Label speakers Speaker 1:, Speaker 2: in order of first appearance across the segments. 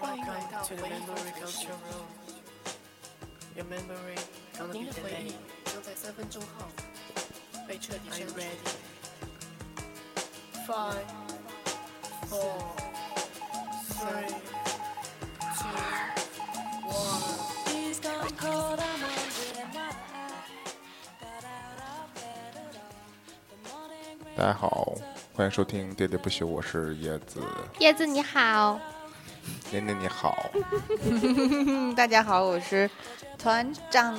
Speaker 1: to the memory culture room. Your memory gonna
Speaker 2: 您
Speaker 1: be
Speaker 2: 的回
Speaker 1: today.
Speaker 2: 忆将在三分钟后被彻底
Speaker 1: Are
Speaker 2: 删
Speaker 1: you
Speaker 2: 除。
Speaker 1: ready? Five, four, three, two, one.
Speaker 3: Please don't call the morning when I got out of bed at all. The morning rain
Speaker 4: 大家好，欢迎收听《喋喋不休》，我是椰子。
Speaker 5: 叶子你好，
Speaker 4: 年年你好，
Speaker 6: 嗯，大家好，我是团长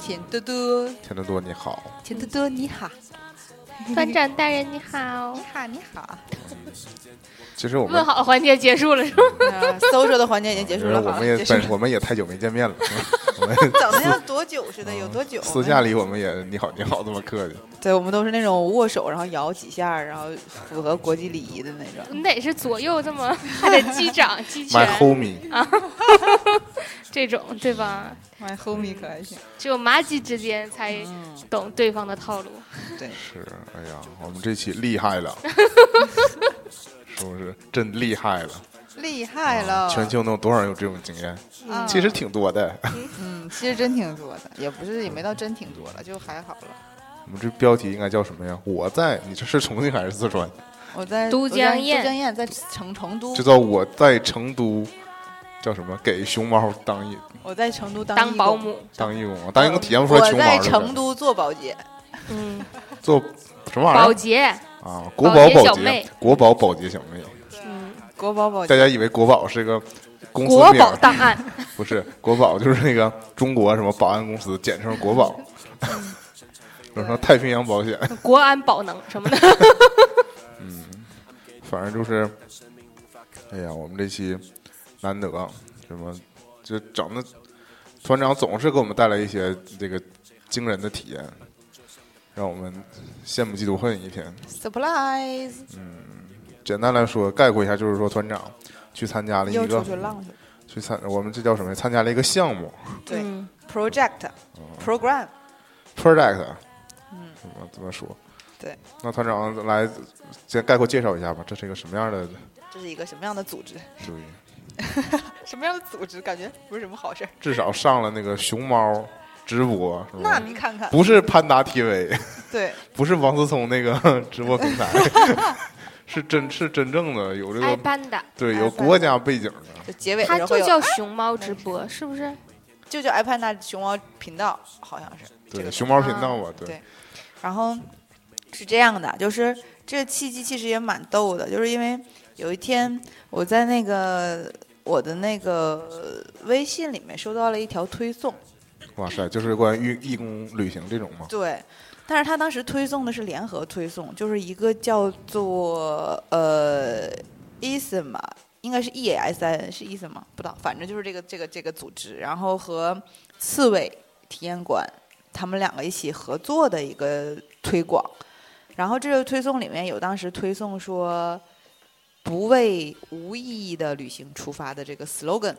Speaker 6: 钱多多，
Speaker 4: 甜多多你好。
Speaker 6: 钱多多你好，
Speaker 5: 团长大人你好
Speaker 6: 你。好你 好。
Speaker 4: 其实我们
Speaker 5: 问，好环节结束了是吧？
Speaker 6: 呃搜索的环节已经结
Speaker 4: 其
Speaker 6: 束
Speaker 4: 实
Speaker 6: 了，
Speaker 4: 哎我
Speaker 6: 好
Speaker 4: 们也
Speaker 6: 结束
Speaker 4: 本
Speaker 6: 了
Speaker 4: 我们也太久没见面了， 我们
Speaker 6: 怎么样？多久似的？有多久？
Speaker 4: 嗯私下里我们也你好你好这么客气。
Speaker 6: 对我们都是那种握手，然后摇几下，然后符合国际礼仪的那种。
Speaker 4: 嗯
Speaker 5: 你得是左右这 么，还得击掌击
Speaker 4: My
Speaker 5: 拳
Speaker 4: homie，
Speaker 5: 这种对吧？
Speaker 6: My 哎 homie 可还行？
Speaker 5: 只有麻吉之间才
Speaker 6: 嗯，
Speaker 5: 懂对方的套路。
Speaker 6: 对，
Speaker 4: 是哎呀，我们这期厉害了，是不是真厉害了？
Speaker 6: 厉害了。
Speaker 4: 全球能有多少人有这种经验？
Speaker 6: 啊
Speaker 4: 其实，挺多的。
Speaker 6: 嗯，其实真挺多的，也不是也没到真挺多了，就还好了。
Speaker 4: 我们这标题应该叫什么呀？我在，你这是重庆还是四川？
Speaker 6: 我在
Speaker 5: 都
Speaker 6: 我在
Speaker 5: 江堰
Speaker 6: 都江堰在成成都
Speaker 4: 就，叫我在成都，叫什么？给熊猫当义
Speaker 6: 我在成都当
Speaker 5: 当
Speaker 6: 义
Speaker 5: 保
Speaker 6: 工，
Speaker 5: 姆，
Speaker 4: 当义工，啊当义工体现不出来
Speaker 6: 我
Speaker 4: 熊猫
Speaker 6: 在
Speaker 4: 这个
Speaker 6: 成都做保洁。
Speaker 5: 嗯，
Speaker 4: 做什么玩
Speaker 5: 保
Speaker 4: 意
Speaker 5: 洁，
Speaker 4: 儿啊？国
Speaker 5: 保
Speaker 4: 宝
Speaker 5: 洁
Speaker 4: 保
Speaker 5: 小
Speaker 4: 洁
Speaker 5: 妹，
Speaker 4: 国宝保洁小妹。
Speaker 5: 嗯，
Speaker 6: 国宝保洁
Speaker 4: 大，家以为国宝是一个公司
Speaker 5: 国
Speaker 4: 名
Speaker 5: 宝
Speaker 4: 儿，
Speaker 5: 档案，
Speaker 4: 不是国宝就是那个中国什么保安公司，简称国宝。 比如说太平洋保险，
Speaker 5: 国安保能什 么的。
Speaker 4: 哎反正就是，哎呀，我们这期难得什么，就整的团长总是给我们带来一些这个惊人的体验，让我们羡慕嫉妒恨一天。
Speaker 6: surprise
Speaker 4: 简单来说，概括一下就是说，团长去参加了一
Speaker 6: 又出
Speaker 4: 个
Speaker 6: 去浪去了。
Speaker 4: 去参，我们这叫什么呀？参加了一个项目
Speaker 6: 对
Speaker 5: 嗯
Speaker 6: ，project
Speaker 4: 嗯
Speaker 6: program
Speaker 4: project，
Speaker 6: 嗯，
Speaker 4: 怎么怎么说？
Speaker 6: 对，
Speaker 4: 那团长来先概括介绍一下吧，这是一个什么样的
Speaker 6: 这是一个什么样的组织？
Speaker 4: 主意？
Speaker 6: 什么样的组织？感觉不是什么好事儿。
Speaker 4: 至少上了那个熊猫直播，是
Speaker 6: 那
Speaker 4: 吧？
Speaker 6: 你看看，
Speaker 4: 不是潘达 TV。
Speaker 6: 对，
Speaker 4: 不是王思聪那个 直播平台， 是真是真正的有这个
Speaker 5: 埃班达，
Speaker 4: 对
Speaker 6: 哎
Speaker 4: 有
Speaker 6: 反
Speaker 4: 国家背景的，
Speaker 6: 就结尾的
Speaker 5: 他
Speaker 6: 时候
Speaker 5: 就
Speaker 6: 会有
Speaker 5: 叫熊猫直播，是不是？
Speaker 6: 就叫 iPad 那熊猫频道，好像是这
Speaker 4: 对
Speaker 6: 个。啊
Speaker 4: 熊猫频道吧，对
Speaker 6: 对然后是这样的，就是这契机其实也蛮逗的，就是因为有一天我在那个我的那个微信里面收到了一条推送，
Speaker 4: 哇塞，就是关于义工旅行这种嘛，
Speaker 6: 对，但是他当时推送的是联合推送，就是一个叫做呃 ESM 吧，应该是 E A S N 是 ESM 吗？不知道，反正就是这个这个这个组织，然后和刺猬体验馆他们两个一起合作的一个推广。然后这个推送里面有当时推送说“不为无意义的旅行出发”的这个 slogan，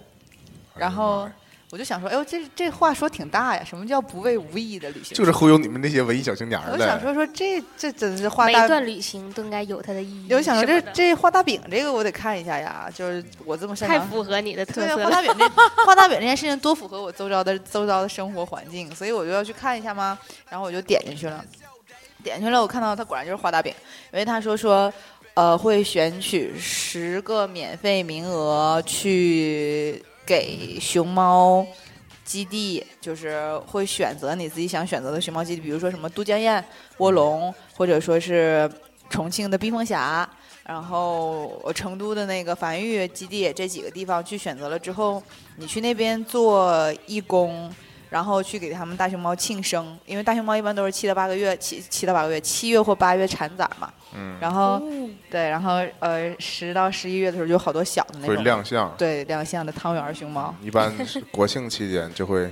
Speaker 6: 然后。我就想说，哎呦，这这话说挺大呀！什么叫不为无意义的旅行？
Speaker 4: 就是忽悠你们这些文艺小青年儿
Speaker 6: 我想
Speaker 4: 的，
Speaker 6: 说说这这真是画
Speaker 5: 每
Speaker 6: 大
Speaker 5: 一，段旅行都应该有它的意义。
Speaker 6: 我想说这
Speaker 5: 什么的
Speaker 6: 这画大饼这个我得看一下呀，就是我这么擅
Speaker 5: 太
Speaker 6: 长。
Speaker 5: 符合你的特
Speaker 6: 对啊，
Speaker 5: 色
Speaker 6: 画
Speaker 5: 了。
Speaker 6: 大饼 这画大饼这件事情多符合我周遭的周遭的生活环境，所以我就要去看一下嘛。然后我就点进去了，点进去了，我看到它果然就是画大饼，因为他说说，呃，会选取十个免费名额去给熊猫基地，就是会选择你自己想选择的熊猫基地，比如说什么都江堰、卧龙，或者说是重庆的冰峰峡，然后呃成都的那个繁育基地这几个地方去选择了之后，你去那边做义工。然后去给他们大熊猫庆生，因为大熊猫一般都是七到八个月，七七到八个月，七月或八月产崽嘛。
Speaker 4: 嗯，
Speaker 5: 哦
Speaker 6: 然后对，然后呃，十到十一月的时候有好多小的那
Speaker 4: 会
Speaker 6: 种，
Speaker 4: 亮相，
Speaker 6: 对亮相的汤圆儿熊猫，
Speaker 4: 一般是国庆期间就会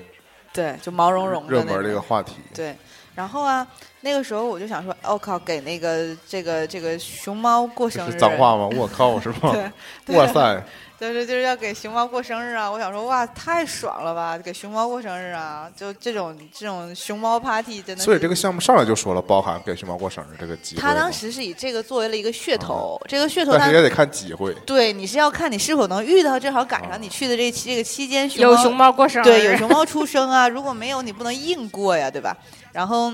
Speaker 6: 对，就毛茸茸的
Speaker 4: 热
Speaker 6: 那
Speaker 4: 门这
Speaker 6: 种
Speaker 4: 个话题，
Speaker 6: 对，然后啊，那个时候我就想说，我、靠，给那个这个这个熊猫过
Speaker 4: 这
Speaker 6: 生日，
Speaker 4: 是脏话吗？我靠，是吗？
Speaker 6: 对，对
Speaker 4: 哇塞，
Speaker 6: 就是就是要给熊猫过生日啊！我想说哇，太爽了吧，给熊猫过生日啊！就这种这种熊猫 party 真的是。
Speaker 4: 所以这个项目上来就说了，包含给熊猫过生日这个机会嘛。
Speaker 6: 他当时是以这个作为了一个噱头，这个噱头
Speaker 4: 啊
Speaker 6: 他
Speaker 4: 但是也得看机会。
Speaker 6: 对你是要看你是否能遇到，正好赶
Speaker 4: 啊
Speaker 6: 上你去的这期这个期间熊
Speaker 5: 有熊猫过生日，
Speaker 6: 对，有熊猫出生啊，如果没有你不能硬过呀，对吧？然后，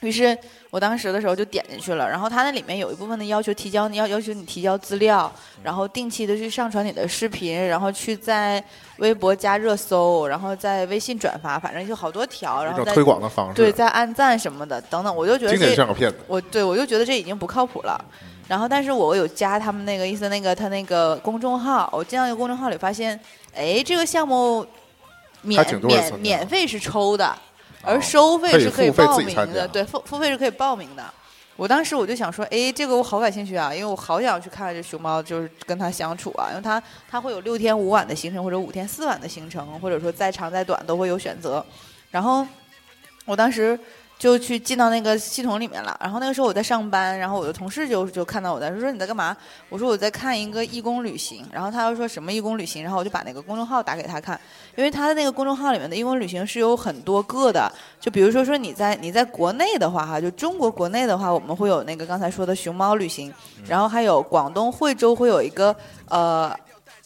Speaker 6: 于是我当时的时候就点进去了，然后它那里面有一部分的要求提交，你要要求你提交资料，然后定期的去上传你的视频，然后去在微博加热搜，然后在微信转发，反正就好多条，然
Speaker 4: 一
Speaker 6: 后
Speaker 4: 种
Speaker 6: 再
Speaker 4: 推广的方式，
Speaker 6: 对，再按赞什么的等等，我就觉得
Speaker 4: 听起来
Speaker 6: 这
Speaker 4: 像个骗子。
Speaker 6: 我对我就觉得这已经不靠谱了。
Speaker 4: 嗯
Speaker 6: 然后，但是我有加他们那个意思，那个他那个公众号，我进到一个公众号里发现，哎，这个项目免
Speaker 4: 还挺多人参
Speaker 6: 免
Speaker 4: 加
Speaker 6: 免费是抽的，
Speaker 4: 哦
Speaker 6: 而收费是可以
Speaker 4: 啊可以付费
Speaker 6: 报
Speaker 4: 自己
Speaker 6: 名
Speaker 4: 参加
Speaker 6: 的，对，付付费是可以报名的。我当时我就想说，哎，这个我好感兴趣啊，因为我好想去看这熊猫，就是跟它相处啊，因为它它会有六天五晚的行程，或者五天四晚的行程，或者说再长再短都会有选择。然后我当时就去进到那个系统里面了。然后那个时候我在上班，然后我的同事就就看到我在说说你在干嘛？我说我在看一个义工旅行。然后他又说什么义工旅行？然后我就把那个公众号打给他看，因为他的那个公众号里面的义工旅行是有很多个的。就比如说说你在你在国内的话哈，就中国国内的话，我们会有那个刚才说的熊猫旅行，然后还有广东惠州会有一个呃。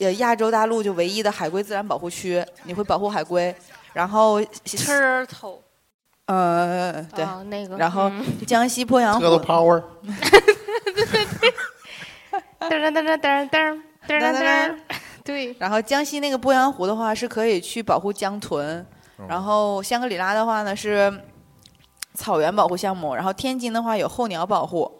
Speaker 6: 呃，亚洲大陆就唯一的海龟自然保护区，你会保护海龟，然后
Speaker 5: ，turtle，
Speaker 6: 呃，对，
Speaker 5: 啊那个，
Speaker 6: 然后
Speaker 5: 嗯
Speaker 6: 江西鄱阳
Speaker 4: t u
Speaker 6: 火
Speaker 4: power，
Speaker 6: 噔
Speaker 5: 噔噔噔噔噔噔噔噔噔
Speaker 6: 噔
Speaker 5: 噔，对，
Speaker 6: 然后江西那个鄱阳湖的话是可以去保护江豚，然后香格里拉的话呢是草原保护项目，然后天津的话有候鸟保护。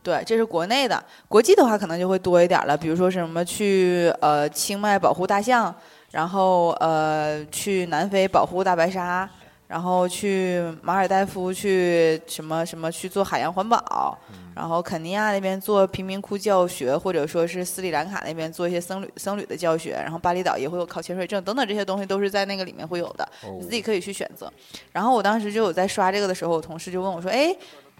Speaker 6: 对，这是国内的，国际的话可能就会多一点了，比如说什么去呃清迈保护大象，然后呃去南非保护大白鲨，然后去马尔代夫去什么什么去做海洋环保，然后肯尼亚那边做贫民窟教学，或者说是斯里兰卡那边做一些僧侣僧侣的教学，然后巴厘岛也会有考潜水证等等这些东西都是在那个里面会有的，
Speaker 4: 哦
Speaker 6: 你自己可以去选择。然后我当时就有在刷这个的时候，我同事就问我说：“哎。”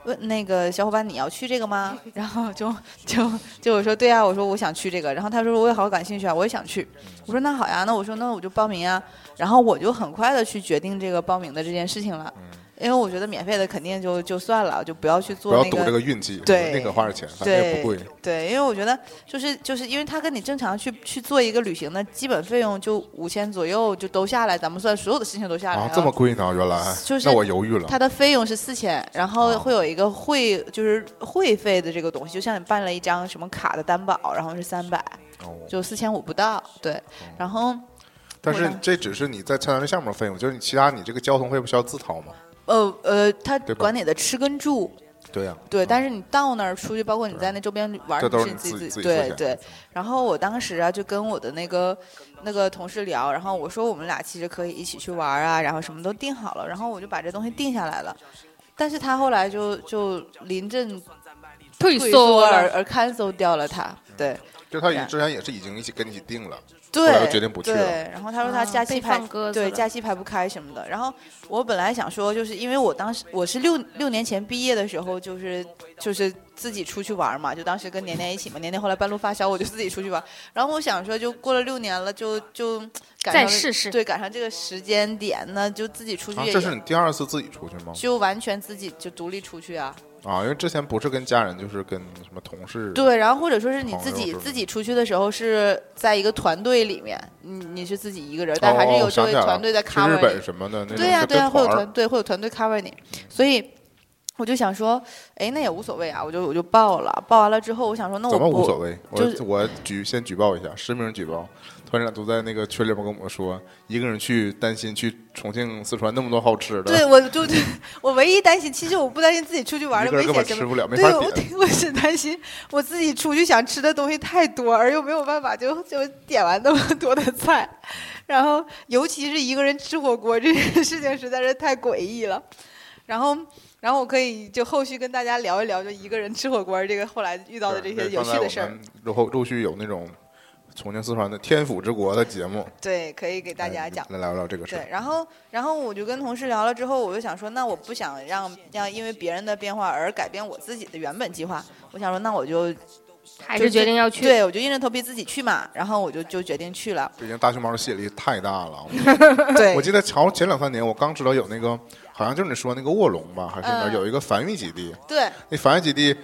Speaker 6: 问那个小伙伴，你要去这个吗？ 然后就就就我说对啊，我说我想去这个，然后他说我也好感兴趣啊，我也想去。我说那好呀，那我说那我就报名啊，然后我就很快的去决定这个报名的这件事情了，
Speaker 4: 嗯
Speaker 6: 因为我觉得免费的肯定就就算了，就不要去做
Speaker 4: 不要
Speaker 6: 那
Speaker 4: 赌
Speaker 6: 个
Speaker 4: 这个运气，
Speaker 6: 对
Speaker 4: 宁可花点钱，反正也
Speaker 6: 对
Speaker 4: 不贵。
Speaker 6: 对，因为我觉得就是就是因为它跟你正常去去做一个旅行的基本费用就五千左右就都下来，咱们算所有的事情都下来
Speaker 4: 啊
Speaker 6: 了，
Speaker 4: 这么贵啊呢？原来
Speaker 6: 就，是
Speaker 4: 那我犹豫了。
Speaker 6: 它的费用是四千，然
Speaker 4: 啊
Speaker 6: 后会有一个会就是会费的这个东西，就像你办了一张什么卡的担保，然后是三百，
Speaker 4: 哦
Speaker 6: 就四千五不到。对，然后
Speaker 4: 但
Speaker 6: 我
Speaker 4: 是
Speaker 6: 呢
Speaker 4: 这只是你在参加这项目的费用，就是你其他你这个交通费不需要自掏吗？
Speaker 6: 呃呃，他
Speaker 4: 对吧
Speaker 6: 管你的吃跟住，
Speaker 4: 对呀，
Speaker 6: 对，但是你到那儿出去，包括你在那周边玩，
Speaker 4: 这都是
Speaker 6: 你
Speaker 4: 你
Speaker 6: 自
Speaker 4: 自己
Speaker 6: 己
Speaker 4: 自己付
Speaker 6: 对
Speaker 4: 钱
Speaker 6: 对。然后我当时啊，就跟我的那个那个同事聊，然后我说我们俩其实可以一起去玩啊，然后什么都定好了，然后我就把这东西定下来了。但是他后来就就临阵
Speaker 5: 退
Speaker 6: 退
Speaker 5: 缩
Speaker 6: 缩而
Speaker 5: 了，
Speaker 6: 而 cancel 掉了他，对
Speaker 4: 就他也
Speaker 6: 对
Speaker 4: 之前也是已经一起跟你一起定了，
Speaker 6: 对
Speaker 4: 后来就决定不去了
Speaker 6: 对，然后他说他
Speaker 5: 啊
Speaker 6: 假期
Speaker 5: 被
Speaker 6: 排、
Speaker 5: 放鸽子
Speaker 6: 对
Speaker 5: 了
Speaker 6: 假期排不开什么的。然后我本来想说，就是因为我当时我是六六年前毕业的时候，就是就是自己出去玩嘛，就当时跟年年一起嘛，年年后来半路发烧，我就自己出去玩。然后我想说，就过了六年了，就就赶上
Speaker 5: 再试试
Speaker 6: 对，赶上这个时间点呢，就自己出去
Speaker 4: 啊，
Speaker 6: 也、
Speaker 4: 这是你第二次自己出去吗？
Speaker 6: 就完全自己就独立出去啊。
Speaker 4: 啊，因为之前不是跟家人，就是跟什么同事。
Speaker 6: 对，然后或者说是你
Speaker 4: 朋
Speaker 6: 自
Speaker 4: 友
Speaker 6: 己
Speaker 4: 之类
Speaker 6: 自己出去的时候是在一个团队里面，你你是自己一个人，但还是
Speaker 4: 哦
Speaker 6: 有这
Speaker 4: 我想
Speaker 6: 位
Speaker 4: 起来了
Speaker 6: 团队在
Speaker 4: 去
Speaker 6: cover
Speaker 4: 日
Speaker 6: 你。
Speaker 4: 本什么的那种，
Speaker 6: 对呀、对呀、
Speaker 4: 呀，
Speaker 6: 会有团队，会有团队 cover 你，所以我就想说，哎，那也无所谓啊，我就我就报了，报完了之后，我想说，那哦我
Speaker 4: 怎
Speaker 6: 不
Speaker 4: 么无所谓？我
Speaker 6: 就是
Speaker 4: 我举先举报一下，实名举报。团长都在那个群里面跟我们说，一个人去担心去重庆、四川那么多好吃的，
Speaker 6: 对， 我就 对我唯一担心，其实我不担心自己出去玩
Speaker 4: 一
Speaker 6: 的
Speaker 4: 个
Speaker 6: 危
Speaker 4: 人根
Speaker 6: 险
Speaker 4: 本
Speaker 6: 什
Speaker 4: 吃
Speaker 6: 么。
Speaker 4: 不了，没
Speaker 6: 对，
Speaker 4: 法
Speaker 6: 我
Speaker 4: 点。
Speaker 6: 我是担心我自己出去想吃的东西太多，而又没有办法就就点完那么多的菜，然后尤其是一个人吃火锅这件事情实在是太诡异了。然后，然后我可以就后续跟大家聊一聊，就一个人吃火锅这个后来遇到的这些有趣的事儿。。
Speaker 4: 然后陆续有那种重庆、四川的天府之国的节目，
Speaker 6: 对，可以给大家
Speaker 4: 哎
Speaker 6: 讲。
Speaker 4: 来聊聊这个事
Speaker 6: 对
Speaker 4: 儿。，
Speaker 6: 然后然后我就跟同事聊了之后，我就想说，那我不想让让因为别人的变化而改变我自己的原本计划，我想说，那我就
Speaker 5: 还是决定要去。
Speaker 6: 对，我就硬着头皮自己去嘛，然后我就就决定去 了。
Speaker 4: 北京大熊猫的吸引力太大了。
Speaker 6: 对，
Speaker 4: 我记得前前两三年，我刚知道有那个，好像就是你说那个卧龙吧，还是哪儿
Speaker 6: 嗯
Speaker 4: 有一个繁育基地。
Speaker 6: 对
Speaker 4: 那繁育基地，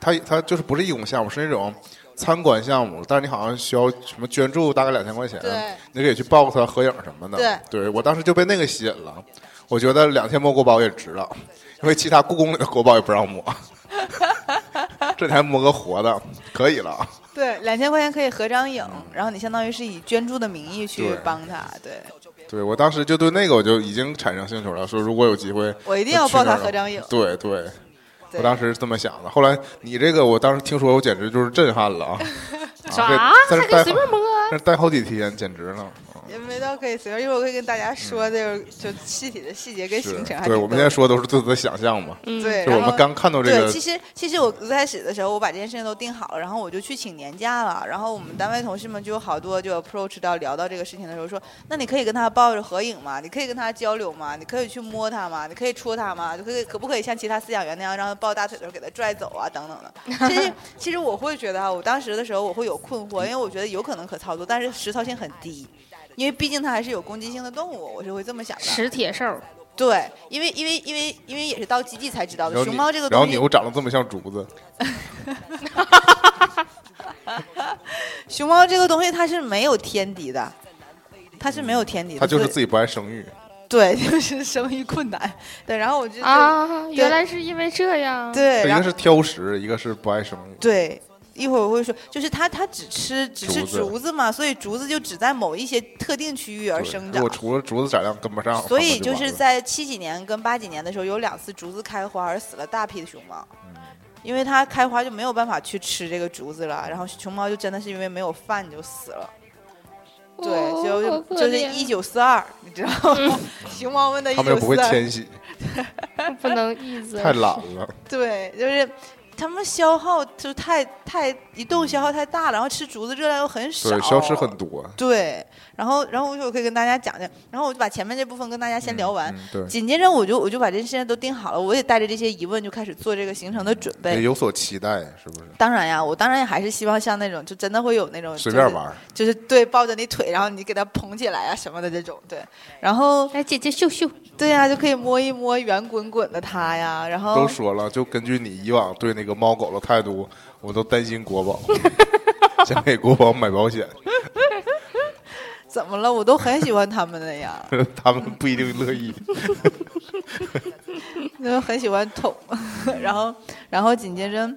Speaker 4: 它它就是不是义工项目，是那种参观项目，但是你好像需要什么捐助大概两千块钱，
Speaker 6: 对
Speaker 4: 你可以去抱个它合影什么的。
Speaker 6: 对
Speaker 4: 我当时就被那个吸引了，我觉得两千摸国宝也值了，因为其他故宫里的国宝也不 让摸，这你还摸个活的，可以了。
Speaker 6: 对，两千块钱可以合张影，然后你相当于是以捐助的名义去
Speaker 4: 对
Speaker 6: 帮他。对，
Speaker 4: 对我当时就对那个我就已经产生兴趣了，说如果有机会，
Speaker 6: 我一定要
Speaker 4: 去那儿
Speaker 6: 抱他
Speaker 4: 了
Speaker 6: 合张影
Speaker 4: 对对，
Speaker 6: 对
Speaker 4: 我当时是这么想的。后来你这个，我当时听说，我简直就是震撼 了啊！
Speaker 5: 啥？
Speaker 4: 这在这
Speaker 5: 还可以
Speaker 4: 待
Speaker 5: 随便摸啊？
Speaker 4: 那待好几天，简直了。嗯
Speaker 6: 也没到可以随便，一会儿我会跟大家说这个就具体的细节跟
Speaker 4: 是
Speaker 6: 行程还挺
Speaker 4: 对，
Speaker 6: 多。
Speaker 4: 我们现在说都是自己的想象嘛，
Speaker 6: 对，
Speaker 4: 就我
Speaker 6: 然后
Speaker 4: 们刚看到这
Speaker 6: 对，
Speaker 4: 个
Speaker 6: 其，实其实我最开始的时候，我把这件事情都定好了，然后我就去请年假了。然后我们单位同事们就有好多就 approach 到聊到这个事情的时候说，那你可以跟他抱着合影吗？你可以跟他交流吗？你可以去摸他吗？你可以戳他吗？就可以可不可以像其他饲养员那样，让他抱大腿的时候给他拽走啊，等等的。其实其实我会觉得啊，我当时的时候我会有困惑，因为我觉得有可能可操作，但是实操性很低。因为毕竟它还是有攻击性的动物，我是会这么想的。
Speaker 5: 史铁兽，
Speaker 6: 对，因为因为因为因为也是到基地才知道
Speaker 4: 然
Speaker 6: 的。
Speaker 4: 后
Speaker 6: 熊猫这个
Speaker 4: 然后
Speaker 6: 东西，
Speaker 4: 牛长得这么像竹子，
Speaker 6: 熊猫这个东西它是没有天敌的，它是没有天敌的，
Speaker 4: 它就是
Speaker 6: 所以
Speaker 4: 自己不爱生育。
Speaker 6: 对， 就是生育困难。对，然后我就
Speaker 5: 啊，原来是因为这样。
Speaker 6: 对，
Speaker 4: 一
Speaker 6: 然后
Speaker 4: 个是挑食，一个是不爱生育。
Speaker 6: 对。一会儿我会说，就是它，它只吃只吃
Speaker 4: 竹子
Speaker 6: 竹子嘛，所以竹子就只在某一些特定区域而
Speaker 4: 对
Speaker 6: 生
Speaker 4: 如
Speaker 6: 长
Speaker 4: 果。除了竹子产量跟不上，
Speaker 6: 所
Speaker 4: 他
Speaker 6: 以
Speaker 4: 们就
Speaker 6: 就是
Speaker 4: 完了
Speaker 6: 在七几年跟八几年的时候，有两次竹子开花而死了大批的熊猫，
Speaker 4: 嗯
Speaker 6: 因为它开花就没有办法去吃这个竹子了，然后熊猫就真的是因为没有饭就死了。对，
Speaker 5: 哦好
Speaker 6: 就
Speaker 5: 可
Speaker 6: 就是
Speaker 5: 怜
Speaker 6: 一九四二，你知道吗？ 熊猫们的一
Speaker 4: 嗯他们
Speaker 6: 九
Speaker 4: 又不会
Speaker 6: 四二，
Speaker 4: 迁徙，
Speaker 5: 不能一直
Speaker 4: 太懒了。
Speaker 6: 对，就是他们消耗就太太一动消耗太大了，然后吃竹子热量又很少，
Speaker 4: 对，消失很多。
Speaker 6: 对，然后然后我就可以跟大家讲讲，然后我就把前面这部分跟大家先聊完，
Speaker 4: 嗯，对，
Speaker 6: 紧接着我就我就把这些事情都定好了，我也带着这些疑问就开始做这个行程的准
Speaker 4: 也
Speaker 6: 备。
Speaker 4: 有所期待，是不是？
Speaker 6: 当然呀，我当然也还是希望像那种就真的会有那种
Speaker 4: 随
Speaker 6: 就是
Speaker 4: 便玩儿，
Speaker 6: 就是对抱着你腿，然后你给它捧起来啊什么的这种，对。然后
Speaker 5: 来，姐姐秀秀，
Speaker 6: 对呀、就可以摸一摸圆滚滚的它呀，然后
Speaker 4: 都说了，就根据你以往对那个猫狗的态度，我都担心国 宝，想给国宝买保险，
Speaker 6: 怎么了？我都很喜欢它们的呀，
Speaker 4: 他们不一定乐意。
Speaker 6: 都很喜欢捅。 然后，然后紧接着，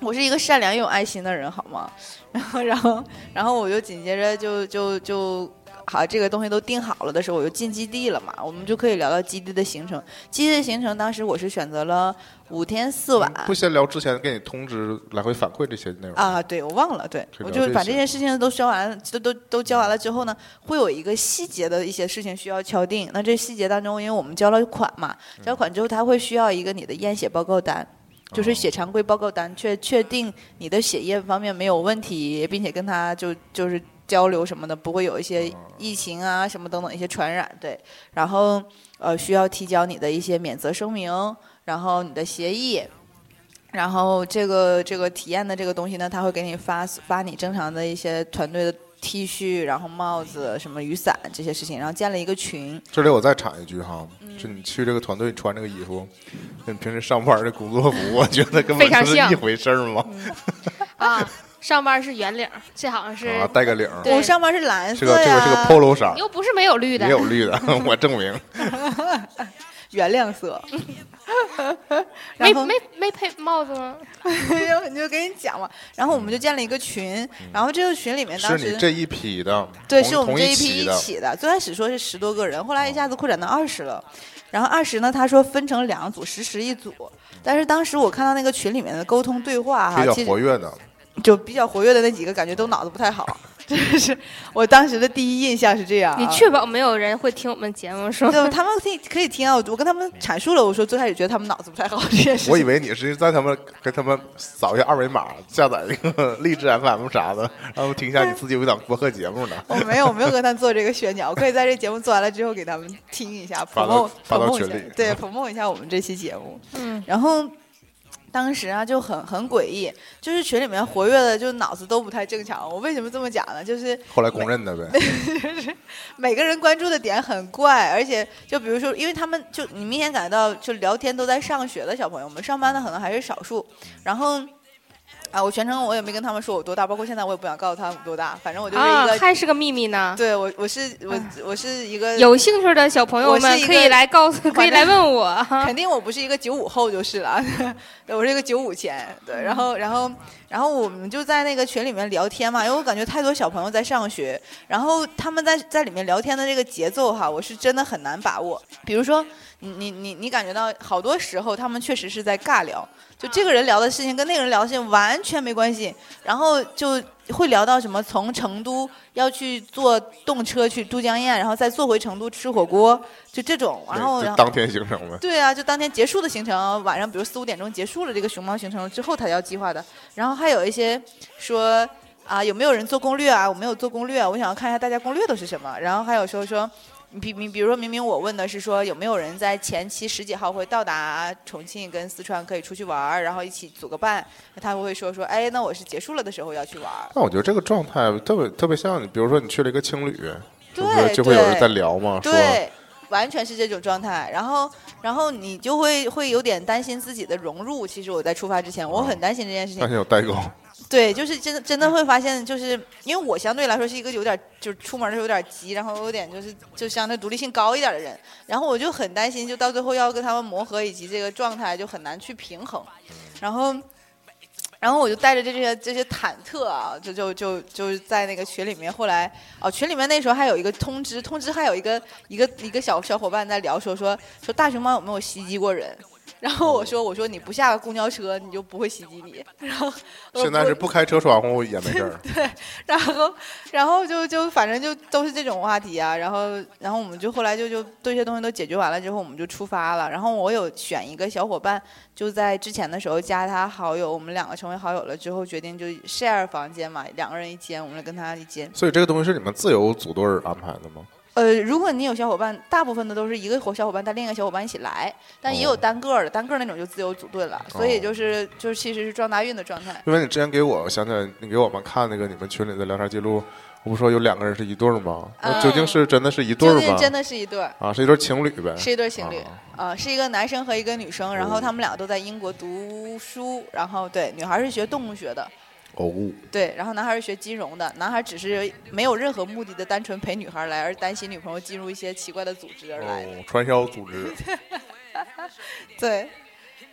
Speaker 6: 我是一个善良又有爱心的人，好吗？ 然后，然后，然后我就紧接着就就就。好，这个东西都定好了的时候，我就进基地了嘛，我们就可以聊聊基地的行程。基地的行程当时我是选择了五天四晚，
Speaker 4: 嗯不先聊之前给你通知来回反馈这些内容，
Speaker 6: 啊，对，我忘了，对
Speaker 4: 可以
Speaker 6: 我
Speaker 4: 聊
Speaker 6: 就是
Speaker 4: 这
Speaker 6: 把
Speaker 4: 些
Speaker 6: 这件事情都说完了，都都都交完了之后呢，会有一个细节的一些事情需要敲定。那这细节当中，因为我们交了款嘛，交款之后他会需要一个你的验血报告单。就是
Speaker 4: 哦
Speaker 6: 血常规报告单，确确定你的血液方面没有问题，并且跟他就就是交流什么的，不会有一些
Speaker 4: 哦
Speaker 6: 疫情啊什么等等一些传染。对，然后呃需要提交你的一些免责声明，然后你的协议，然后这个这个体验的这个东西呢，他会给你发发你正常的一些团队的 T 恤，然后帽子、什么雨伞这些事情，然后建了一个群。
Speaker 4: 这里我再插一句哈，
Speaker 6: 嗯
Speaker 4: 就你去这个团队穿这个衣服，跟你平时上班的工作服，我觉得根本
Speaker 5: 非常
Speaker 4: 就是
Speaker 5: 像
Speaker 4: 一回事儿嘛。
Speaker 5: 啊，上班是圆领儿，这好像是、
Speaker 6: 嗯
Speaker 4: 啊，带个领儿，
Speaker 5: 对
Speaker 6: 我上面是蓝
Speaker 4: 是
Speaker 6: 色
Speaker 4: 个这
Speaker 6: 呀，
Speaker 4: 个是个 polo 衫
Speaker 5: 你，又不是没有绿的
Speaker 4: 也，有绿的， 我证明。
Speaker 6: 原亮色。 然
Speaker 5: 没
Speaker 6: 后
Speaker 5: 没没配帽子吗？
Speaker 6: 然后你就跟你讲嘛，然后我们就建了一个群，然后这个群里面
Speaker 4: 嗯是
Speaker 6: 当
Speaker 4: 你
Speaker 6: 时
Speaker 4: 这一批的，
Speaker 6: 对，
Speaker 4: 同
Speaker 6: 是我们
Speaker 4: 同
Speaker 6: 这批
Speaker 4: 一期
Speaker 6: 一
Speaker 4: 的，嗯
Speaker 6: 起的。最开始说是十多个人，后来一下子扩展到二十了。然后二十呢，他说分成两组，十十一组。但是当时我看到那个群里面的沟通对话哈，
Speaker 4: 比较
Speaker 6: 啊其实
Speaker 4: 活跃的。
Speaker 6: 就比较活跃的那几个，感觉都脑子不太 好。这是我当时的第一印象是这样啊。
Speaker 5: 你确保没有人会听我们节目说？
Speaker 6: 对他们可以可以听啊，我跟他们阐述了，我说最开始觉得他们脑子不太好这件事
Speaker 4: 我以
Speaker 6: 情。
Speaker 4: 为你是在他们给他们扫一下二维码，下载一个励志 FM 啥的，然后听一下你自己有一档播客节
Speaker 6: ，
Speaker 4: 目呢
Speaker 6: 我哦没有，我没有跟他们做这个宣讲，我可以在这节目做完了之后给他们听一下，
Speaker 4: 发
Speaker 6: 捧
Speaker 4: 到
Speaker 6: 捧
Speaker 4: 发到
Speaker 6: 捧一
Speaker 4: 群
Speaker 6: 下
Speaker 4: 里，
Speaker 6: 对，捧捧一下我们这期节目。
Speaker 5: 嗯，
Speaker 6: 然后当时啊就很很诡异，就是群里面活跃的就脑子都不太正常。我为什么这么讲呢？就是
Speaker 4: 后来公认的呗。
Speaker 6: 每个人关注的点很怪，而且就比如说，因为他们就你明显感觉到，就聊天都在上学的小朋友们，上班的可能还是少数。然后啊，我全程我也没跟他们说我多大，包括现在我也不想告诉他们多大，反正我就是
Speaker 5: 啊
Speaker 6: 一，个，
Speaker 5: 还是个秘密呢。
Speaker 6: 对我我是我
Speaker 5: 哎
Speaker 6: 我是一个
Speaker 5: 有兴趣的小朋友
Speaker 6: 我是
Speaker 5: 们
Speaker 6: 一个
Speaker 5: 可以来告诉，可
Speaker 6: 反
Speaker 5: 以
Speaker 6: 正
Speaker 5: 来问我。
Speaker 6: 肯定我不是一个九五后就是了， 对我是一个九五前。对，然后然后然后我们就在那个群里面聊天嘛，因为我感觉太多小朋友在上学，然后他们在在里面聊天的这个节奏哈，我是真的很难把握。比如说你你你你感觉到好多时候他们确实是在尬聊，就这个人聊的事情跟那个人聊的事情完全没关系，然后就。会聊到什么？从成都要去坐动车去都江堰，然后再坐回成都吃火锅，就这种。然后，
Speaker 4: 对
Speaker 6: 然后
Speaker 4: 就当天行程 呗。
Speaker 6: 对啊，就当天结束的行程，晚上比如四五点钟结束了这个熊猫行程之后，他要计划的。然后还有一些说啊，有没有人做攻略啊？我没有做攻略啊，我想要看一下大家攻略都是什么。然后还有说说，你比比比如说明明我问的是说有没有人在前期十几号会到达重庆跟四川可以出去玩儿，然后一起组个伴，他会说说，哎，那我是结束了的时候要去玩儿。
Speaker 4: 那我觉得这个状态特别特别像你，比如说你去了一个青旅，是不
Speaker 6: 对
Speaker 4: 是就会有人
Speaker 6: 对
Speaker 4: 在聊嘛？说
Speaker 6: 对，完全是这种状态。然后，然后你就会会有点担心自己的融入。其实我在出发之前，我很担心这件事情
Speaker 4: 但。是有代沟，
Speaker 6: 对，就是真的真的会发现，就是因为我相对来说是一个有点就是出门的时候有点急，然后有点就是就相对独立性高一点的人，然后我就很担心，就到最后要跟他们磨合，以及这个状态就很难去平衡，
Speaker 4: 嗯
Speaker 6: 然后。然后我就带着这些这些忐忑啊，就就就就是在那个群里面，后来哦，群里面那时候还有一个通知，通知还有一个一个一个小小伙伴在聊说说说大熊猫有没有袭击过人，然后
Speaker 4: 哦
Speaker 6: 我说我说你不下个公交车你就不会袭击你，然后我
Speaker 4: 现在
Speaker 6: 不
Speaker 4: 是不开车窗户也没事儿。
Speaker 6: 然后，然后就就反正就都是这种话题啊。然后，然后我们就后来就就对这些东西都解决完了之后，我们就出发了。然后我有选一个小伙伴，就在之前的时候加他好友，我们两个成为好友了之后，决定就 share 房间嘛，两个人一间，我们跟他一间。
Speaker 4: 所以这个东西是你们自由组队儿安排的吗？
Speaker 6: 呃，如果你有小伙伴，大部分的都是一个伙小伙伴带另一个小伙伴一起来，但也有
Speaker 4: 哦
Speaker 6: 单个儿的，单个儿那种就自由组队了。所以
Speaker 4: 哦
Speaker 6: 就是就是其实是撞大运的状态。
Speaker 4: 因为你之前给我想起来，你给我们看那个你们群里的聊天记录，我不说有两个人是一对儿吗？
Speaker 6: 嗯
Speaker 4: 那究竟是真的是一对
Speaker 6: 究
Speaker 4: 儿
Speaker 6: 竟
Speaker 4: 吗？
Speaker 6: 真的是一对儿。
Speaker 4: 啊，是一对儿情侣呗？
Speaker 6: 是一对情侣，
Speaker 4: 啊
Speaker 6: 呃，是一个男生和一个女生，然后
Speaker 4: 哦
Speaker 6: 他们俩都在英国读书，然后对，女孩是学动物学的，
Speaker 4: 哦，
Speaker 6: 对，然后男孩是学金融的，男孩只是没有任何目的的单纯陪女孩来，而担心女朋友进入一些奇怪的组织而来，
Speaker 4: 哦，传销组织，
Speaker 6: 对。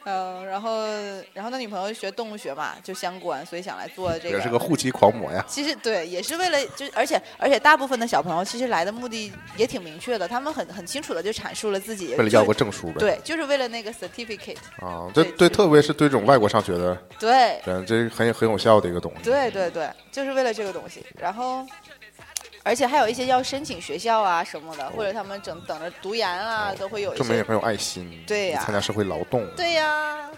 Speaker 6: 嗯，然后，然后他女朋友学动物学嘛，就相关，所以想来做这
Speaker 4: 也是个护妻狂魔呀。
Speaker 6: 其实对，也是为了就，而且而且大部分的小朋友其实来的目的也挺明确的，他们很很清楚的就阐述了自己，
Speaker 4: 为了
Speaker 6: 就
Speaker 4: 要个证书呗。
Speaker 6: 对，就是为了那个 certificate，
Speaker 4: 啊，
Speaker 6: 对
Speaker 4: 这
Speaker 6: 就
Speaker 4: 对，特别是对这种外国上学的
Speaker 6: 对，
Speaker 4: 人，这是很很有效的一个东西。
Speaker 6: 对对对，就是为了这个东西。然后，而且还有一些要申请学校啊什么的，或者他们整等着读研啊，
Speaker 4: 哦
Speaker 6: 都会有一
Speaker 4: 证明也
Speaker 6: 些。
Speaker 4: 很有爱心，
Speaker 6: 对呀
Speaker 4: 参加社会劳动，
Speaker 6: 对呀、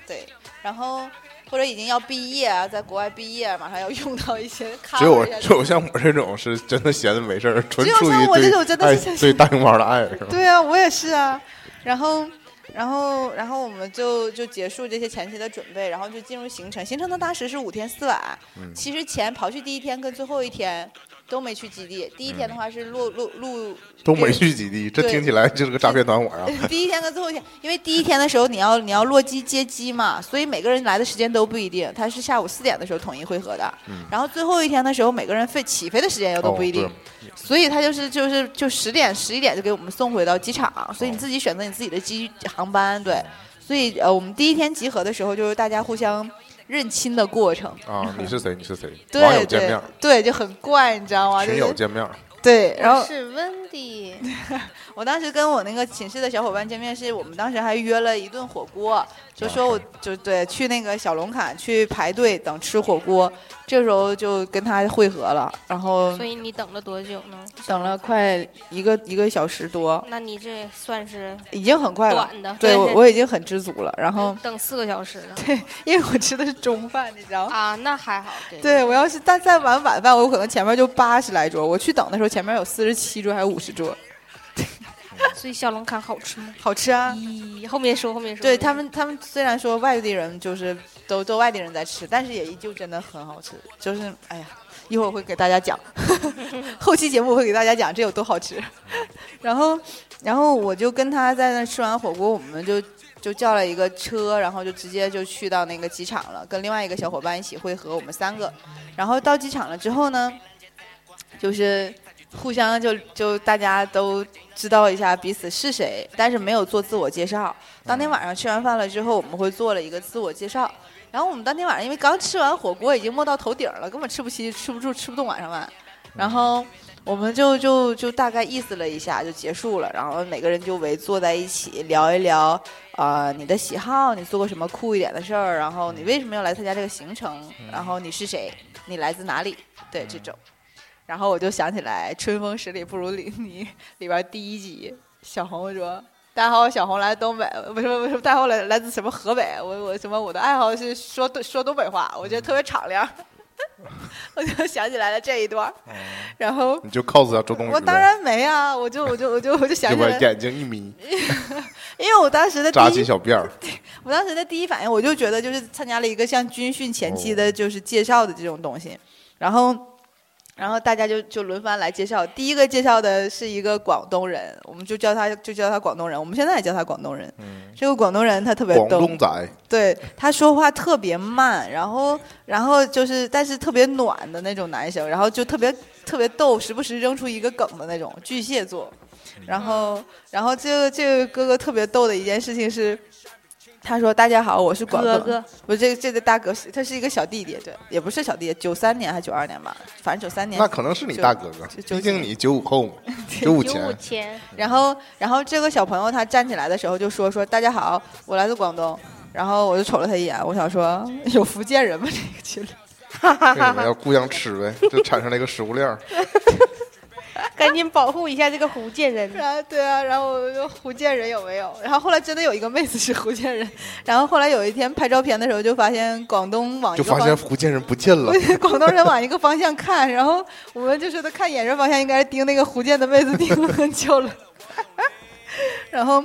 Speaker 6: 对。然后或者已经要毕业啊，在国外毕业，马上要用到一 些啊 cover
Speaker 4: 只有
Speaker 6: 一下
Speaker 4: 只有像我这种是真的闲的没事儿，纯
Speaker 6: 只有
Speaker 4: 出
Speaker 6: 像
Speaker 4: 于
Speaker 6: 我这
Speaker 4: 对
Speaker 6: 种真的
Speaker 4: 爱
Speaker 6: 是闲
Speaker 4: 对大熊猫的爱是吧？
Speaker 6: 对啊，我也是啊。然后，然后，然后我们就就结束这些前期的准备，然后就进入行程。行程呢，当时是五天四晚，
Speaker 4: 嗯
Speaker 6: 其实前刨去第一天跟最后一天都没去基地。第一天的话是录录录
Speaker 4: 东北聚集地，这
Speaker 6: 对
Speaker 4: 听起来就是个诈骗团伙啊！
Speaker 6: 第一天跟最后一天，因为第一天的时候你要你要落机接机嘛，所以每个人来的时间都不一定，他是下午四点的时候统一会合的，
Speaker 4: 嗯
Speaker 6: 然后最后一天的时候每个人飞起飞的时间又都
Speaker 4: 哦，
Speaker 6: 不一定，
Speaker 4: 对，
Speaker 6: 所以他就是就是就十点十一点就给我们送回到机场，所以你自己选择你自己的机航班，对，所以呃我们第一天集合的时候就是大家互相认亲的过程，
Speaker 4: 啊，你是谁？你是谁？网友
Speaker 6: 对
Speaker 4: 见
Speaker 6: 对
Speaker 4: 面，
Speaker 6: 对就很怪你知道吗？就
Speaker 4: 群友
Speaker 6: 是
Speaker 4: 见面，
Speaker 6: 对，然后
Speaker 5: 是温迪，
Speaker 6: 我当时跟我那个寝室的小伙伴见面，是我们当时还约了一顿火锅，就说我就对去那个小龙坎去排队等吃火锅，这时候就跟他会合了，然后
Speaker 5: 所以你等了多久呢？
Speaker 6: 等了快一个一个小时多，
Speaker 5: 那你这算是
Speaker 6: 已经很快了，
Speaker 5: 短的，
Speaker 6: 对我我已经很知足了。然后
Speaker 5: 等四个小时了
Speaker 6: 因为我吃的是中饭，你知道吗？
Speaker 5: 啊，那还好，对
Speaker 6: 对，我要是但再晚晚饭，我可能前面就八十来桌，我去等的时候前面有四十七桌还是五十桌，
Speaker 5: 所以小龙坎好吃吗？
Speaker 6: 好吃啊。
Speaker 5: 咦，后面说后面说。
Speaker 6: 对他们，他们虽然说外地人就是都都外地人在吃，但是也依旧真的很好吃。就是哎呀，一会儿我会给大家讲， 后期节目我会给大家讲这有多好吃。 然后，然后我就跟他在那吃完火锅，我们就就叫了一个车，然后就直接就去到那个机场了，跟另外一个小伙伴一起会合，我们三个。然后到机场了之后呢，就是互相就就大家都知道一下彼此是谁，但是没有做自我介绍。当天晚上吃完饭了之后，我们会做了一个自我介绍。然后我们当天晚上因为刚吃完火锅，已经没到头顶了，根本吃不起，吃不住，吃不动晚上饭。然后我们就就就大概意思了一下就结束了，然后每个人就围坐在一起聊一聊，呃，你的喜好，你做过什么酷一点的事儿，然后你为什么要来参加这个行程，嗯然后你是谁，你来自哪里，对这种。然后我就想起来《春风十里不如你》里边第一集，小红说：“大家好，我小红来自东北，不是不是，大家好，来来自什么河北？我我什么我的爱好是说说东北话，我觉得特别敞亮。” 我就想起来了这一段儿，然后
Speaker 4: 你就 cos 啊周冬雨呗。
Speaker 6: 我当然没啊，我就我就我就我就想
Speaker 4: 就
Speaker 6: 起
Speaker 4: 把
Speaker 6: 来，
Speaker 4: 眼睛一眯，
Speaker 6: 因为我当时的第
Speaker 4: 扎起
Speaker 6: 一，
Speaker 4: 小辫儿。
Speaker 6: 我当时的第一反应，我就觉得就是参加了一个像军训前期
Speaker 4: 哦
Speaker 6: 的，就是介绍的这种东西，然后。然后大家就就轮番来介绍，第一个介绍的是一个广东人，我们就叫他就叫他广东人，我们现在也叫他广东人。
Speaker 4: 嗯，
Speaker 6: 这个广东人他特别
Speaker 4: 广
Speaker 6: 逗，
Speaker 4: 东仔，
Speaker 6: 对他说话特别慢，然后然后就是但是特别暖的那种男生，然后就特别特别逗，时不时扔出一个梗的那种巨蟹座。然后
Speaker 4: 嗯
Speaker 6: 然后这个这个哥哥特别逗的一件事情是，他说：“大家好，我是广东
Speaker 5: 哥哥，
Speaker 6: 不是这个这个大哥是他是一个小弟弟，对，也不是小弟弟，九三年还是九二年吧，反正九三年。
Speaker 4: 那可能是你大哥哥，
Speaker 6: 就就
Speaker 4: 毕竟你九五 后嘛，九五
Speaker 5: 九五
Speaker 4: 前。
Speaker 5: 前，
Speaker 6: 然后，然后这个小朋友他站起来的时候就说：“说大家好，我来自广东。”然后我就瞅了他一眼，我想说 有福建人吗？这个群里
Speaker 4: 为什 么要互相吃呗？就产生了一个食物链儿。
Speaker 5: 赶紧保护一下这个福建人。
Speaker 6: 然后对啊，然后我就福建人有没有？然后后来真的有一个妹子是福建人， 然后后来有一天拍照片的时候就发现广东往一
Speaker 4: 就
Speaker 6: 个
Speaker 4: 发
Speaker 6: 方
Speaker 4: 现福建人不见了，
Speaker 6: 广东人往一个方向看，然后我们就说他看眼神方向应该是盯那个福建的妹子盯了很久了。 然后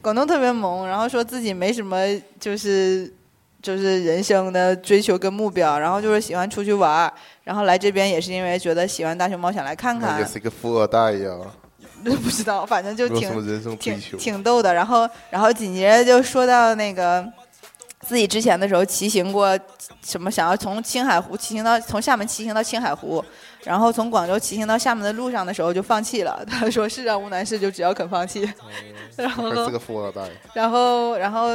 Speaker 6: 广东特别萌，然后说自己没什么就是就是人生的追求跟目标，然后就是喜欢出去玩儿，然后来这边也是因为觉得喜欢大熊猫想来看
Speaker 4: 那
Speaker 6: 看
Speaker 4: 也，是一个富二代呀，
Speaker 6: 不知道反正就
Speaker 4: 没有什么
Speaker 6: 挺
Speaker 4: 人生追
Speaker 6: 挺
Speaker 4: 求。
Speaker 6: 挺逗的。然后然后紧接着就说到那个。自己之前的时候骑行过什么？想要从青海湖骑行到从厦门骑行到青海湖，然后从广州骑行到厦门的路上的时候就放弃了。他说：“世上无难事，就只要肯放弃。” 然后
Speaker 4: 还是个富二代，
Speaker 6: 然后，然后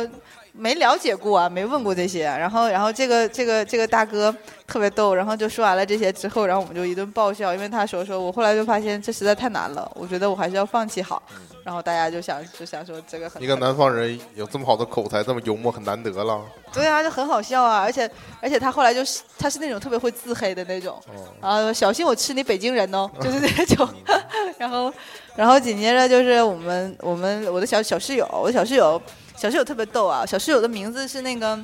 Speaker 6: 没了解过啊，没问过这些啊、然后，然后这个这个这个大哥特别逗，然后就说完了这些之后，然后我们就一顿爆笑，因为他说说我后来就发现这实在太难了，我觉得我还是要放弃好。然后大家就想就想说这个很
Speaker 4: 一个南方人有这么好的口才，这么幽默，很难得了。
Speaker 6: 对啊，就很好笑啊，而且而且他后来就是他是那种特别会自黑的那种，
Speaker 4: 哦，
Speaker 6: 啊，小心我吃你北京人哦，就是那种。 然后，然后紧接着就是我们我们我的小小室友，我的小室友小室友特别逗啊，小室友的名字是那个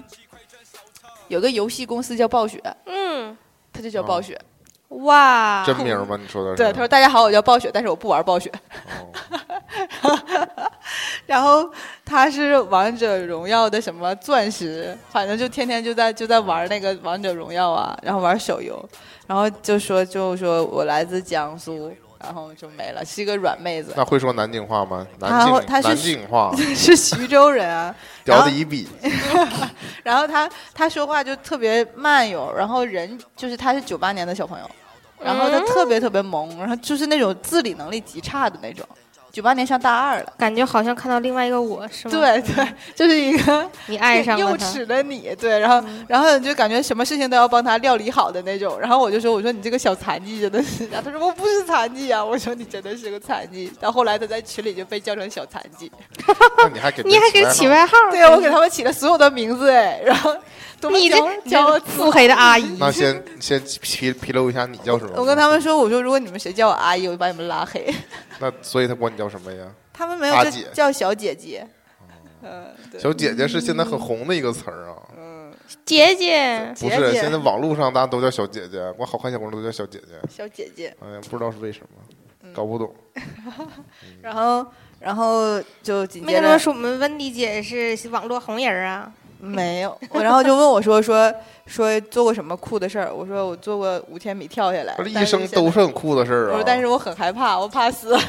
Speaker 6: 有个游戏公司叫暴雪，
Speaker 5: 嗯，
Speaker 6: 他就叫暴雪。
Speaker 5: 哇，
Speaker 4: 真名吗？你说的是？
Speaker 6: 啊对，他说大家好，我叫暴雪，但是我不玩暴雪。
Speaker 4: 哦
Speaker 6: 然后他是王者荣耀的什么钻石，反正就天天就在就在玩那个王者荣耀啊，然后玩手游，然后就说就说我来自江苏，然后就没了，是一个软妹子。
Speaker 4: 那会说南京话吗？南
Speaker 6: 他会
Speaker 4: 京，
Speaker 6: 啊他是
Speaker 4: 南京话，
Speaker 6: 是徐州人啊，然
Speaker 4: 屌
Speaker 6: 后
Speaker 4: 的一 逼。
Speaker 6: 然后他他说话就特别慢悠，然后人就是他是九八年的小朋友，然后他特别特别
Speaker 5: 嗯
Speaker 6: 萌，然后就是那种自理能力极差的那种，九八年上大二了，
Speaker 5: 感觉好像看到另外一个我，是吗？，
Speaker 6: 对对，就是一个
Speaker 5: 你嗯 爱上
Speaker 6: 幼
Speaker 5: 了他。嗯
Speaker 6: 稚的你，对，然后然后你就感觉什么事情都要帮他料理好的那种，然后我就说我说你这个小残疾真的是，然后他说我不是残疾啊，我说你真的是个残疾，然后后来他在群里就被叫成小残疾。
Speaker 4: 那你还给
Speaker 5: 你还给起外号？
Speaker 6: 对，我给他们起了所有的名字哎，然后多么
Speaker 5: 你这
Speaker 6: 骄骄傲
Speaker 5: 这腹黑的阿姨，
Speaker 4: 那先先披披露一下你叫什么？
Speaker 6: 我跟他们说，我说如果你们谁叫我阿姨，我就把你们拉黑。
Speaker 4: 那所以他管你叫什么呀？
Speaker 6: 他们没有
Speaker 4: 阿
Speaker 6: 就
Speaker 4: 姐
Speaker 6: 叫小姐姐，嗯，对，
Speaker 4: 小姐姐是现在很红的一个词儿啊，
Speaker 5: 姐姐，
Speaker 4: 不
Speaker 6: 嗯姐
Speaker 4: 是
Speaker 6: 姐
Speaker 4: 现在网络上大家都叫小姐姐，我好看小姑娘都叫小姐姐，
Speaker 6: 小姐姐。嗯
Speaker 4: 哎呀，不知道是为什么，搞不懂。
Speaker 6: 然后，然后就紧
Speaker 5: 没
Speaker 6: 接
Speaker 5: 跟他们
Speaker 6: 着
Speaker 5: 说我们温迪姐是网络红人啊，
Speaker 6: 没有，我然后就问我说说说做过什么酷的事儿？我说我做过五千米跳下来，
Speaker 4: 他这一
Speaker 6: 但是
Speaker 4: 生
Speaker 6: 现
Speaker 4: 都
Speaker 6: 在
Speaker 4: 是很酷的事儿
Speaker 6: 我
Speaker 4: 啊
Speaker 6: 说，！但是我很害怕，我怕死。
Speaker 4: 啊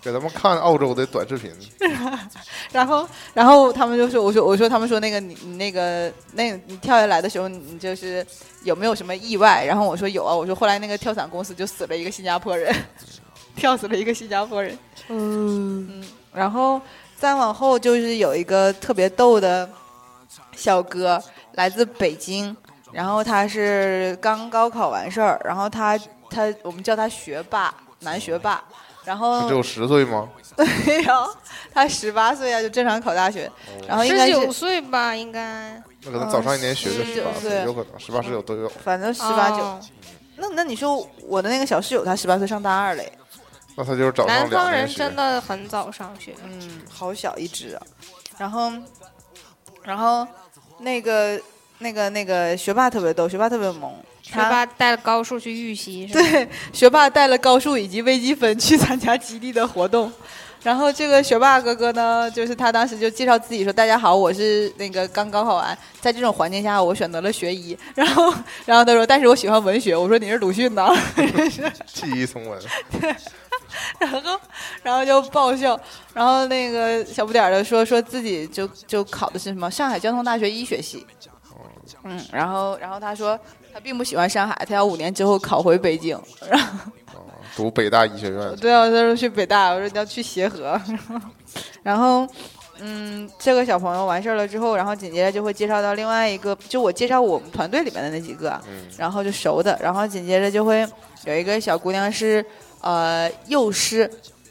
Speaker 4: 给他们看澳洲的短视频，
Speaker 6: 然后，然后他们就说：“我说，我说，他们说那个你你那个那个你跳下来的时候，你就是有没有什么意外？”然后我说：“有啊。”我说：“后来那个跳伞公司就死了一个新加坡人， 跳死了一个新加坡人。”
Speaker 5: 嗯，
Speaker 6: 嗯，然后再往后就是有一个特别逗的小哥，来自北京，然后他是刚高考完事儿，然后他他我们叫他学霸，男学霸。然
Speaker 4: 他
Speaker 6: 后
Speaker 4: 只有十岁吗？
Speaker 6: 没有，他十八岁啊，就正常考大学，然后应
Speaker 5: 十
Speaker 6: 该
Speaker 5: 九
Speaker 6: 是
Speaker 5: 岁吧，应该
Speaker 4: 那可能早上一年学
Speaker 6: 嗯
Speaker 4: 就十八
Speaker 6: 19
Speaker 4: 岁，
Speaker 6: 岁
Speaker 4: 有可能十八十九都有。
Speaker 6: 反正十八九。
Speaker 5: 哦
Speaker 6: 那那你说我的那个小室友，他十八岁上大二嘞，
Speaker 4: 那他就是早上
Speaker 5: 南
Speaker 4: 两
Speaker 5: 方
Speaker 4: 年
Speaker 5: 人
Speaker 4: 学
Speaker 5: 真。的很早上学，
Speaker 6: 嗯，好小一只啊。然后，然后那个那个那个学霸特别逗，学霸特别萌，
Speaker 5: 学
Speaker 6: 他
Speaker 5: 霸带了高数去预习，对，
Speaker 6: 学霸带了高数以及微积分去参加基地的活动。然后这个学霸哥哥呢，就是他当时就介绍自己说：“大家好，我是那个刚高考完，在这种环境下，我选择了学医。”然后，然后他说：“但是我喜欢文学。”我说：“你是鲁迅呐。”
Speaker 4: 记忆从文，
Speaker 6: 然后，然后就爆笑。然后那个小不点儿的说说自己就就考的是什么上海交通大学医学系，嗯，然后然后他说他并不喜欢上海，他要五年之后考回北京。然后
Speaker 4: 啊读北大医学院，
Speaker 6: 对啊，他说去北大，我说要去协和。然后，嗯，这个小朋友完事儿了之后，然后紧接着就会介绍到另外一个，就我介绍我们团队里面的那几个，
Speaker 4: 嗯，
Speaker 6: 然后就熟的，然后紧接着就会有一个小姑娘是呃幼师，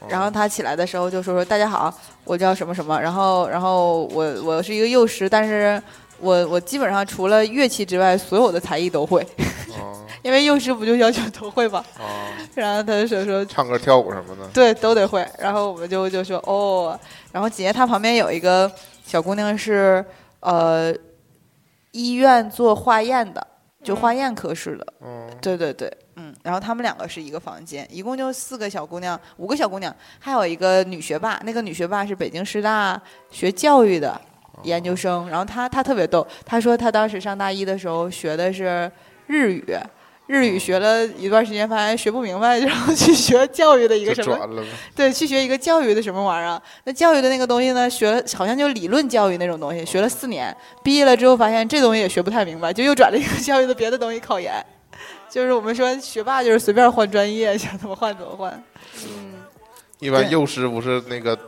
Speaker 6: 然后她起来的时候就说说大家好，我叫什么什么，然后然后我我是一个幼师，但是我我基本上除了乐器之外，所有的才艺都会，
Speaker 4: 啊
Speaker 6: 因为幼师不就要求都会吗？
Speaker 4: 啊，
Speaker 6: 然后她就说说
Speaker 4: 唱歌跳舞什么的，
Speaker 6: 对，都得会。然后我们就就说哦，然后紧接着他旁边有一个小姑娘是呃医院做化验的，就化验科室的。
Speaker 4: 嗯，
Speaker 6: 对对对，嗯，然后他们两个是一个房间，一共就四个小姑娘，五个小姑娘，还有一个女学霸，那个女学霸是北京师大学教育的研
Speaker 4: 啊
Speaker 6: 究生，然后她她特别逗，她说她当时上大一的时候学的是日语。日语学了一段时间，发现学不明白，然后去学教育的一
Speaker 4: 就
Speaker 6: 个什么
Speaker 4: 转了呗，
Speaker 6: 对，去学一个教育的什么玩意儿啊？那教育的那个东西呢，学了好像就理论教育那种东西，学了四年，毕业了之后发现这东西也学不太明白，就又转了一个教育的别的东西考研。 就是我们说学霸就是随便换专业，想怎么换怎么换。
Speaker 5: 嗯，
Speaker 4: 一般
Speaker 6: 对
Speaker 4: 幼师不是那个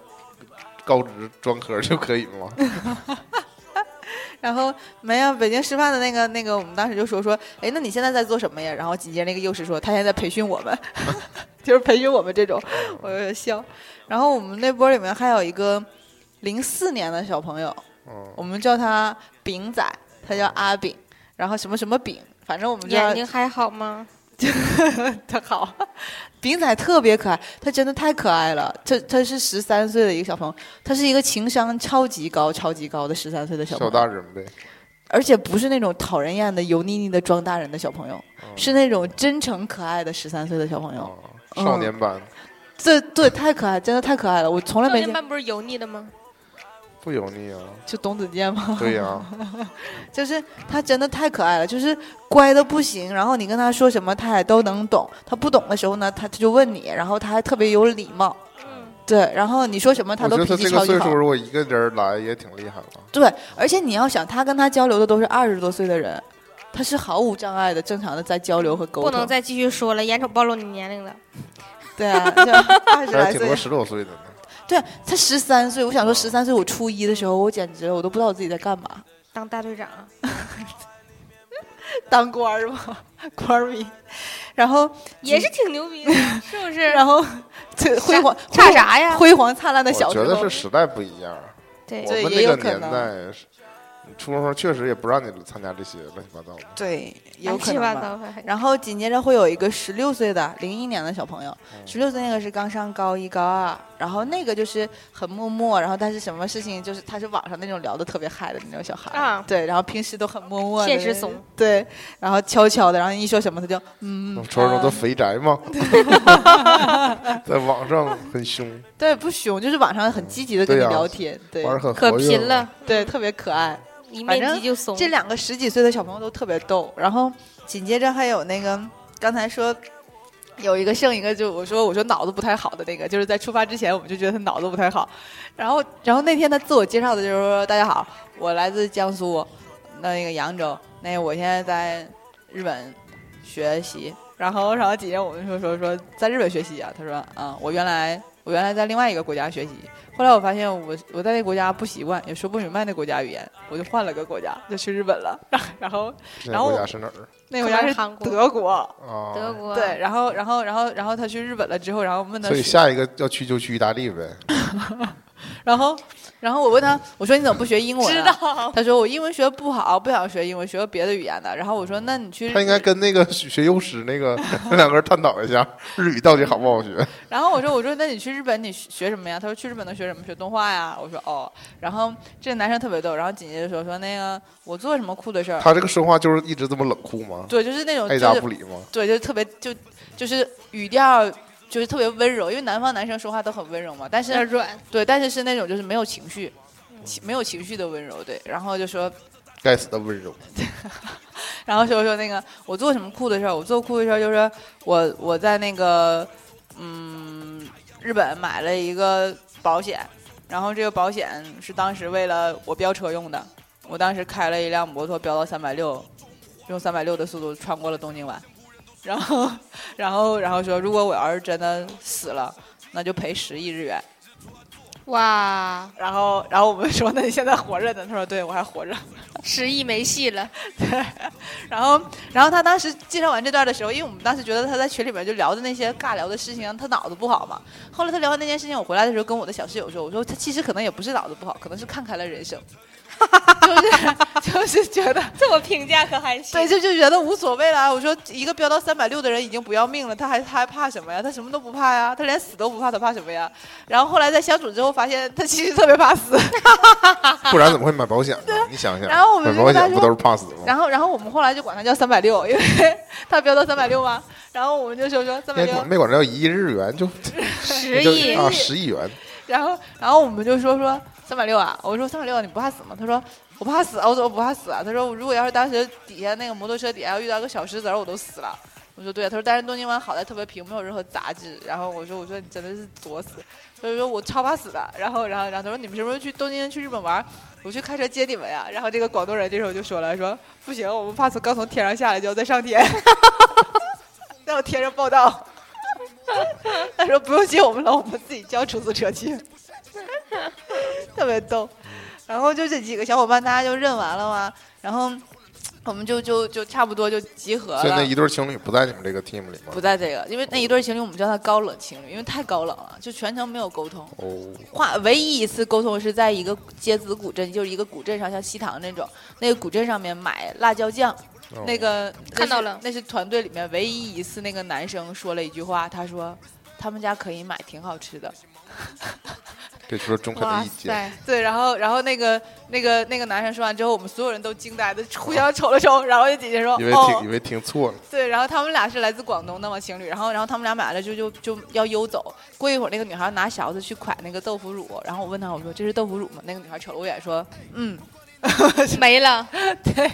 Speaker 4: 高职专科就可 以吗？
Speaker 6: 然后没有北京师范的那个那个，我们当时就说说，哎，那你现在在做什么呀？然后紧接着那个幼师说，他现在在培训我们， 就是培训我们这种，我就笑。然后我们那波里面还有一个零四年的小朋友，
Speaker 4: 嗯
Speaker 6: 我们叫他饼仔，他叫阿饼，然后什么什么饼，反正我们叫
Speaker 5: 眼睛还好吗？
Speaker 6: 他好。 饼仔特别可爱，他真的太可爱了。他他是十三岁的一个小朋友，他是一个情商超级高、超级高的十三岁的小朋友，
Speaker 4: 小大人呗，
Speaker 6: 而且不是那种讨人厌的油腻腻的装大人的小朋友，
Speaker 4: 嗯
Speaker 6: 是那种真诚可爱的十三岁的哦小朋友。
Speaker 4: 啊，少年班
Speaker 6: 这对太可爱，真的太可爱了，我从来
Speaker 5: 少
Speaker 6: 没
Speaker 5: 年
Speaker 6: 见
Speaker 5: 班不是油腻的吗？
Speaker 4: 不油腻啊，
Speaker 6: 就董子健吗？
Speaker 4: 对呀，
Speaker 6: 就是他真的太可爱了，就是乖的不行。然后你跟他说什么，他也都能懂。他不懂的时候呢，他他就问你，然后他还特别有礼貌。
Speaker 5: 嗯，
Speaker 6: 对，然后你说什么， 他
Speaker 4: 我觉
Speaker 6: 都
Speaker 4: 得
Speaker 6: 脾气
Speaker 4: 他这个
Speaker 6: 超级
Speaker 4: 岁数
Speaker 6: 好。
Speaker 4: 如果一个人来也挺厉害了，
Speaker 6: 对，而且你要想，他跟他交流的都是二十多岁的人，他是毫无障碍的，正常的在交流和沟
Speaker 5: 不
Speaker 6: 通。
Speaker 5: 能再继续说了，眼瞅暴露你年龄了。
Speaker 6: 对啊，就二十
Speaker 4: 还
Speaker 6: 来
Speaker 4: 有挺多
Speaker 6: 岁，
Speaker 4: 十多岁的呢，
Speaker 6: 对他十三岁。我想说，
Speaker 4: 嗯
Speaker 6: 十三岁我初一的时候，我简直了，我都不知道我自己在干嘛，
Speaker 5: 当大队长，啊
Speaker 6: 当官儿吗？ 官儿迷。然后
Speaker 5: 也是挺牛逼 的，是不是？
Speaker 6: 然后，这辉煌
Speaker 5: 差啥呀？
Speaker 6: 辉煌灿烂的
Speaker 4: 我
Speaker 6: 小
Speaker 4: 觉
Speaker 6: 时
Speaker 4: 得
Speaker 6: 候
Speaker 4: 是时代不一样，啊
Speaker 5: 对
Speaker 4: 我
Speaker 6: 对
Speaker 4: 们
Speaker 6: 也
Speaker 4: 那个
Speaker 6: 有可
Speaker 4: 年
Speaker 6: 能
Speaker 4: 代是。你初中时候确实也不让你参加这些乱七八糟的，
Speaker 6: 对，有
Speaker 5: 乱
Speaker 6: 可
Speaker 5: 哎七
Speaker 6: 能
Speaker 5: 八
Speaker 6: 吧。
Speaker 5: 糟的，还
Speaker 6: 然后
Speaker 4: 嗯
Speaker 6: 紧接着会有一个十六岁的零一年的小朋友，十六岁那个是刚上高一高二，然后那个就是很默默，然后但是什么事情就是他是网上那种聊的特别嗨的那种小孩，
Speaker 5: 啊
Speaker 6: 对，然后平时都很默默的，
Speaker 5: 现实怂，
Speaker 6: 对，然后悄悄的，然后一说什么他就嗯，
Speaker 4: 传说中的
Speaker 6: 啊
Speaker 4: 肥宅 嘛，在网上很凶，
Speaker 6: 对不凶，就是网上很积极的跟你
Speaker 4: 对呀
Speaker 6: 聊天， 对
Speaker 4: 玩儿很
Speaker 5: 可
Speaker 4: 活跃
Speaker 5: 贫了，
Speaker 6: 对，特别可爱。
Speaker 5: 一
Speaker 6: 反
Speaker 5: 面
Speaker 6: 正
Speaker 5: 急就怂。
Speaker 6: 这两个十几岁的小朋友都特别逗。然后紧接着还有那个刚才说有一个剩一个就，我说我说脑子不太好的那个，就是在出发之前我们就觉得他脑子不太好。然后然后那天他自我介绍的就是说大家好，我来自江苏，那个扬州，那个我现在在日本学习。然后然后紧接着我们说说说在日本学习啊，他说嗯，我原来我原来在另外一个国家学习，后来我发现我我在那国家不习惯，也说不明白那国家语言，我就换了个国家，就去日本了。 然后
Speaker 4: 那
Speaker 6: 然后
Speaker 4: 国家是哪儿
Speaker 6: 那国家是
Speaker 5: 韩国、
Speaker 6: 德国，
Speaker 4: 啊？
Speaker 5: 德国，
Speaker 6: 对，，然后然后然后然后他去日本了之后，然后问他
Speaker 4: 所以
Speaker 6: 是
Speaker 4: 下一个要去就去意大利呗。
Speaker 6: 然后然后我问他，我说你怎么不学英文、
Speaker 5: 知
Speaker 6: 啊？
Speaker 5: 道。
Speaker 6: 他说我英文学得不好，不想学英文，学别的语言的。然后我说那你去，
Speaker 4: 他应该跟那个 学幼师那个那两个人探讨一下， 日语到底好不好学？
Speaker 6: 然后我说我说那你去日本你学什么呀？他说去日本能学什么？学动画呀。我说哦。然后这个男生特别逗，然后紧接着说说那个我做什么酷的事儿，
Speaker 4: 他这个说话就是一直这么冷酷吗？
Speaker 6: 对，就是那种
Speaker 4: 爱
Speaker 6: 就
Speaker 4: 答
Speaker 6: 是
Speaker 4: 不理吗？
Speaker 6: 对，就是特别就就是语调就是特别温柔，因为南方男生说话都很温柔嘛，但
Speaker 5: 有点
Speaker 6: 是
Speaker 5: 软，
Speaker 6: 对，但是是那种就是没有情绪，情没有情绪的温柔，对。然后就说，
Speaker 4: 该死的温柔，
Speaker 6: 然后说说那个我做什么酷的事儿，我做酷的事儿就是我我在那个嗯日本买了一个保险，然后这个保险是当时为了我飙车用的，我当时开了一辆摩托飙到三百六，用三百六的速度穿过了东京湾，然后然后然后说如果我要是真的死了，那就赔十亿日元。
Speaker 5: 哇，
Speaker 6: 然后然后我们说那你现在活着呢？他说对我还活着。
Speaker 5: 十亿没戏了，
Speaker 6: 然后，然后他当时介绍完这段的时候，因为我们当时觉得他在群里边就聊的那些尬聊的事情，他脑子不好嘛。后来他聊完那件事情，我回来的时候跟我的小室友说，我说他其实可能也不是脑子不好，可能是看开了人生， 就是就是觉得
Speaker 5: 这么评价可还
Speaker 6: 对，
Speaker 5: 行？
Speaker 6: 就就觉得无所谓了。我说一个飙到三百六的人已经不要命了，他还他还怕什么呀？他什么都不怕呀，他连死都不怕，他怕什么呀？然后后来在相处之后，发现他其实特别怕死。
Speaker 4: 不然怎么会买保险呢？你想想，
Speaker 6: 啊然后我们
Speaker 4: 买
Speaker 6: 就
Speaker 4: 保
Speaker 6: 跟他
Speaker 4: 险不
Speaker 6: 说
Speaker 4: 都是怕死吗？
Speaker 6: 然后然后我们后来就管他叫三百六，因为他飙到三百六嘛。然后我们就说说三百
Speaker 4: 没
Speaker 6: 六
Speaker 4: 管。没管着一亿日元就
Speaker 5: 十
Speaker 4: 就
Speaker 5: 亿，
Speaker 4: 啊十亿元，
Speaker 6: 然后然后我们就说说三百六啊，我说三百六你不怕死吗？他说我不怕死啊，我说我不怕死啊。他说我如果要是当时底下那个摩托车底下要遇到个小石子儿，我都死了。我说对啊、他说但是东京湾好在特别平，没有任何杂质。然后我说我说你真的是作死，他说我超怕死的。然后然后然后他说你们什么时候去东京去日本玩？我去开车接你们呀。然后这个广东人这时候就说了说不行，我们怕死刚从天上下来就要再上天，在我天上报道。 他说不用接我们了，我们自己叫出租车去。 特别逗。然后就这几个小伙伴，大家就认完了嘛，然后我们就就就差不多就集合
Speaker 4: 所以那
Speaker 6: 了。
Speaker 4: 一对情侣不在你们这个 team 里吗
Speaker 6: 不？在这个，因为那一对情侣我们叫他高冷情侣，因为太高冷了，就全程没有沟通。
Speaker 4: 哦，
Speaker 6: 话唯一一次沟通是在一个街子古镇，就是一个古镇上，像西塘那种，那个古镇上面买辣椒酱，
Speaker 4: 哦
Speaker 6: 那个
Speaker 5: 看到了
Speaker 6: 那是，那是团队里面唯一一次那个男生说了一句话，他说他们家可以买，挺好吃的。
Speaker 4: 这就是中肯的
Speaker 5: 哇
Speaker 4: 意见。
Speaker 5: 塞，
Speaker 6: 对，然后然后那个那个那个男生说完之后，我们所有人都惊呆的互相瞅了瞅，然后就姐姐说
Speaker 4: 以为听以
Speaker 6: 哦，
Speaker 4: 为听错了，
Speaker 6: 对，然后他们俩是来自广东的嘛情侣，然后然后他们俩买了就就就要悠走，过一会儿那个女孩拿勺子去㧟那个豆腐乳，然后我问她我说这是豆腐乳吗？那个女孩瞅了我一眼说嗯，
Speaker 5: 没了，
Speaker 6: 对，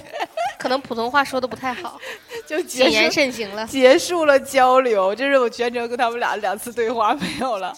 Speaker 5: 可能普通话说的不太好，
Speaker 6: 就
Speaker 5: 谨
Speaker 6: 结
Speaker 5: 言
Speaker 6: 束
Speaker 5: 慎行了。
Speaker 6: 结束了交流，这是我全程跟他们俩两次对话没有 了，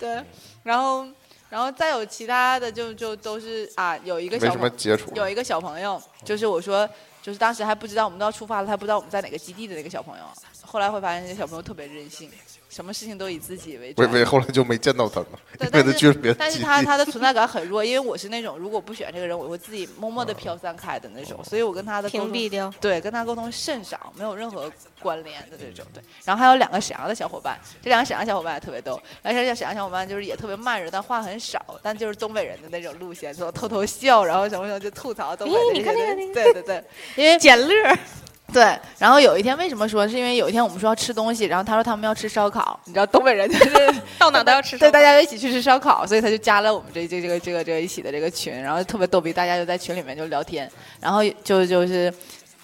Speaker 6: 对，然后然后再有其他的就就都是啊有一个
Speaker 4: 没
Speaker 6: 小
Speaker 4: 什
Speaker 6: 伙
Speaker 4: 么接触。
Speaker 6: 有一个小朋友，就是我说，就是当时还不知道我们都要出发了，他不知道我们在哪个基地的那个小朋友，后来会发现这小朋友特别任性，什么事情都以自己为
Speaker 4: 为
Speaker 6: 准。
Speaker 4: 为后来就没见到他了，
Speaker 6: 对
Speaker 4: 因为他
Speaker 6: 但是
Speaker 4: 去了别的
Speaker 6: 但是
Speaker 4: 基
Speaker 6: 他
Speaker 4: 地。
Speaker 6: 他的存在感很弱，因为我是那种如果不喜欢这个人，我会自己默默的
Speaker 4: 嗯
Speaker 6: 飘散开的那种，
Speaker 4: 哦
Speaker 6: 所以我跟他的沟
Speaker 5: 屏
Speaker 6: 通
Speaker 5: 蔽掉，
Speaker 6: 对，跟他沟通甚少，没有任何关联的这种。对，然后还有两个沈阳的小伙伴，这两个沈阳小伙伴也特别逗。然后这两个沈阳小伙伴就是也特别慢热，但话很少，但就是东北人的那种路线，就偷偷笑，然后什么时候就吐槽东北
Speaker 5: 咦
Speaker 6: 这些
Speaker 5: 你看那
Speaker 6: 的
Speaker 5: 个那个
Speaker 6: 对对对，因为
Speaker 5: 捡乐儿，
Speaker 6: 对，然后有一天为什么说？是因为有一天我们说要吃东西，然后他说他们要吃烧烤，你知道东北人就是
Speaker 5: 到哪都要吃
Speaker 6: 对，
Speaker 5: 烧烤
Speaker 6: 大家一起去吃烧烤，所以他就加了我们这这这个这个这个一起的这个群，然后特别逗逼，大家就在群里面就聊天，然后就就是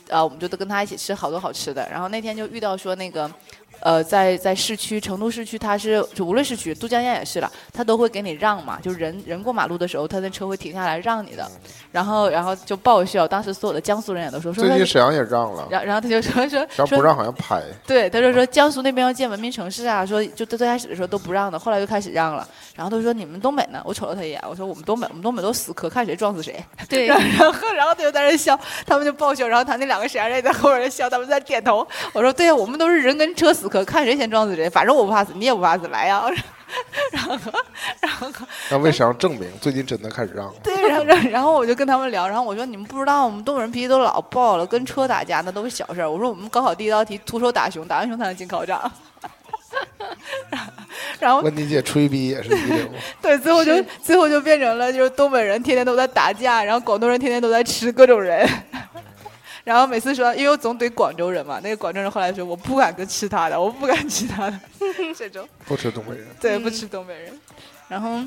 Speaker 6: 呃，我们就都跟他一起吃好多好吃的，然后那天就遇到说那个。呃，在在市区，成都市区，它是就无论市区，都江堰也是了，它都会给你让嘛，就
Speaker 4: 嗯
Speaker 6: 人人过马路的时候，他那车会停下来让你的，然后然后就爆笑，当时所有的江苏人也都说说
Speaker 4: 最近
Speaker 6: 你
Speaker 4: 沈阳也让了，
Speaker 6: 然然后他就说说
Speaker 4: 沈阳不
Speaker 6: 说
Speaker 4: 让好像拍，
Speaker 6: 对，他就说江苏那边要建文明城市啊，说就最最开始的时候都不让的，后来又开始让了。然后他说你们东北呢？我瞅了他一眼，我说我们东北，我们东北都死磕，看谁撞死谁。
Speaker 5: 对
Speaker 6: 然，后然后然后他就在那笑，他们就爆笑，然后他那两个沈阳人在后边笑，他们在点头。我说对呀、我们都是人跟车死磕，看谁先撞死谁，反正我不怕死，你也不怕死，来呀、 然后，然后，
Speaker 4: 但为沈阳证明最近真的开始让了。
Speaker 6: 对，然后，然后然后我就跟他们聊，然后我说你们不知道，我们东北人脾气都老爆了，跟车打架那都是小事儿。我说我们高考第一道题徒手打熊，打完熊才能进考场。 然 后
Speaker 4: 温迪姐吹逼也是一流，
Speaker 6: 对，最后就是最后就变成了就是东北人天天都在打架，然后广东人天天都在吃各种人。 然后每次说，因为我总怼广州人嘛，那个广州人后来说我不敢跟吃他的，我不敢吃他的，这种
Speaker 4: 不吃东北人。
Speaker 6: 对不吃东北人。 然后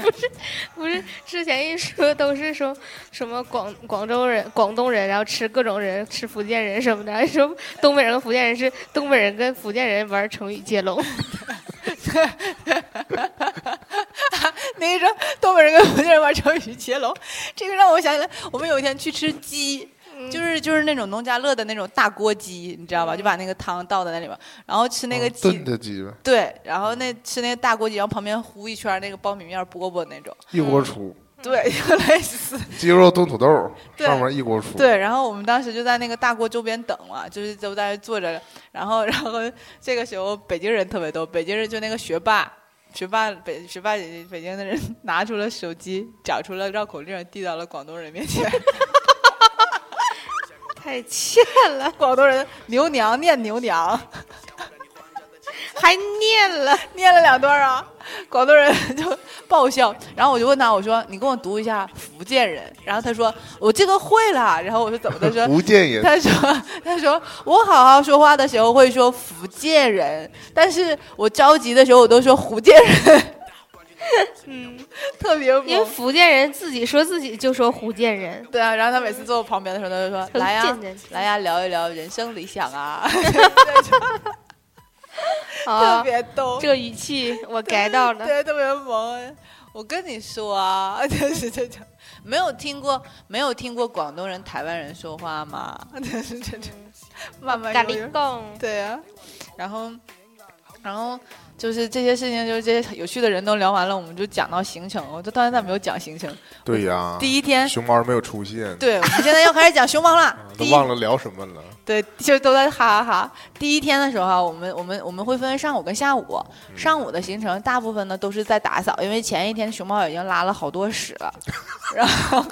Speaker 5: 不是之前一说都是说什么广广州人、广东人，然后吃各种人，吃福建人什么的， 还说东北人跟福建人是东北人跟福建人玩成语接 龙，
Speaker 6: 那个时候东北人跟福建人玩成语接龙，这个让我想起来，我们有一天去吃鸡。就是就是那种农家乐的那种大锅鸡，你知道吧？就把那个汤倒在那里边，然后吃那个
Speaker 4: 嗯
Speaker 6: 鸡，
Speaker 4: 炖的鸡呗，
Speaker 6: 对，然后那吃那个大锅鸡，然后旁边糊一圈那个苞米面饽饽那种，
Speaker 4: 一锅出，
Speaker 6: 对， 就类似。
Speaker 4: 鸡肉炖土豆，
Speaker 6: 对
Speaker 4: 上面一锅出。
Speaker 6: 对，然后我们当时就在那个大锅周边等嘛，就是都在那坐着，然后然后这个时候北京人特别多，北京人就那个学霸。学霸北学霸姐姐北京的人 拿出了手机，找出了绕口令，递到了广东人面前。
Speaker 5: 太欠了，
Speaker 6: 广东人牛娘念牛娘，
Speaker 5: 还念了，
Speaker 6: 念了两段啊，广东人就爆笑。然后我就问他，我说你给我读一下福建人。然后他说我这个会了。然后我说怎么的？他说
Speaker 4: 福建也
Speaker 6: 他说：“他说我好好说话的时候会说福建人，但是我着急的时候我都说福建人，
Speaker 5: 嗯，
Speaker 6: 特别
Speaker 5: 因为
Speaker 6: 萌。
Speaker 5: 福建人自己说自己就说福建人，
Speaker 6: 对啊，然后他每次坐我旁边的时候，他就说：“
Speaker 5: 很
Speaker 6: 来呀
Speaker 5: 贱人，
Speaker 6: 来呀，聊一聊人生理想啊，特
Speaker 5: 啊，
Speaker 6: 别逗，
Speaker 5: 这个语气我 get 到了，
Speaker 6: 对，特别萌。我跟你说啊，就是这种，没有听过没有听过广东人、台湾人说话 吗？就是这种，慢慢
Speaker 5: 咖
Speaker 6: 悠悠
Speaker 5: 喱贡，
Speaker 6: 对啊，然后，然后就是这些事情，就是这些有趣的人都聊完了，我们就讲到行程。我就到现在没有讲行程。
Speaker 4: 对呀，
Speaker 6: 第一天，
Speaker 4: 熊猫没有出现，
Speaker 6: 对，我们现在要开始讲熊猫了。第
Speaker 4: 啊都
Speaker 6: 一
Speaker 4: 忘了聊什么了。
Speaker 6: 对，就都在哈哈哈。第一天的时候啊，我们我们我们会分上午跟下午。
Speaker 4: 嗯
Speaker 6: 上午的行程大部分呢都是在打扫，因为前一天熊猫已经拉了好多屎了，然后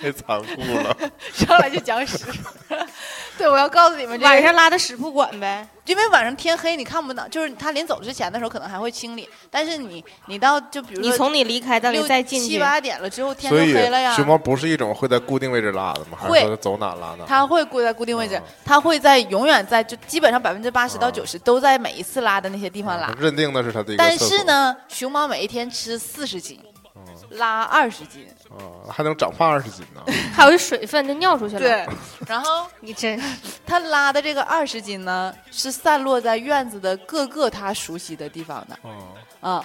Speaker 4: 太残酷了，
Speaker 6: 上来就讲屎。 对，我要告诉你们，这个
Speaker 5: 晚上拉的屎不管呗，
Speaker 6: 因为晚上天黑，你看不到，就是他临走之前的时候可能还会清理，但是你你到就比如说
Speaker 5: 你从你离开到你
Speaker 6: 六
Speaker 5: 再进去
Speaker 6: 七，八点了之后，天都
Speaker 4: 所以
Speaker 6: 黑了呀。
Speaker 4: 熊猫不是一种会在固定位置拉的吗？还
Speaker 6: 会
Speaker 4: 是说走哪拉哪？
Speaker 6: 它会固在固定位置
Speaker 4: 啊，
Speaker 6: 它会在永远在就基本上百分之八十到
Speaker 4: 啊
Speaker 6: 九十都在每一次拉的那些地方拉。
Speaker 4: 认定那是它的一个。哦
Speaker 6: 但是，呢，熊猫每一天吃四十斤，拉二十斤，
Speaker 4: 啊，还能长胖二十斤 呢。
Speaker 5: 还有水分就尿出去了，，，
Speaker 6: 然后
Speaker 5: 你真是
Speaker 6: 它拉的这个二十斤呢，是散落在院子的各个它熟悉的地方的，
Speaker 4: 啊，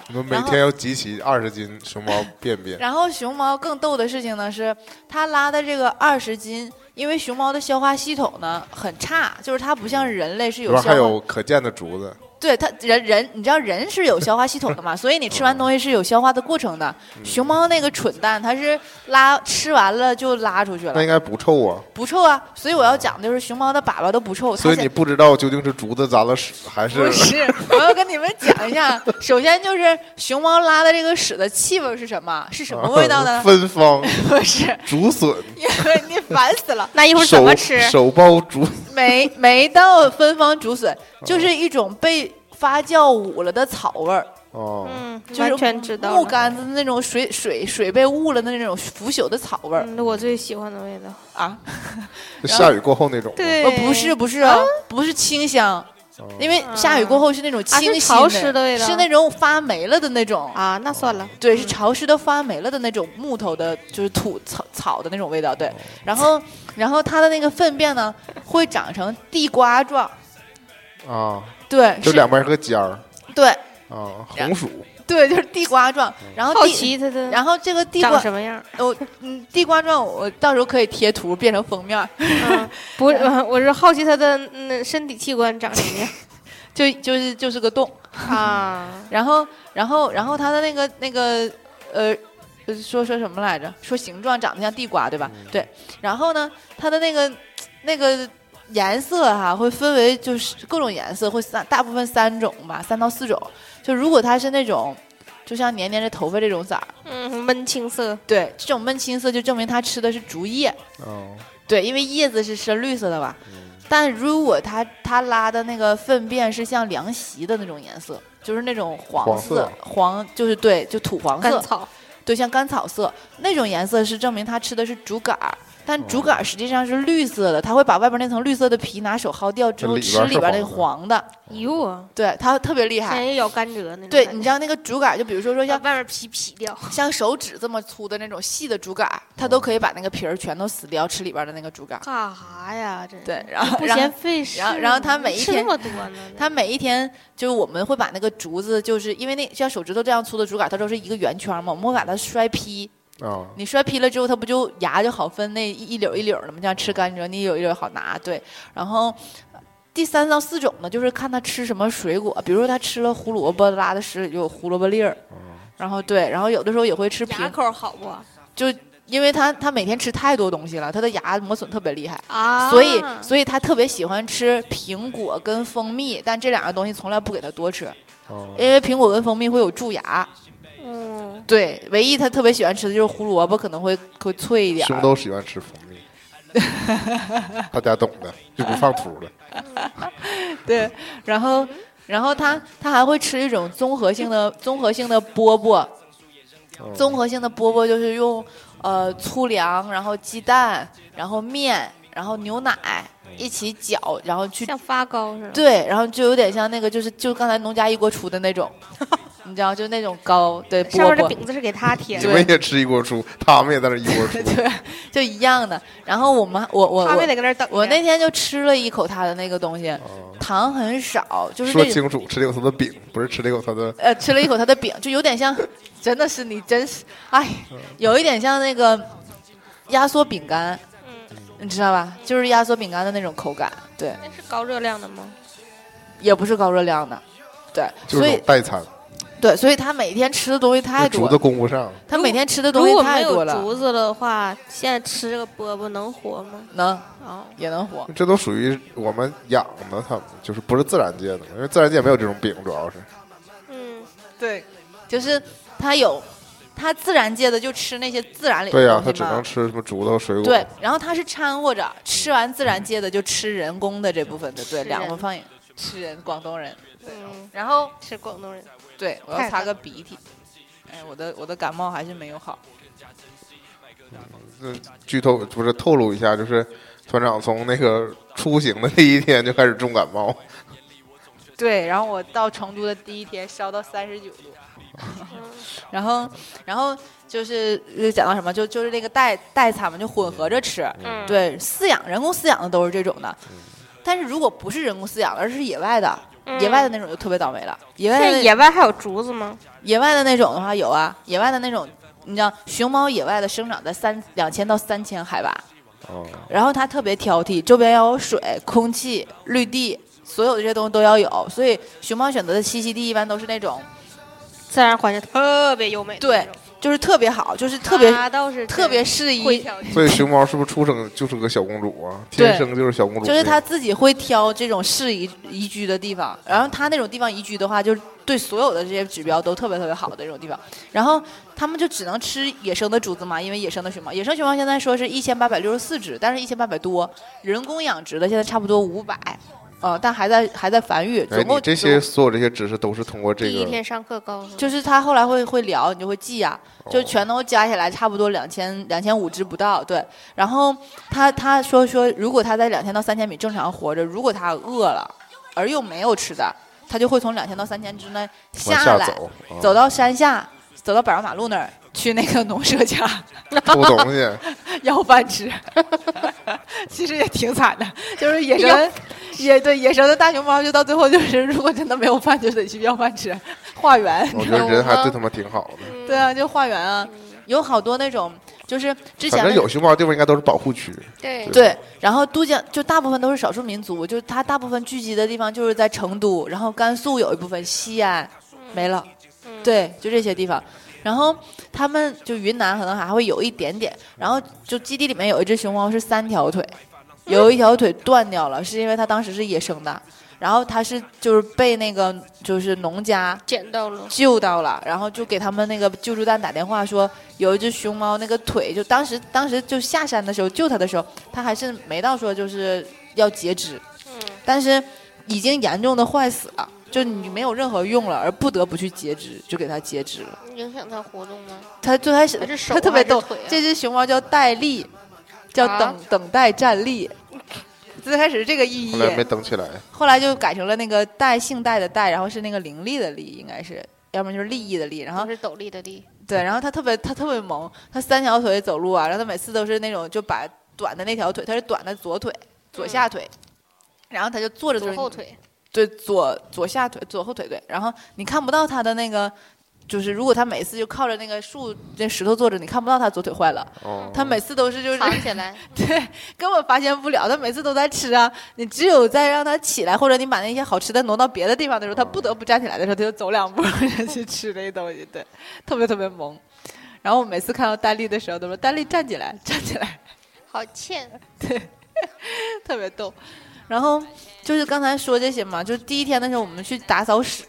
Speaker 6: 嗯，
Speaker 4: 你们每
Speaker 6: 然后
Speaker 4: 天要集齐二十斤熊猫便便，
Speaker 6: 然后熊猫更逗的事情呢是，它拉的这个二十斤，因为熊猫的消化系统呢很差，就是它不像人类是
Speaker 4: 里
Speaker 6: 有
Speaker 4: 边
Speaker 6: 消化，
Speaker 4: 还有可见的竹子。
Speaker 6: 对它人人，你知道人是有消化系统的嘛，所以你吃完东西是有消化的过程的。
Speaker 4: 嗯
Speaker 6: 熊猫那个蠢蛋，它是拉吃完了就拉出去
Speaker 4: 那
Speaker 6: 了
Speaker 4: 应，该不臭啊，
Speaker 6: 不臭啊。所以我要讲的就是熊猫的粑粑都不臭，它
Speaker 4: 所以
Speaker 6: 先
Speaker 4: 你不知道究竟是竹子沾了屎还
Speaker 6: 不 是，我要跟你们讲一下，首先就是熊猫拉的这个屎的气味是什么？是什么味道呢？
Speaker 4: 芬芳
Speaker 6: 不是，
Speaker 4: 竹笋，
Speaker 6: 因为你烦死了。
Speaker 5: 那一会儿怎
Speaker 4: 手
Speaker 5: 么吃？
Speaker 4: 手包竹，
Speaker 6: 没
Speaker 4: 哦
Speaker 6: 没到芬芳竹笋，就是一种被发酵捂了的草味儿。
Speaker 4: 哦，
Speaker 5: 嗯，
Speaker 6: 就是
Speaker 5: 完全知道
Speaker 6: 木
Speaker 5: 了。
Speaker 6: 杆子那种水水水被捂了的那种腐朽的草味儿
Speaker 5: 嗯，我最喜欢的味道。
Speaker 6: 啊！
Speaker 4: 就下雨过后那种吗，
Speaker 5: 对，
Speaker 6: 呃，不是不是啊，不是清香，
Speaker 4: 哦，
Speaker 6: 因为下雨过后是那种清新
Speaker 5: 啊潮湿的味道
Speaker 6: 是那种发霉了的那种。
Speaker 5: 啊，那算了。
Speaker 6: 对，
Speaker 4: 嗯
Speaker 6: 是潮湿的发霉了的那种木头的，就是土草草的那种味道。
Speaker 4: 哦
Speaker 6: 对，然后然后它的那个粪便呢，会长成地瓜状。
Speaker 4: 啊，
Speaker 6: 对，
Speaker 4: 就是两边是个尖儿
Speaker 6: 对
Speaker 4: 啊，红薯
Speaker 6: 对，就是地瓜状。
Speaker 4: 嗯
Speaker 6: 然后
Speaker 5: 好
Speaker 6: 地，
Speaker 5: 奇它的
Speaker 6: 然后这个地
Speaker 5: 长
Speaker 6: 瓜，
Speaker 5: 什么样？
Speaker 6: 我嗯，地瓜状，我到时候可以贴图变成封面儿，
Speaker 5: 嗯，不是，我是好奇它的那身体器官长什么样
Speaker 6: 就就是就是个洞。
Speaker 5: 啊？
Speaker 6: 然后，然后，然后它的那个那个呃，呃说说什么来着？说形状长得像地瓜，对吧？
Speaker 4: 嗯
Speaker 6: 对。然后呢，它的那个那个颜色哈、会分为就是各种颜色，会三大部分三种吧，三到四种。就如果它是那种，就像年年这头发这种色儿，
Speaker 5: 嗯，闷青色。
Speaker 6: 对，这种闷青色就证明它吃的是竹叶，
Speaker 4: 哦，嗯
Speaker 6: 对，因为叶子是深绿色的吧。但如果它它拉的那个粪便是像凉席的那种颜色，就是那种黄
Speaker 4: 黄
Speaker 6: 色
Speaker 4: 色
Speaker 6: 黄，就是对，就土黄
Speaker 5: 甘
Speaker 6: 色，
Speaker 5: 草，
Speaker 6: 对，像甘草色那种颜色是证明它吃的是竹杆儿。但竹
Speaker 4: 哦
Speaker 6: 杆儿实际上是绿色的，它会把外边那层绿色的皮拿手薅掉之后
Speaker 4: 里
Speaker 6: 吃
Speaker 4: 边
Speaker 6: 里
Speaker 4: 是
Speaker 6: 边那个
Speaker 4: 黄
Speaker 6: 黄的，
Speaker 5: 哟，
Speaker 6: 对，它特别厉
Speaker 5: 像
Speaker 6: 害。
Speaker 5: 人咬甘蔗那种感觉。
Speaker 6: 哎对，你知道那个竹杆儿，就比如说说
Speaker 5: 把
Speaker 6: 像
Speaker 5: 外面皮皮掉。
Speaker 6: 像手指这么粗的那种细的竹杆儿，它都可以把那个皮儿全都撕掉，吃里边的那个竹杆 儿。
Speaker 5: 干啥呀？这
Speaker 6: 对，然后
Speaker 5: 不
Speaker 6: 然后
Speaker 5: 嫌费事。
Speaker 6: 然后然后他每一
Speaker 5: 吃
Speaker 6: 天
Speaker 5: 那么多呢？
Speaker 6: 它每一天就是我们会把那个竹子，就是因为那像手指头这样粗的竹杆，它都是一个圆圈嘛，我们会把它摔劈。
Speaker 4: 啊，
Speaker 6: 你摔劈了之后，它不就芽就好分那一一绺一绺的吗？这样吃甘蔗，你一绺一绺好拿。对，然后呃第三到四种呢，就是看它吃什么水果，比如说它吃了胡萝卜，拉的屎里就有胡萝卜粒儿。
Speaker 4: 哦
Speaker 6: 然后对，然后有的时候也会吃
Speaker 5: 牙
Speaker 6: 苹，
Speaker 5: 口好不？
Speaker 6: 就因为它它每天吃太多东西了，它的牙磨损特别厉害。
Speaker 5: 啊，
Speaker 6: 所以，所以他特别喜欢吃苹果跟蜂蜜，但这两个东西从来不给他多吃，
Speaker 4: 哦
Speaker 6: 因为苹果跟蜂蜜会有蛀牙。
Speaker 5: 嗯，
Speaker 6: 对，唯一他特别喜欢吃的就是胡萝卜，可能会会脆一点儿。
Speaker 4: 熊都喜欢吃蜂 蜜，大家懂的，就不放图了。
Speaker 6: 对，然后，然后他他还会吃一种综合性的综合性的饽饽，
Speaker 4: 哦
Speaker 6: 综合性的饽饽就是用呃粗粮，然后鸡蛋，然后面，然后牛奶一起搅，然后去
Speaker 5: 像发糕似的。
Speaker 6: 对，然后就有点像那个，就是就刚才农家一锅出的那 种，你知道，就那种糕，对，
Speaker 5: 上
Speaker 6: 饽
Speaker 5: 面的
Speaker 6: 饽，
Speaker 5: 饼子是给他贴
Speaker 4: 你
Speaker 5: 的，
Speaker 4: 们也吃一锅出，他们也在那一锅 出，
Speaker 6: 对，就一样的。然后我们，我我
Speaker 5: 他们
Speaker 6: 我
Speaker 5: 得搁那儿等着。
Speaker 6: 我那天就吃了一口他的那个东西，
Speaker 4: 哦
Speaker 6: 糖很少，就是
Speaker 4: 说
Speaker 6: 那种
Speaker 4: 清楚，吃了一口他的饼，不是吃了一口他的
Speaker 6: 呃，吃了一口他的饼，就有点像，真的是你真是，哎，
Speaker 4: 嗯
Speaker 6: 有一点像那个压缩饼干，你知道吧？就是压缩饼干的那种口感，对，
Speaker 5: 嗯那是高热量的吗？
Speaker 6: 也不是高热量的。对，
Speaker 4: 就是
Speaker 6: 所
Speaker 4: 那
Speaker 6: 以
Speaker 4: 种代餐，
Speaker 6: 对，所以他每天吃的东西太
Speaker 4: 那
Speaker 6: 多
Speaker 4: 竹
Speaker 6: 了
Speaker 4: 子，供不上。
Speaker 6: 他每天吃的
Speaker 5: 如
Speaker 6: 东西
Speaker 5: 果没
Speaker 6: 太多
Speaker 5: 有
Speaker 6: 了，
Speaker 5: 竹子的话，现在吃这个饽饽能活吗？
Speaker 6: 能
Speaker 5: 哦，
Speaker 6: 也能活。
Speaker 4: 这都属于我们养的，他们就是不是自然界的，因为自然界没有这种饼，主要是
Speaker 5: 嗯，
Speaker 6: 对，就是它有，它自然界的就吃那些自然里
Speaker 4: 对呀、
Speaker 6: 的
Speaker 4: 它
Speaker 6: 东西
Speaker 4: 只能
Speaker 6: 嘛。
Speaker 4: 吃什么竹头水果。
Speaker 6: 对，然后它是掺和着吃完自然界的就吃人工的这部分的，对，
Speaker 5: 吃
Speaker 6: 两
Speaker 5: 人
Speaker 6: 个方言，吃人，广东人。
Speaker 5: 嗯，
Speaker 6: 然后
Speaker 5: 是广东人。
Speaker 6: 对我要
Speaker 5: 太狠
Speaker 6: 擦个鼻涕，哎，我的我的感冒还是没有好。
Speaker 4: 嗯，剧透不是透露一下，就是团长从那个出行的第一天就开始重感冒，
Speaker 6: 对，然后我到成都的第一天烧到三十九 度，嗯然后然后就是呃讲到什么，就就是那个代代餐嘛，就混合着吃，
Speaker 5: 嗯，，
Speaker 6: 对，饲养人工饲养的都是这种的，但是如果不是人工饲养的，而是野外的，野外的。那种就特别倒霉了。野
Speaker 5: 现
Speaker 6: 外
Speaker 5: 在
Speaker 6: 的
Speaker 5: 野外还有竹子吗？
Speaker 6: 野外的那种的话有啊，野外的那种，你知道熊猫野外的生长在三两千到三千海拔，
Speaker 4: 哦，
Speaker 6: 然后它特别挑剔，周边要有水、空气、绿地，所有的这些东西都要有，所以熊猫选择的栖息地一般都是那种
Speaker 5: 自然环境特别优美的那
Speaker 6: 对
Speaker 5: 种，，
Speaker 6: 就是特别好，就是特别、
Speaker 5: 它倒是
Speaker 6: 特别适
Speaker 5: 啊会
Speaker 6: 宜。
Speaker 5: 挑剔。
Speaker 4: 所以熊猫是不是出生就是个小公主啊？天生就是小公主，
Speaker 6: 就是它自己会挑这种适宜宜居的地方，然后它那种地方宜居的话，就是对所有的这些指标都特别特别好的这种地方。然后他们就只能吃野生的竹子嘛，因为野生的熊猫，野生熊猫现在说是一千八百六十四只，但是一千八百多，人工养殖的现在差不多五百，呃，但还在还在繁育。
Speaker 4: 哎，
Speaker 6: 总
Speaker 4: 你
Speaker 6: 共
Speaker 4: 这些所有这些知识都是通过这
Speaker 5: 第一天
Speaker 4: 个
Speaker 5: 上课告诉我，
Speaker 6: 就是他后来会会聊，你就会记呀、
Speaker 4: 哦
Speaker 6: 就全都加起来差不多两千两千五只不到，对。然后他他说说，如果他在两千到三千米正常活着，如果他饿了而又没有吃的，他就会从两千到三千之内
Speaker 4: 往
Speaker 6: 下来，
Speaker 4: 走，啊
Speaker 6: 走到山下，走到柏油马路那儿去那个农舍家
Speaker 4: 偷 东西，
Speaker 6: 要饭吃， 其实也挺惨的，就是野生野对野生的大熊猫，就到最后就是如果真的没有饭，就得去要饭吃，化缘。
Speaker 4: 我觉得人还对他们挺好的。
Speaker 5: 嗯
Speaker 6: 对啊，就化缘啊，有好多那种，就是之前
Speaker 4: 反正
Speaker 6: 那
Speaker 4: 有熊猫的地方应该都是保护区，
Speaker 5: 对
Speaker 4: 对
Speaker 6: 对，然后都江就大部分都是少数民族，就是它大部分聚集的地方就是在成都，然后甘肃有一部分，西安没了，对，就这些地方。然后他们就云南可能还会有一点点，然后就基地里面有一只熊猫是三条腿，有一条腿断掉了，是因为它当时是野生的，然后它是就是被那个就是农家
Speaker 5: 捡到了，
Speaker 6: 救到了，然后就给他们那个救助站打电话说，有一只熊猫那个腿，就当时当时就下山的时候救它的时候，它还是没到说就是要截肢，但是已经严重的坏死了，就你没有任何用了，而不得不去截肢，就给它截肢了。
Speaker 5: 影响它活动吗？
Speaker 6: 它最开始
Speaker 5: 还是手
Speaker 6: 它特别逗
Speaker 5: 还是腿啊，
Speaker 6: 这只熊猫叫戴笠，叫
Speaker 5: 啊
Speaker 6: 等、等待站立，最开始是这个意义
Speaker 4: 后，来没登起来。
Speaker 6: 后来就改成了那个戴姓戴的戴，然后是那个伶俐的俐，应该是。要么就是利益的利，然后
Speaker 5: 都是斗笠的笠，
Speaker 6: 对，然后他特别他特别萌，他三条腿走路啊，然后他每次都是那种就把短的那条腿，他是短的左腿左下腿，然后他就坐着就
Speaker 5: 嗯左
Speaker 6: 是
Speaker 5: 后腿，
Speaker 6: 对左左下腿左后腿对，然后你看不到他的那个。就是如果他每次就靠着那个树那石头坐着，你看不到他左腿坏了。
Speaker 4: 哦，
Speaker 6: 他每次都是就是
Speaker 5: 藏起来，
Speaker 6: 对，根本发现不了。他每次都在吃啊，你只有在让他起来，或者你把那些好吃的挪到别的地方的时候，他不得不站起来的时候，他就走两步 去吃那东西，对，特别特别萌。然后我每次看到戴笠的时候，都说戴笠站起来，站起来，
Speaker 5: 好 欠，
Speaker 6: 特别逗。然后就是刚才说这些嘛，就是第一天的时候我们去打扫室，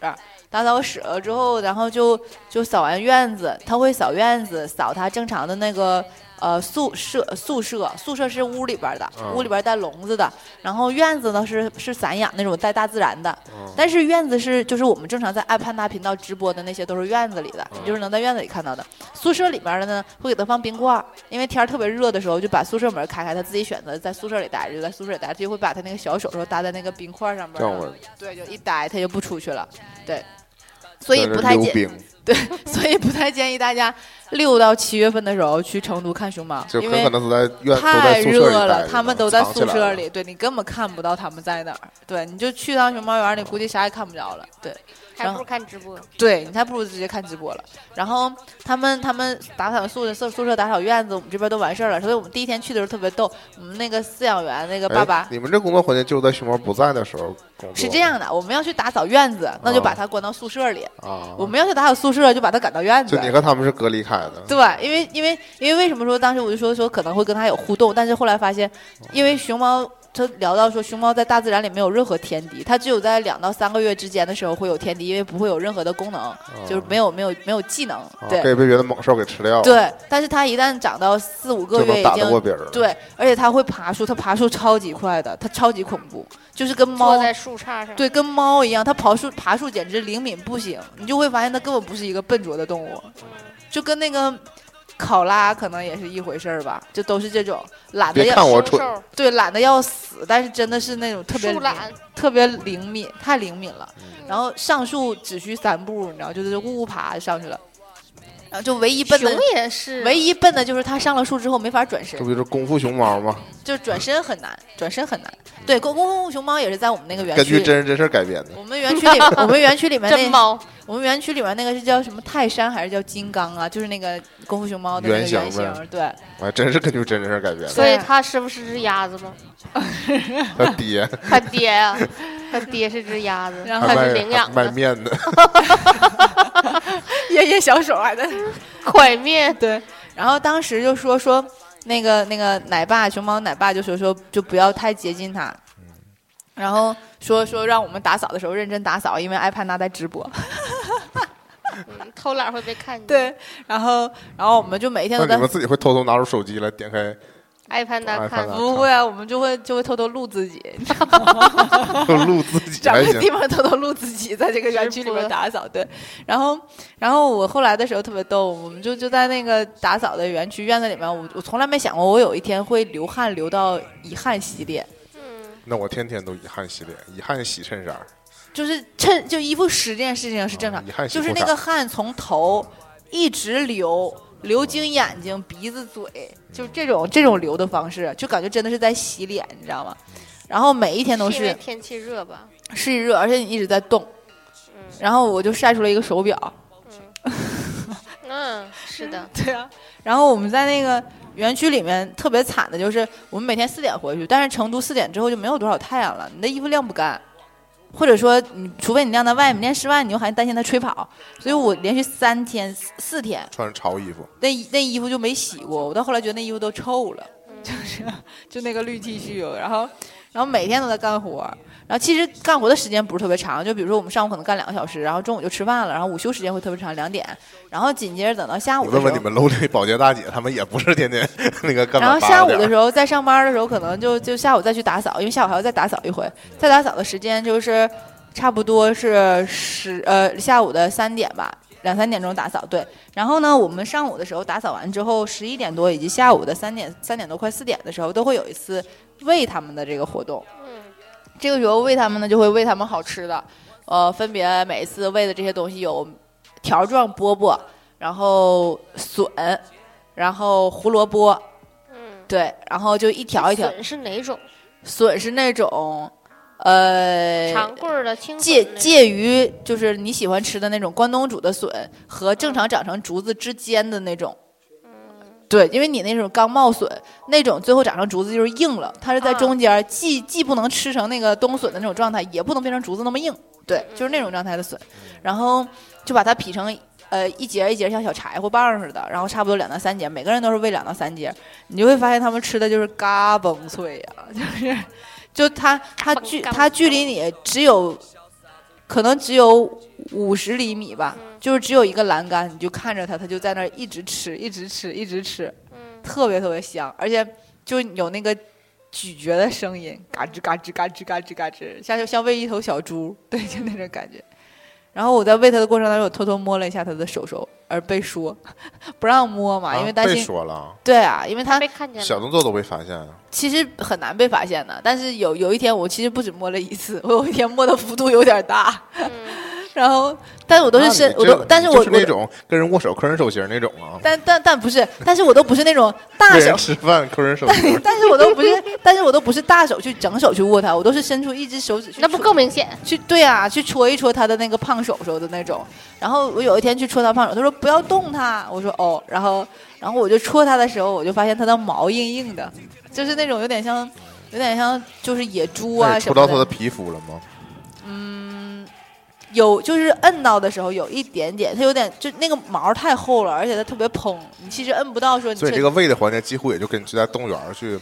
Speaker 6: 打扫室了之后，然后就就扫完院子，他会扫院子，扫他正常的那个呃宿舍宿舍宿舍是屋里边的，
Speaker 4: 嗯
Speaker 6: 屋里边带笼子的，然后院子呢是是散养那种带大自然的，
Speaker 4: 嗯
Speaker 6: 但是院子是就是我们正常在爱潘达频道直播的那些都是院子里的，
Speaker 4: 嗯
Speaker 6: 你就是能在院子里看到的。宿舍里面的呢，会给他放冰块儿，因为天儿特别热的时候，就把宿舍门开开，他自己选择在宿舍里待着，就在宿舍里待着，就会把他那个小手手搭在那个冰块儿上面
Speaker 4: 这样我
Speaker 6: 儿，对，就一待他就不出去了，对，所
Speaker 4: 所
Speaker 6: 以不太
Speaker 4: 溜
Speaker 6: 建，
Speaker 4: 冰，
Speaker 6: 所以不太建议 大家六到七月份的时候去成都看熊猫，
Speaker 4: 就
Speaker 6: 因
Speaker 4: 很
Speaker 6: 为
Speaker 4: 可能都在院，都
Speaker 6: 太
Speaker 4: 在宿舍
Speaker 6: 热
Speaker 4: 里待
Speaker 6: 了，
Speaker 4: 着
Speaker 6: 他们都在
Speaker 4: 藏起
Speaker 6: 宿
Speaker 4: 来
Speaker 6: 舍
Speaker 4: 了
Speaker 6: 里，对你根本看不到他们在哪儿，对，你就去趟熊猫园儿，你估计啥也看不着了，对。
Speaker 5: 还不如看直播。
Speaker 6: 对你还不如直接看直播了。然后他们他们打扫宿舍宿宿舍打扫院子，我们这边都完事儿了。所以我们第一天去的时候特别逗，我们那个饲养员那个
Speaker 4: 哎
Speaker 6: 爸爸。
Speaker 4: 你们这工作环境就在熊猫不在的时候工作
Speaker 6: 是这样的，我们要去打扫院子，那
Speaker 4: 哦
Speaker 6: 就把他关到宿舍里；
Speaker 4: 啊？
Speaker 6: 我们要去打扫宿舍，就把他赶到院子
Speaker 4: 就。你和他们是隔离开的，
Speaker 6: 对，因为因为因为为什么说当时我就说说可能会跟他有互动，但是后来发现，因为熊猫。他聊到说，熊猫在大自然里没有任何天敌，它只有在两到三个月之间的时候会有天敌，因为不会有任何的功
Speaker 4: 哦
Speaker 6: 能，就是没有没有没有技能。
Speaker 4: 啊
Speaker 6: 对，
Speaker 4: 可以被别的猛兽给吃掉，，
Speaker 6: 对，但是它一旦长到四五个
Speaker 4: 哦就
Speaker 6: 月，
Speaker 4: 能
Speaker 6: 已
Speaker 4: 打得过
Speaker 6: 经
Speaker 4: 别人。，
Speaker 6: 对，而且它会爬树，它爬树超级快的，它超级恐怖，就是跟
Speaker 5: 坐
Speaker 6: 猫
Speaker 5: 在树杈上，
Speaker 6: 对跟猫一样，它爬树爬树简直灵敏不行，你就会发现它根本不是一个笨拙的动物，
Speaker 5: 嗯
Speaker 6: 就跟那个考拉可能也是一回事儿吧，就都是这种懒得
Speaker 4: 别
Speaker 6: 要
Speaker 4: 看我蠢，
Speaker 5: 凶兽，
Speaker 6: 对懒得要死，但是真的是那种特别
Speaker 5: 树
Speaker 6: 灵
Speaker 5: 懒，嗯
Speaker 6: 特别灵敏，太灵敏了。然后上树只需三步，你知道，就是呜呜爬上去了。然后就唯一笨的
Speaker 5: 熊也是，
Speaker 6: 唯一笨的就是他上了树之后没法转身
Speaker 4: 这，不就是功夫熊猫吗？
Speaker 6: 就是转身很难，转身很难。对，公公公熊猫也是在我们那个园
Speaker 4: 根
Speaker 6: 区
Speaker 4: 据
Speaker 6: 里，
Speaker 4: 真人真事儿改编的。
Speaker 6: 我们园区里， 我们园区里面
Speaker 5: 真
Speaker 6: 那，
Speaker 5: 猫，
Speaker 6: 我们园区里面那个是叫什么泰山还是叫金刚啊？就是那个功夫熊猫的那个
Speaker 4: 原型
Speaker 6: 原型，
Speaker 4: 呗
Speaker 6: 对，
Speaker 4: 我还哎真是根据真人真事儿改编的。
Speaker 5: 所
Speaker 6: 啊
Speaker 5: 以它是不是只鸭子吗？
Speaker 4: 他爹
Speaker 5: 他爹 呀、他爹是只鸭子，
Speaker 6: 然后
Speaker 4: 还
Speaker 5: 他是
Speaker 4: 卖
Speaker 5: 领养
Speaker 4: 还卖
Speaker 5: 的，
Speaker 4: 面的，
Speaker 6: 夜夜小手还在
Speaker 5: 快面
Speaker 6: 对，然后当时就说说那个那个奶爸熊猫奶爸就说说就不要太接近它，然后说说让我们打扫的时候认真打扫，因为艾潘达在直播。
Speaker 5: 嗯偷懒会被看见。，
Speaker 6: 对，然后然后我们就每一天
Speaker 4: 那
Speaker 6: 都在
Speaker 4: 你们自己会偷偷拿出手机来点开
Speaker 5: 爱潘达
Speaker 4: 爱
Speaker 5: 看
Speaker 4: 潘达
Speaker 6: 不会啊，我们就会就会偷偷录自 己，
Speaker 4: 就录自 己
Speaker 6: 找
Speaker 4: 还
Speaker 6: 个地
Speaker 4: 行，
Speaker 6: 方偷偷录自己，在这个园区里
Speaker 5: 直
Speaker 6: 面
Speaker 5: 播
Speaker 6: 打扫。对，然后然后我后来的时候特别逗，我们就就在那个打扫的园区院子里面，我我从来没想过我有一天会流汗流到遗憾系列，
Speaker 4: 那我天天都遗憾洗脸，遗憾洗衬衫，
Speaker 6: 就是趁就衣服湿这件事情是正常
Speaker 4: 啊遗，憾洗
Speaker 6: 就是
Speaker 4: 裤
Speaker 6: 那
Speaker 4: 衩
Speaker 6: 个汗从头一直流。流经眼睛、鼻子、嘴，就是这种这种流的方式，就感觉真的是在洗脸，你知道吗？然后每一天都
Speaker 5: 因为
Speaker 6: 是
Speaker 5: 天气热吧？
Speaker 6: 是一热，而且你一直在动。然后我就晒出了一个手表，
Speaker 5: 嗯，是的，
Speaker 6: 对啊，然后我们在那个园区里面特别惨的就是，我们每天四点回去，但是成都四点之后就没有多少太阳了，你的衣服晾不干，或者说你除非你晾在外面，晾室外你又还担心它吹跑，所以我连续三天四四天
Speaker 4: 穿着潮衣服，
Speaker 6: 那那衣服就没洗过，我到后来觉得那衣服都臭了， 就是就那个绿 T 恤，然后然后每天都在干活，然后其实干活的时间不是特别长，就比如说我们上午可能干两个小时，然后中午就吃饭了，然后午休时间会特别长，两点，然后紧接着等到下午
Speaker 4: 我
Speaker 6: 的时候
Speaker 4: 问问你。们楼里保洁大姐，他们也不是天 天那个干
Speaker 6: 然
Speaker 4: 嘛
Speaker 6: 后下
Speaker 4: 八
Speaker 6: 午
Speaker 4: 点
Speaker 6: 的
Speaker 4: 儿
Speaker 6: 时候，在上班的时候，可能就就下午再去打扫，因为下午还要再打扫一回。再打扫的时间就是差不多是十呃下午的三点吧，两三点钟打扫。对，然后呢，我们上午的时候打扫完之后，十一点多以及下午的三点三点多快四点的时候，都会有一次喂他们的这个活动。
Speaker 5: 嗯，
Speaker 6: 这个时候喂他们呢，就会喂他们好吃的，呃，分别每一次喂的这些东西有条状饽饽，然后笋，然后胡萝卜，
Speaker 5: 嗯，
Speaker 6: 对，然后就一条一条，
Speaker 5: 笋是哪种？
Speaker 6: 笋是那种，呃，
Speaker 5: 长棍儿的、青
Speaker 6: 介
Speaker 5: 笋的
Speaker 6: 介于就是你喜欢吃的那种关东煮的笋和正常长成竹子之间的那种。
Speaker 5: 嗯
Speaker 6: 对，因为你那种刚冒笋，那种最后长成竹子就是硬了，它是在
Speaker 5: 啊
Speaker 6: 中间儿，既既不能吃成那个冬笋的那种状态，也不能变成竹子那么硬。对，就是那种状态的笋，
Speaker 5: 嗯
Speaker 6: 然后就把它劈成呃一节一节像小柴火棒似的，然后差不多两到三节，每个人都是喂两到三节，你就会发现他们吃的就是嘎嘣脆呀、 就是就它它距
Speaker 5: 嘎嘣
Speaker 6: 它距离你只有可能只有五十厘米吧，
Speaker 5: 嗯
Speaker 6: 就是只有一个栏杆，你就看着它，它就在那儿一直吃，一直吃，一直吃，
Speaker 5: 嗯
Speaker 6: 特别特别香，而且就有那个咀嚼的声音，嘎吱嘎吱嘎吱嘎吱嘎吱，像就像喂一头小猪，对，就那种感觉。然后我在喂它的过程当中，我偷偷摸了一下它的手手，而被说 不让摸嘛，
Speaker 4: 啊
Speaker 6: 因为担
Speaker 4: 被
Speaker 6: 心。
Speaker 4: 说了，
Speaker 6: 对啊，因为它
Speaker 5: 被看见
Speaker 4: 小
Speaker 5: 了，
Speaker 4: 动作都被发现啊，
Speaker 6: 其实很难被发现的。但是有有一天，我其实不止摸了一次，我有一天摸的幅度有点大，
Speaker 5: 嗯
Speaker 6: 然后，但是我都
Speaker 4: 那
Speaker 6: 是
Speaker 4: 啊
Speaker 6: 伸，我
Speaker 4: 你这
Speaker 6: 都，但
Speaker 4: 你
Speaker 6: 是我
Speaker 4: 就
Speaker 6: 我
Speaker 4: 那
Speaker 6: 都
Speaker 4: 种跟人握手抠人手心儿那种啊，
Speaker 6: 但但但不是，但是我都不是那种大
Speaker 4: 跟
Speaker 6: 手，
Speaker 4: 人，吃饭抠人手心 儿
Speaker 6: 但是我都不是，但是我都不是大手去整手去握它，我都是伸出一只手指去戳，
Speaker 5: 那不更明显？
Speaker 6: 去对啊，去戳一戳它的那个胖手手的那种。然后我有一天去戳它胖手，他说不要动它，我说哦，然后然后我就戳它的时候，我就发现它的毛硬硬的，就是那种有点像。有点像就是野猪
Speaker 4: 那
Speaker 6: 啊
Speaker 4: 你
Speaker 6: 什么
Speaker 4: 戳
Speaker 6: 的，
Speaker 4: 哎到他的皮肤了吗？
Speaker 6: 有就是摁到的时候有一点点，它有点就那个毛太厚了，而且它特别蓬，你其实摁不到说你
Speaker 4: 所以
Speaker 6: 确
Speaker 4: 这个喂的环节几乎也就跟你去在动物园儿去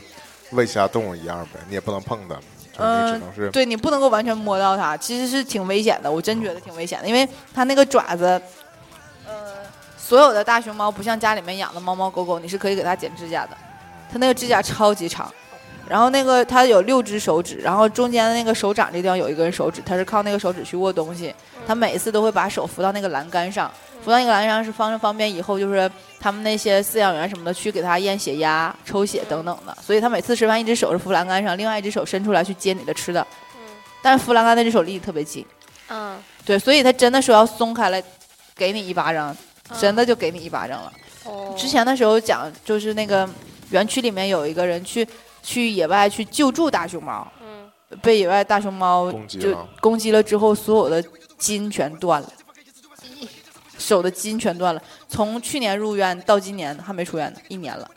Speaker 4: 喂其他动物一样呗，你也不能碰它，就是你只
Speaker 6: 嗯
Speaker 4: 能是
Speaker 6: 对你不能够完全摸到它，其实是挺危险的，我真觉得挺危险的，因为它那个爪子，呃，所有的大熊猫不像家里面养的猫猫狗狗，你是可以给它剪指甲的，它那个指甲超级长。然后那个它有六只手指，然后中间的那个手掌这地方有一根手指，它是靠那个手指去握东西。它每一次都会把手扶到那个栏杆上，扶到那个栏杆上是方方便以后就是他们那些饲养员什么的去给它验血压、抽血等等的。所以它每次吃饭，一只手是扶栏杆上，另外一只手伸出来去接你的吃的。但是扶栏杆那只手离你特别近，
Speaker 5: 嗯，
Speaker 6: 对，所以它真的说要松开了，给你一巴掌，
Speaker 5: 嗯
Speaker 6: 真的就给你一巴掌了。
Speaker 5: 哦
Speaker 6: 之前的时候讲，就是那个园区里面有一个人去去野外去救助大熊猫，
Speaker 5: 嗯
Speaker 6: 被野外大熊猫
Speaker 4: 攻击
Speaker 6: 就
Speaker 4: 了
Speaker 6: 攻击了之后，所有的筋全断了，手的筋全断了。从去年入院到今年还没出院呢，一年了。
Speaker 5: 嗯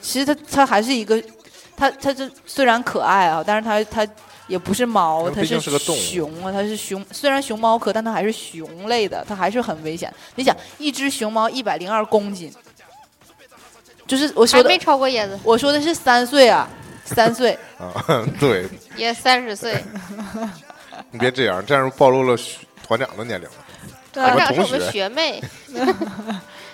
Speaker 6: 其实它它还是一个，它它这虽然可爱啊，但是它它也不是猫，
Speaker 4: 因为
Speaker 6: 它
Speaker 4: 毕竟
Speaker 6: 是
Speaker 4: 是个动物
Speaker 6: 熊啊，它是熊。虽然熊猫科，但它还是熊类的，它还是很危险。你想，一只熊猫一百零二公斤，就是我说
Speaker 5: 还
Speaker 6: 的
Speaker 5: 没，超过椰子，
Speaker 6: 我说的是三岁啊，三岁。
Speaker 4: 啊， 对，
Speaker 5: 椰三十岁，
Speaker 4: 你别这样，这样暴露了徐团长的年龄了。
Speaker 6: 对
Speaker 5: 团
Speaker 6: 啊
Speaker 4: 我，
Speaker 5: 长是
Speaker 4: 同
Speaker 5: 我
Speaker 4: 学
Speaker 5: 们学妹，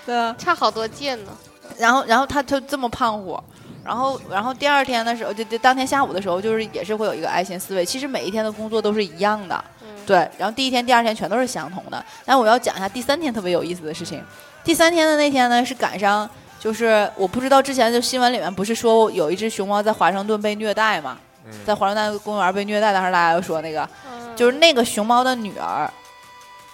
Speaker 6: 对啊，
Speaker 5: 差好多届呢。
Speaker 6: 然后，然后它就这么胖乎，然后，然后第二天的时候，就就当天下午的时候，就是也是会有一个爱心思维。其实每一天的工作都是一样的，
Speaker 5: 嗯
Speaker 6: 对。然后第一天、第二天全都是相同的。但我要讲一下第三天特别有意思的事情。第三天的那天呢，是赶上就是我不知道之前就新闻里面不是说有一只熊猫在华盛顿被虐待嘛，在华盛顿公园被虐待，当时大家都说那个，就是那个熊猫的女儿。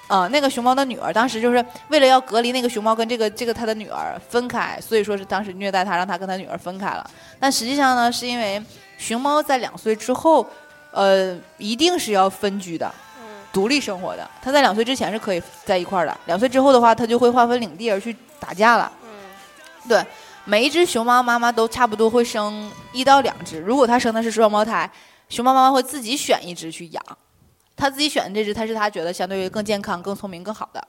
Speaker 6: 啊、那个熊猫的女儿当时就是为了要隔离那个熊猫跟这个这个他的女儿分开，所以说是当时虐待他，让他跟他女儿分开了。但实际上呢，是因为熊猫在两岁之后，呃，一定是要分居的，
Speaker 5: 嗯
Speaker 6: 独立生活的。它在两岁之前是可以在一块儿的，两岁之后的话，它就会划分领地而去打架了。
Speaker 5: 嗯
Speaker 6: 对，每一只熊猫妈妈都差不多会生一到两只，如果它生的是双胞胎，熊猫妈妈会自己选一只去养，它自己选的这只，它是它觉得相对于更健康、更聪明、更好的，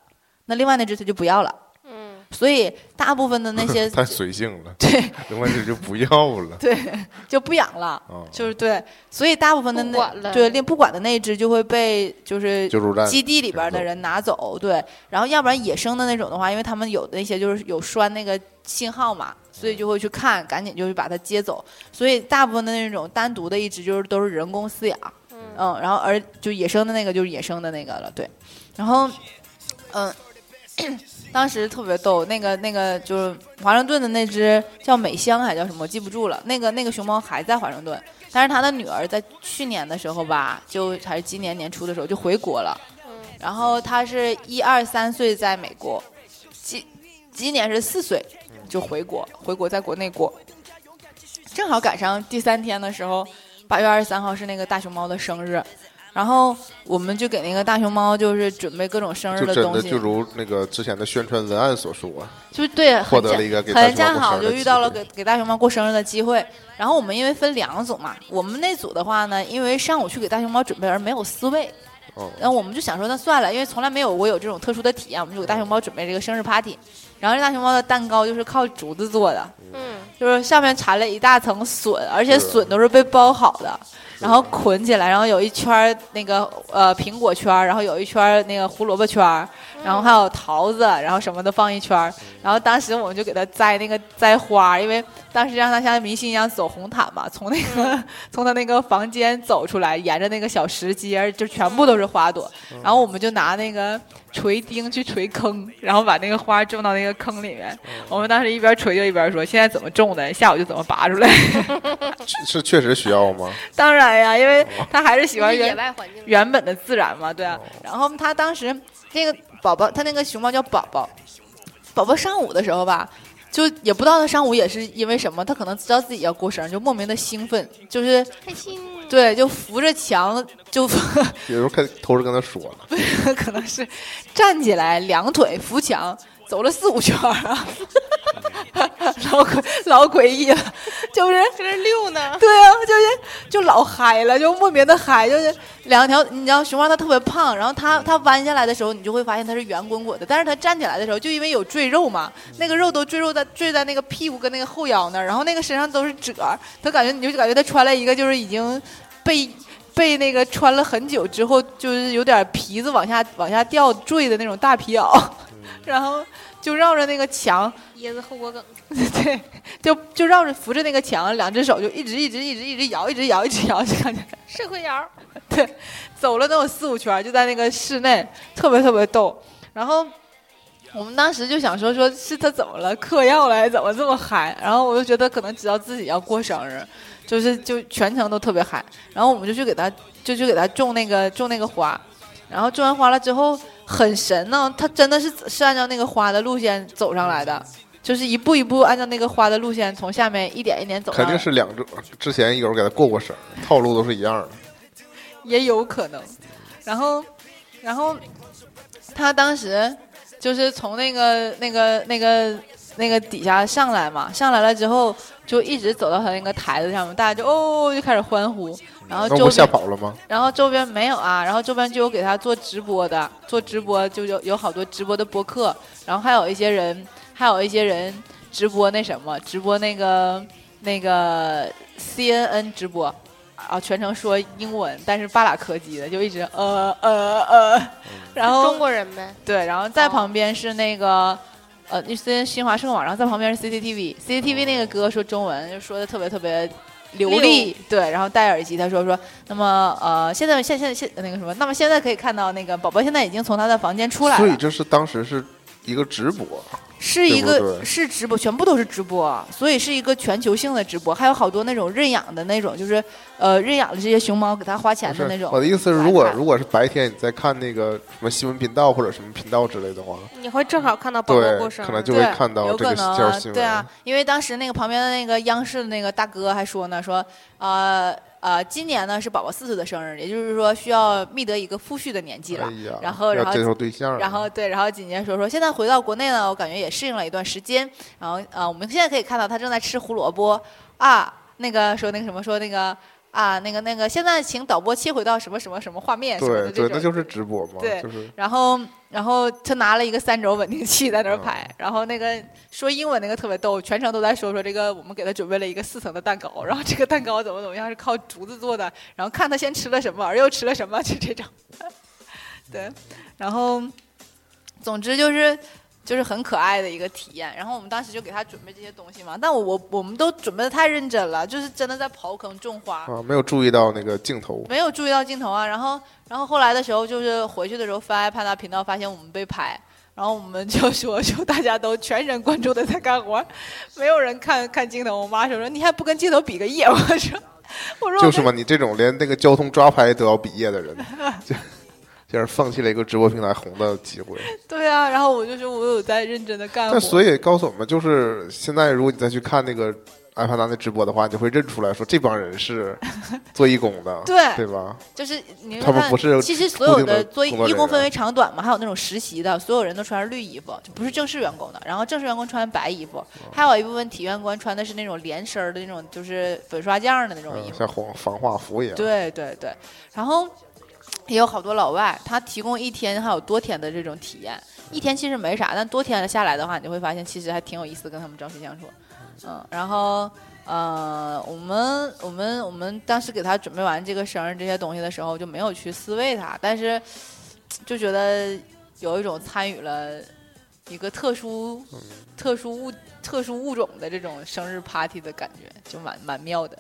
Speaker 6: 那另外那只它就不要了。
Speaker 5: 嗯，
Speaker 6: 所以大部分的那 些
Speaker 4: 嗯太随性了，
Speaker 6: 对
Speaker 4: 另外这就不要了。
Speaker 6: 对就不养了。
Speaker 4: 啊，
Speaker 6: 就是对，所以大部分的
Speaker 5: 不管
Speaker 6: 那
Speaker 5: 了
Speaker 6: 对另不管的那一只就会被就是
Speaker 4: 救助站
Speaker 6: 基地里边的人拿走，对，然后要不然野生的那种的话，因为他们有那些就是有拴那个信号嘛，所以就会去看，赶紧就是把它接走。所以大部分的那种单独的一只就是都是人工饲养，嗯，然后而就野生的那个就是野生的那个了，对，然后嗯。 当时特别逗，那个那个就是华盛顿的那只叫美香还叫什么，我记不住了。那个那个熊猫还在华盛顿，但是他的女儿在去年的时候吧，就还是今年年初的时候就回国了。然后他是一二三岁在美国，今今年是四岁就回国，回国在国内过。正好赶上第三天的时候，八月二十三号是那个大熊猫的生日，然后我们就给那个大熊猫就是准备各种生日
Speaker 4: 就真
Speaker 6: 东
Speaker 4: 的
Speaker 6: 西，
Speaker 4: 就如那个之前的宣传文案所说，
Speaker 6: 就是对，
Speaker 4: 获
Speaker 6: 很
Speaker 4: 得
Speaker 6: 恰
Speaker 4: 了一个给大
Speaker 6: 很
Speaker 4: 熊猫
Speaker 6: 恰
Speaker 4: 过生
Speaker 6: 好
Speaker 4: 日
Speaker 6: 就
Speaker 4: 的
Speaker 6: 遇
Speaker 4: 机
Speaker 6: 到了
Speaker 4: 会
Speaker 6: 给给大熊猫过生日的机会。然后我们因为分两组嘛，我们那组的话呢，因为上午去给大熊猫准备而没有思位，
Speaker 4: 哦，
Speaker 6: 然后我们就想说那算了，因为从来没有过有这种特殊的体验，我们就给大熊猫准备这个生日 party。然后这大熊猫的蛋糕就是靠竹子做的，
Speaker 5: 嗯，
Speaker 6: 就是上面缠了一大层笋，而且
Speaker 4: 是啊
Speaker 6: 笋都是被包好的，然后捆起来，然后有一圈儿那个呃苹果圈儿，然后有一圈儿那个胡萝卜圈儿，然后还有桃子，然后什么的放一圈儿。然后当时我们就给它摘那个摘花儿，因为当时让它像明星一样走红毯嘛，从那个、 从它那个房间走出来，沿着那个小石阶儿，就全部都是花朵。然后我们就拿那个锤钉去锤坑，然后把那个花种到那个坑里面。我们当时一边锤就一边说：“现在怎么种的？下午就怎么拔出来。
Speaker 4: 是是确实需要吗？”
Speaker 6: 当然呀，因为它还是喜欢
Speaker 5: 是野
Speaker 6: 原
Speaker 5: 外环境。
Speaker 6: 原本的自然嘛，对啊。然后它当时那个宝宝，它那个熊猫叫宝宝，宝宝上午的时候吧。就也不知道它上午也是因为什么，它可能知道自己要过生日，就莫名的兴奋，就是
Speaker 5: 开心。
Speaker 6: 对，就扶着墙就
Speaker 4: 有时候看偷着跟他说了，
Speaker 6: 可能是站起来，两腿扶墙，走了四五圈儿啊， 老诡老诡异了， 就是
Speaker 5: 这是六 呢，
Speaker 6: 对啊，就是就老嗨了，就莫名的嗨，就是两条，你知道熊猫它特别胖，然后它它弯下来的时候，你就会发现它是圆滚滚的，但是它站起来的时候，就因为有赘肉嘛，那个肉都赘肉在赘在那个屁股跟那个后腰那儿，然后那个身上都是褶儿，它感觉你就感觉它穿了一个就是已经被。被那个穿了很久之后，就是有点皮子往下往下掉坠的那种大皮袄， 然后就绕着那个墙
Speaker 5: 椰子后脖梗。
Speaker 6: 对，就就绕着扶着那个墙，两只手就一直一直一直一直摇，一直摇，一直摇，就感觉
Speaker 5: 社会摇，
Speaker 6: 对，走了能有四五圈儿，就在那个室内，特别特别逗。然后我们当时就想说，说是他怎么了，嗑药了，还是怎么这么嗨？然后我就觉得可能知道自己要过生日，就是就全程都特别嗨。然后我们就去给他，就去给他种那个种那个花，然后种完花了之后很神呢、他真的是是按照那个花的路线走上来的。就是一步一步按照那个花的路线，从下面一点一点走上来。
Speaker 4: 肯定是两种。之前有人给他过过生日，套路都是一样的。
Speaker 6: 也有可能。然后，然后他当时就是从那个那个那个那个底下上来嘛，上来了之后就一直走到他那个台子上面，大家就哦就开始欢呼，然后
Speaker 4: 那
Speaker 6: 周
Speaker 4: 不吓
Speaker 6: 边
Speaker 4: 跑了吗？
Speaker 6: 然后周边没有啊，然后周边就有给他做直播的，做直播就有有好多直播的播客，然后还有一些人，还有一些人直播那什么，直播那个那个 CNN 直播，啊，全程说英文，但是巴拉科技的，就一直呃呃呃，然后
Speaker 5: 中国人呗。
Speaker 6: 对，然后在旁边是那个呃，那是新华社嘛，然后在旁边是 CCTV，CCTV 那个哥说中文，就说的特别特别流利，对，然后戴耳机，他说说，那么呃，现在现现现那个什么，那么现在可以看到那个宝宝现在已经从他的房间出来
Speaker 4: 所以
Speaker 6: 了，
Speaker 4: 这是当时是一个直播，
Speaker 6: 是一
Speaker 4: 对不
Speaker 6: 个
Speaker 4: 对
Speaker 6: 是直播，全部都是直播，所以是一个全球性的直播，还有好多那种认养的那种，就是呃认养的这些熊猫给他花钱
Speaker 4: 不
Speaker 6: 的那
Speaker 4: 哦是
Speaker 6: 种。
Speaker 4: 我的意思是，如
Speaker 6: 来
Speaker 4: 果
Speaker 6: 看
Speaker 4: 如果是白天你在看那个什么新闻频道或者什么频道之类 的话，
Speaker 5: 你会正好看到宝宝
Speaker 4: 对
Speaker 5: 过，生，
Speaker 4: 可能就
Speaker 6: 对，
Speaker 4: 会看到
Speaker 6: 有
Speaker 4: 这
Speaker 6: 可
Speaker 4: 个
Speaker 6: 能
Speaker 4: 这条
Speaker 6: 啊
Speaker 4: 新闻。
Speaker 6: 对啊，因为当时那个旁边的那个央视的那个大哥还说呢，说呃呃，今年呢是宝宝四岁的生日，也就是说需要觅得一个夫婿的年纪了。
Speaker 4: 哎呀，
Speaker 6: 然后然
Speaker 4: 要
Speaker 6: 后
Speaker 4: 介绍对象了，
Speaker 6: 然后对，然后紧接着说说，现在回到国内呢，我感觉也适应了一段时间。然后呃，我们现在可以看到他正在吃胡萝卜啊，那个说那个什么说那个啊那个那个，现在请导播切回到什么什么什么画面什么
Speaker 4: 对
Speaker 6: 的这
Speaker 4: 对，
Speaker 6: 种。
Speaker 4: 那就是直播嘛，
Speaker 6: 对
Speaker 4: 就是
Speaker 6: 然后，然后他拿了一个三轴稳定器在那儿拍，然后那个说英文那个特别逗，全程都在说说这个我们给他准备了一个四层的蛋糕，然后这个蛋糕怎么怎么样是靠竹子做的，然后看他先吃了什么，而又吃了什么，就这种。 对，然后总之就是就是很可爱的一个体验。然后我们当时就给他准备这些东西嘛，但我我我们都准备的太认真了，就是真的在刨坑种花。
Speaker 4: 啊，没有注意到那个镜头，
Speaker 6: 没有注意到镜头啊。然后，然后后来的时候，就是回去的时候翻 iPad 频道，发现我们被拍，然后我们就说，就大家都全神贯注的在干活，没有人看看镜头。我妈说说你还不跟镜头比个耶？我说我说我
Speaker 4: 就是嘛，你这种连那个交通抓拍都要毕 业的人，就就是放弃了一个直播平台红的机会。
Speaker 6: 对啊，然后我就说我有在认真的干活。
Speaker 4: 但所以告诉我们，就是现在如果你再去看那个艾凡达的直播的话，你就会认出来说这帮 人是做义工的，
Speaker 6: 对
Speaker 4: 对吧？
Speaker 6: 就是你
Speaker 4: 他们
Speaker 6: 看
Speaker 4: 不是
Speaker 6: 其实
Speaker 4: 固
Speaker 6: 所有
Speaker 4: 定
Speaker 6: 的
Speaker 4: 的
Speaker 6: 做义
Speaker 4: 工作人
Speaker 6: 工分
Speaker 4: 员
Speaker 6: 为长短嘛，还有那种实习的，所有人都穿着绿衣服，就不是正式员工的。然后正式员工穿白衣服，还有一部分体院官穿的是那种连身儿的那种，就是粉刷匠的那种衣
Speaker 4: 嗯，
Speaker 6: 服。
Speaker 4: 像防防化服一样。
Speaker 6: 对对对，然后也有好多老外，他提供一天还有多天的这种体验。一天其实没啥，但多天下来的话，你就会发现其实还挺有意思，跟他们朝夕相处。嗯，然后呃，我们我们我们当时给他准备完这个生日这些东西的时候，就没有去思维他，但是就觉得有一种参与了一个特殊、特殊物、特殊物种的这种生日 party 的感觉，就蛮蛮妙的。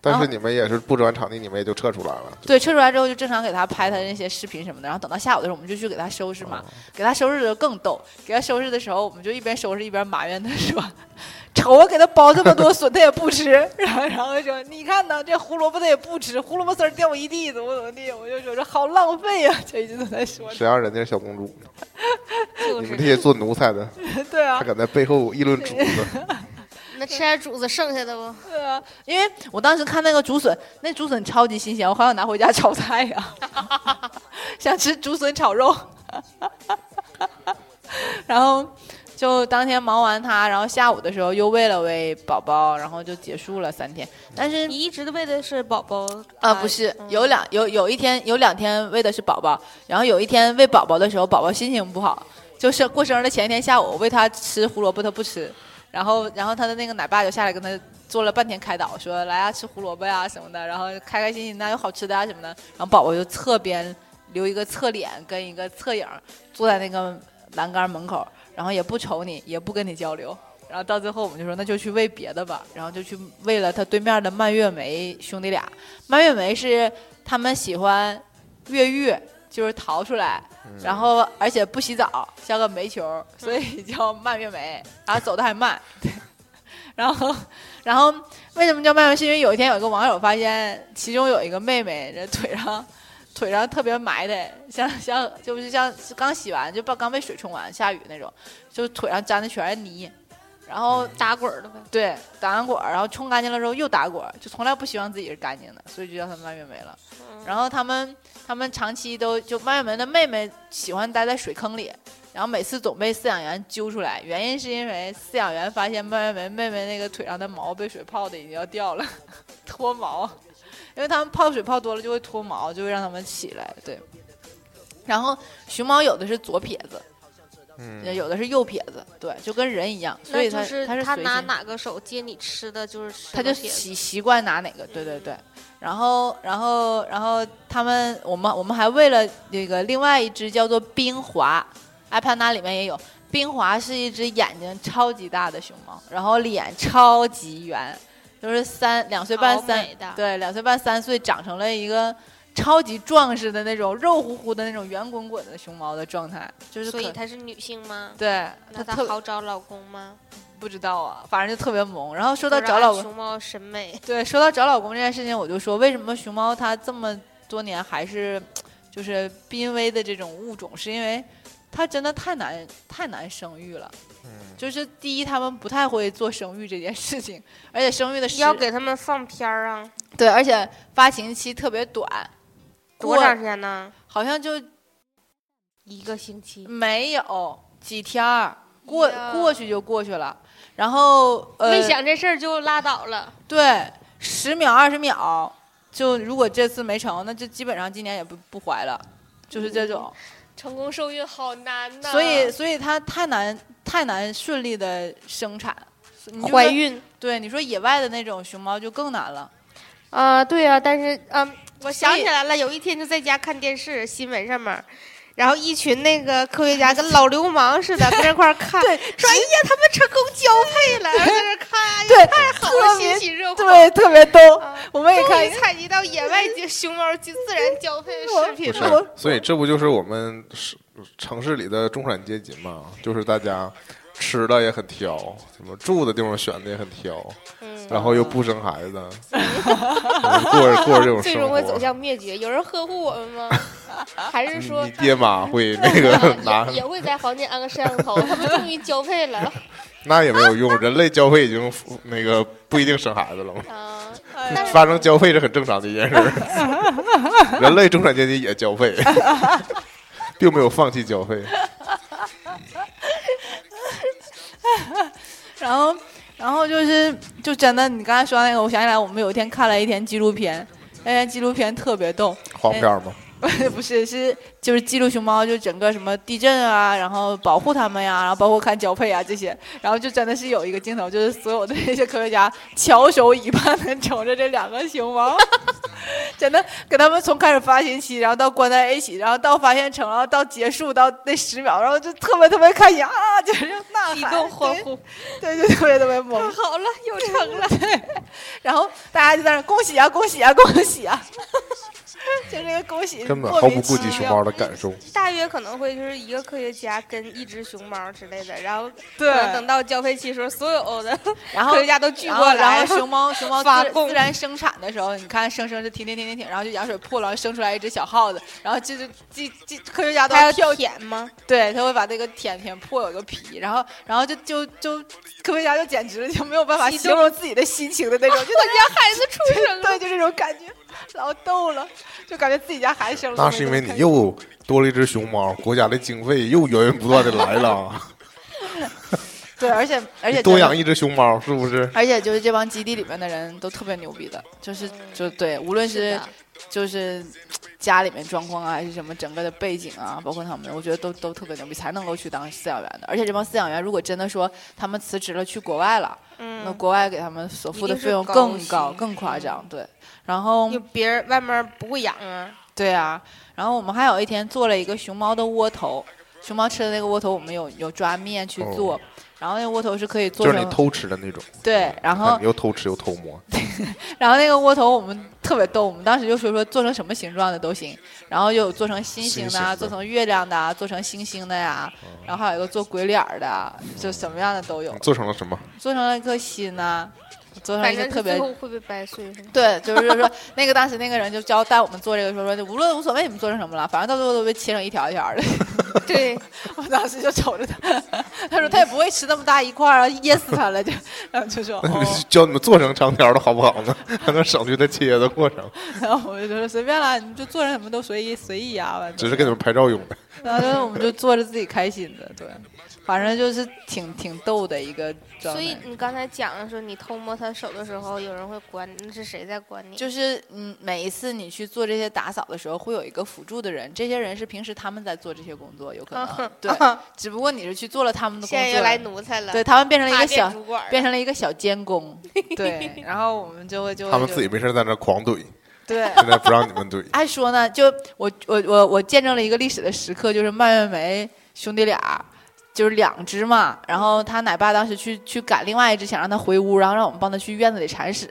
Speaker 4: 但
Speaker 6: 然后
Speaker 4: 是你们也是布置完场地，你们也就撤出来了。
Speaker 6: 对，撤出来之后就正常给他拍他那些视频什么的，然后等到下午的时候我们就去给他收拾嘛。给他收拾的时候更逗，给他收拾的时候我们就一边收拾一边埋怨他说：“ 瞅我给他包这么多笋，他也不吃。” 然后然后说：“你看呢，这胡萝卜他也不吃，胡萝卜丝儿掉一地，怎么怎么地。”我就说：“说好浪费呀、就一直都在说
Speaker 4: 谁让人家是小公主？你
Speaker 5: 就
Speaker 4: 们
Speaker 5: 是
Speaker 4: 这些做奴才的，
Speaker 6: 这，对啊
Speaker 4: 还，敢在背后 议论主子？
Speaker 5: 那吃点主子剩下的不？
Speaker 6: 对啊， 因为我当时看那个竹笋，那竹笋超级新鲜，我好想拿回家炒菜呀、 想吃竹笋炒肉。 然后就当天忙完它，然后下午的时候又喂了喂宝宝，然后就结束了三天。但是
Speaker 5: 你一直喂的是宝宝
Speaker 6: 啊，不是，有两有有一天有两天喂的是宝宝，然后有一天喂宝宝的时候，宝宝心情不好，就是过生日的前一天下午，我喂他吃胡萝卜，他不吃，然后然后他的那个奶爸就下来跟他做了半天开导，说来啊吃胡萝卜呀、什么的，然后开开心心的有好吃的啊什么的，然后宝宝就侧边留一个侧脸跟一个侧影坐在那个栏杆门口，然后也不瞅你，也不跟你交流。然后到最后，我们就说那就去喂别的吧，然后就去喂了他对面的蔓越莓兄弟俩，蔓越莓是他们喜欢越狱，就是逃出来，然后而且不洗澡，像个煤球，所以叫蔓越莓，然后走得还慢。 对，然后，然后为什么叫蔓越莓？是因为有一天有一个网友发现，其中有一个妹妹这腿上。腿上特别埋汰，像像就是像刚洗完就刚被水冲完，下雨那种，就腿上沾的全是泥，然后
Speaker 5: 打滚儿的呗。
Speaker 6: 对，打完滚儿，然后冲干净了之后又打滚儿，就从来不希望自己是干净的，所以就叫他蔓越莓了。
Speaker 5: 嗯
Speaker 6: 然后他们他们长期都就蔓越莓的妹妹喜欢待在水坑里，然后每次总被饲养员揪出来，原因是因为饲养员发现蔓越莓妹妹那个腿上的毛被水泡的已经要掉了， 脱毛，因为他们泡水泡多了就会脱毛，就会让他们起来。对，然后熊猫有的是左撇子，
Speaker 4: 嗯，
Speaker 6: 也有的是右撇子，对，就跟人一样，所
Speaker 5: 那
Speaker 6: 以
Speaker 5: 就
Speaker 6: 它它是
Speaker 5: 他
Speaker 6: 随
Speaker 5: 拿
Speaker 6: 心
Speaker 5: 哪个手接你吃的，就是吃
Speaker 6: 他
Speaker 5: 个
Speaker 6: 就
Speaker 5: 撇子
Speaker 6: 习习惯拿哪个，对对对。然后，然后，然后他们，我们我们还为了那个另外一只叫做冰华，iPad 那里面也有冰华是一只眼睛超级大的熊猫，然后脸超级圆，就是三两岁半
Speaker 5: 好
Speaker 6: 三
Speaker 5: 美啊的
Speaker 6: 对两岁半三岁长成了一个超级壮实的那种肉乎乎的那种圆滚滚的熊猫的状态，就是
Speaker 5: 所以
Speaker 6: 可
Speaker 5: 她是女性吗？
Speaker 6: 对
Speaker 5: 那
Speaker 6: 它
Speaker 5: 她
Speaker 6: 特
Speaker 5: 好找老公吗？
Speaker 6: 不知道啊，反正就特别萌。然后说到
Speaker 5: 就是
Speaker 6: 找
Speaker 5: 按
Speaker 6: 老公，
Speaker 5: 熊猫审美，
Speaker 6: 对，说到找老公这件事情，我就说为什么熊猫它这么多年还是就是濒危的这种物种，是因为它真的太难太难生育了。
Speaker 4: 嗯
Speaker 6: 就是第一，他们不太会做生育这件事情，而且生育的时
Speaker 5: 要给他们放片儿啊，
Speaker 6: 对，而且发情期特别短，
Speaker 5: 多
Speaker 6: 过
Speaker 5: 长时间呢？
Speaker 6: 好像就
Speaker 5: 一个星期。
Speaker 6: 没有几天儿过
Speaker 5: 呀
Speaker 6: 过去就过去了。然后呃，
Speaker 5: 没想这事儿就拉倒了，
Speaker 6: 对，十秒二十秒，就如果这次没成，那就基本上今年也不不怀了，就是这种。
Speaker 5: 成功受孕好难呐。
Speaker 6: 所以，所以它太难太难顺利的生产。你就说
Speaker 5: 怀孕
Speaker 6: 对你说野外的那种熊猫就更难了。
Speaker 5: 啊，对啊，但是嗯，我想
Speaker 6: 以
Speaker 5: 起来了，有一天就在家看电视新闻上面儿，然后一群那个科学家跟老流氓似的跟那 块儿看，说哎呀，他们成功交配了，然后在那儿看，哎呀，
Speaker 6: 对
Speaker 5: 太好了，
Speaker 6: 特
Speaker 5: 欣
Speaker 6: 别
Speaker 5: 喜若狂。
Speaker 6: 对，特别逗
Speaker 5: 啊
Speaker 6: 我们也
Speaker 5: 终
Speaker 6: 看
Speaker 5: 于，采集到野 外就熊猫就自然交配的视
Speaker 4: 不
Speaker 5: 频
Speaker 4: 是
Speaker 5: 了。，
Speaker 4: 所以这不就是我们是城市里的中产阶级嘛？就是大家吃的也很挑，什么住的地方选的也很挑，
Speaker 5: 嗯，
Speaker 4: 然后又不生孩子，嗯过着过着这种
Speaker 5: 最
Speaker 4: 生
Speaker 5: 终会走
Speaker 4: 活。
Speaker 5: 向灭绝。有人呵护我们吗？ 还是说
Speaker 4: 你爹妈会那个 拿
Speaker 5: 也，也会在房间安个摄像头？他们终于交配了
Speaker 4: 那也没有用。人类交配已经那个不一定生孩子了嘛，
Speaker 5: 啊！
Speaker 4: 发生交配是很正常的一件事儿。人类中产阶级也交配，并没有放弃交配。
Speaker 6: 然后，然后就是就真的，你刚才说那个，我想起来，我们有一天看了一天纪录片，那天纪录片特别逗。
Speaker 4: 黄片儿吗？
Speaker 6: 不是，是就是记录熊猫，就整个什么地震啊，然后保护它们呀，然后包括看交配啊这些，然后就真的是有一个镜头，就是所有的这些科学家翘首以盼的瞅着这两个熊猫， 真的给他们从开始发情期，然后到关在一起，然后到发现成，然后到结束到那十秒，然后就特别特别开心啊，就是呐喊
Speaker 5: 激动欢呼，
Speaker 6: 对，对，就特别特别萌。
Speaker 5: 啊好了，有成了。
Speaker 6: 然后大家就在那儿恭喜啊，恭喜啊，恭喜啊， 就这个恭喜
Speaker 4: 根本
Speaker 6: 哎莫
Speaker 4: 毫
Speaker 6: 名
Speaker 4: 不顾及
Speaker 6: 其
Speaker 4: 熊
Speaker 6: 妙
Speaker 4: 猫的感受。
Speaker 5: 大约可能会就是一个科学家跟一只熊猫之类的，然后
Speaker 6: 对
Speaker 5: 可能等到交配期的时候，所有的
Speaker 6: 然后
Speaker 5: 科学家都聚
Speaker 6: 然后
Speaker 5: 过来，
Speaker 6: 然后熊猫熊猫
Speaker 5: 发
Speaker 6: 自
Speaker 5: 功
Speaker 6: 自然生产的时候，你看生生就停停停停停，然后就羊水破了，然后生出来一只小耗子，然后这就这这科学家都
Speaker 5: 还
Speaker 6: 要
Speaker 5: 要
Speaker 6: 跳，
Speaker 5: 舔吗？
Speaker 6: 对，他会把这个舔舔破有个皮，然后然后就就就科学家就简直就没有办法
Speaker 5: 激动
Speaker 6: 形容自己的心情的那种，就
Speaker 5: 我家孩子出生 了，
Speaker 6: 对，就这种感觉，老逗了，就感觉自己家孩子生了，
Speaker 4: 那是因为你又多了一只熊猫，国家的经费又源源不断的来了。
Speaker 6: 对，而且而且
Speaker 4: 多
Speaker 6: 真的
Speaker 4: 养一只熊猫是不是？
Speaker 6: 而且就是这帮基地里面的人都特别牛逼的，就是就对，无论
Speaker 5: 是
Speaker 6: 是
Speaker 5: 的
Speaker 6: 就是家里面状况啊，还是什么整个的背景啊，包括他们，我觉得都都特别牛逼，才能够去当饲养员的。而且这帮饲养员如果真的说他们辞职了去国外了，那
Speaker 5: 嗯，
Speaker 6: 国外给他们所付的
Speaker 5: 一定是
Speaker 6: 费用
Speaker 5: 高嗯
Speaker 6: 更
Speaker 5: 薪
Speaker 6: 高、更夸张，对。然后
Speaker 5: 就别人外面不会养啊，
Speaker 6: 对啊，然后我们还有一天做了一个熊猫的窝头，熊猫吃的那个窝头，我们有有抓面去
Speaker 4: 哦
Speaker 6: 做，然后那个窝头是可以做
Speaker 4: 就是你
Speaker 6: 成啊
Speaker 4: 偷吃的那种，
Speaker 6: 对，然后
Speaker 4: 你又偷吃又偷摸，
Speaker 6: 然后那个窝头我们特别逗，我们当时就说说做成什么形状的都行，然后又有做成心形的啊，
Speaker 4: 心形的哦
Speaker 6: 做成月亮的啊，做成星星的呀、然后还有一个做鬼脸儿的啊，就什么样的都有
Speaker 4: 你，做成了什么？
Speaker 6: 做成了一颗心呐、做成
Speaker 5: 反
Speaker 6: 一个
Speaker 5: 正
Speaker 6: 特
Speaker 5: 是
Speaker 6: 别
Speaker 5: 最。后会被掰 碎是吗？
Speaker 6: 对，就是说，那个当时那个人就教带我们做这个，说说无论无所谓你们做成什么了，反正到最后都被切成一条一条的。
Speaker 5: 对，
Speaker 6: 我当时就瞅着他， 他说他也不会吃那么大一块儿啊，噎死他了就，然后就说哦，
Speaker 4: 教你们做成长条的好不好呢？ 还能省去它切的过程，
Speaker 6: 然后我就说随便啦，你们就做成什么都随意随意啊，反正
Speaker 4: 只是给你们拍照用的。
Speaker 6: 然后我们就做着自己开心的，对，反正就是挺挺逗的一个状态。
Speaker 5: 所以你刚才讲的说你偷摸他手的时候，有人会管你，那是谁在管你？
Speaker 6: 就是嗯，每一次你去做这些打扫的时候，会有一个辅助的人，这些人是平时他们在做这些工作，有可能对，只不过你是去做了他们的工
Speaker 5: 嗯现在又
Speaker 6: 作
Speaker 5: 来
Speaker 6: 了，
Speaker 5: 奴才了，
Speaker 6: 对他们变成了一
Speaker 5: 大
Speaker 6: 个
Speaker 5: 变
Speaker 6: 小，
Speaker 5: 主管儿，
Speaker 6: 变成了一个小监工，对，然后我们就会就会
Speaker 4: 他们
Speaker 6: 就
Speaker 4: 自己没事在那狂怼，
Speaker 6: 对。。
Speaker 4: 现在不让你们怼
Speaker 6: 按说呢，就我我我我见证了一个历史的时刻，就是蔓越莓兄弟俩就是两只嘛。然后他奶爸当时去去赶另外一只，想让它回屋，然后让我们帮他去院子里铲屎。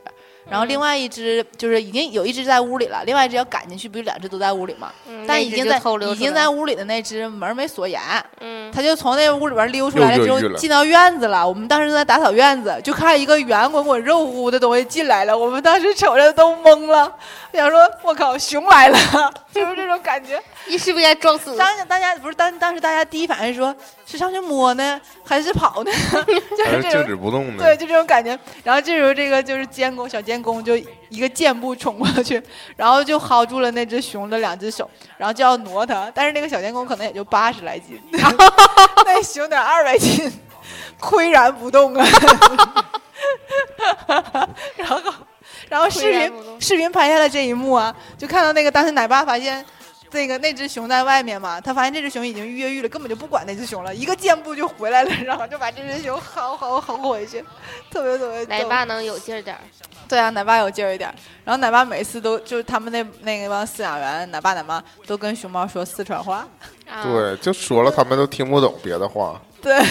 Speaker 6: 然
Speaker 5: 嗯
Speaker 6: 后另外一只就是已经有一只在屋里了，另外一只要赶进去，不就两只都在屋里嘛？
Speaker 5: 嗯
Speaker 6: 但
Speaker 5: 那
Speaker 6: 已
Speaker 5: 只
Speaker 6: 经
Speaker 5: 就
Speaker 6: 在
Speaker 5: 偷溜
Speaker 6: 已
Speaker 5: 出
Speaker 6: 经
Speaker 5: 来
Speaker 6: 在
Speaker 5: 了
Speaker 6: 屋里的那只门没锁严，
Speaker 5: 嗯
Speaker 6: 他就从那屋里边溜出来了之
Speaker 4: 又越狱
Speaker 6: 后，
Speaker 4: 了
Speaker 6: 进到院子了。我们当时正在打扫院子，就看一个圆滚滚、肉乎乎的东西进来了。我们当时瞅着都懵了，想说：“我靠，熊来了！” 就是这种感觉。
Speaker 5: 你是不是应该装死？
Speaker 6: 当时大家不是当当时大家第一反应说是上去摸呢，还是跑呢？ 就
Speaker 4: 还
Speaker 6: 是这
Speaker 4: 是静
Speaker 6: 种。
Speaker 4: 止不动的
Speaker 6: 对，，就这种感觉。然后这时候这个就是监工小监工就一个箭步冲过去，然后就薅住了那只熊的两只手，然后就要挪它。但是那个小监工可能也就八十来斤，那熊得二百斤，岿然不动啊。 然后，然后视
Speaker 5: 岿然
Speaker 6: 频
Speaker 5: 不动
Speaker 6: 视频拍下来这一幕啊，就看到那个当时奶爸发现。那个那只熊在外面嘛，他发现这只熊已经越狱了，根本就不管那只熊了，一个箭步就回来了，然后就把这只熊薅薅薅回去，特别特别逗。
Speaker 5: 奶爸能有劲儿点儿，
Speaker 6: 对啊，奶爸有劲儿一点儿。然后奶爸每次都就是他们那那帮饲养员，奶爸奶妈都跟熊猫说四川话。
Speaker 5: 啊，
Speaker 4: 对，就说了他们都听不懂别的话，
Speaker 6: 对，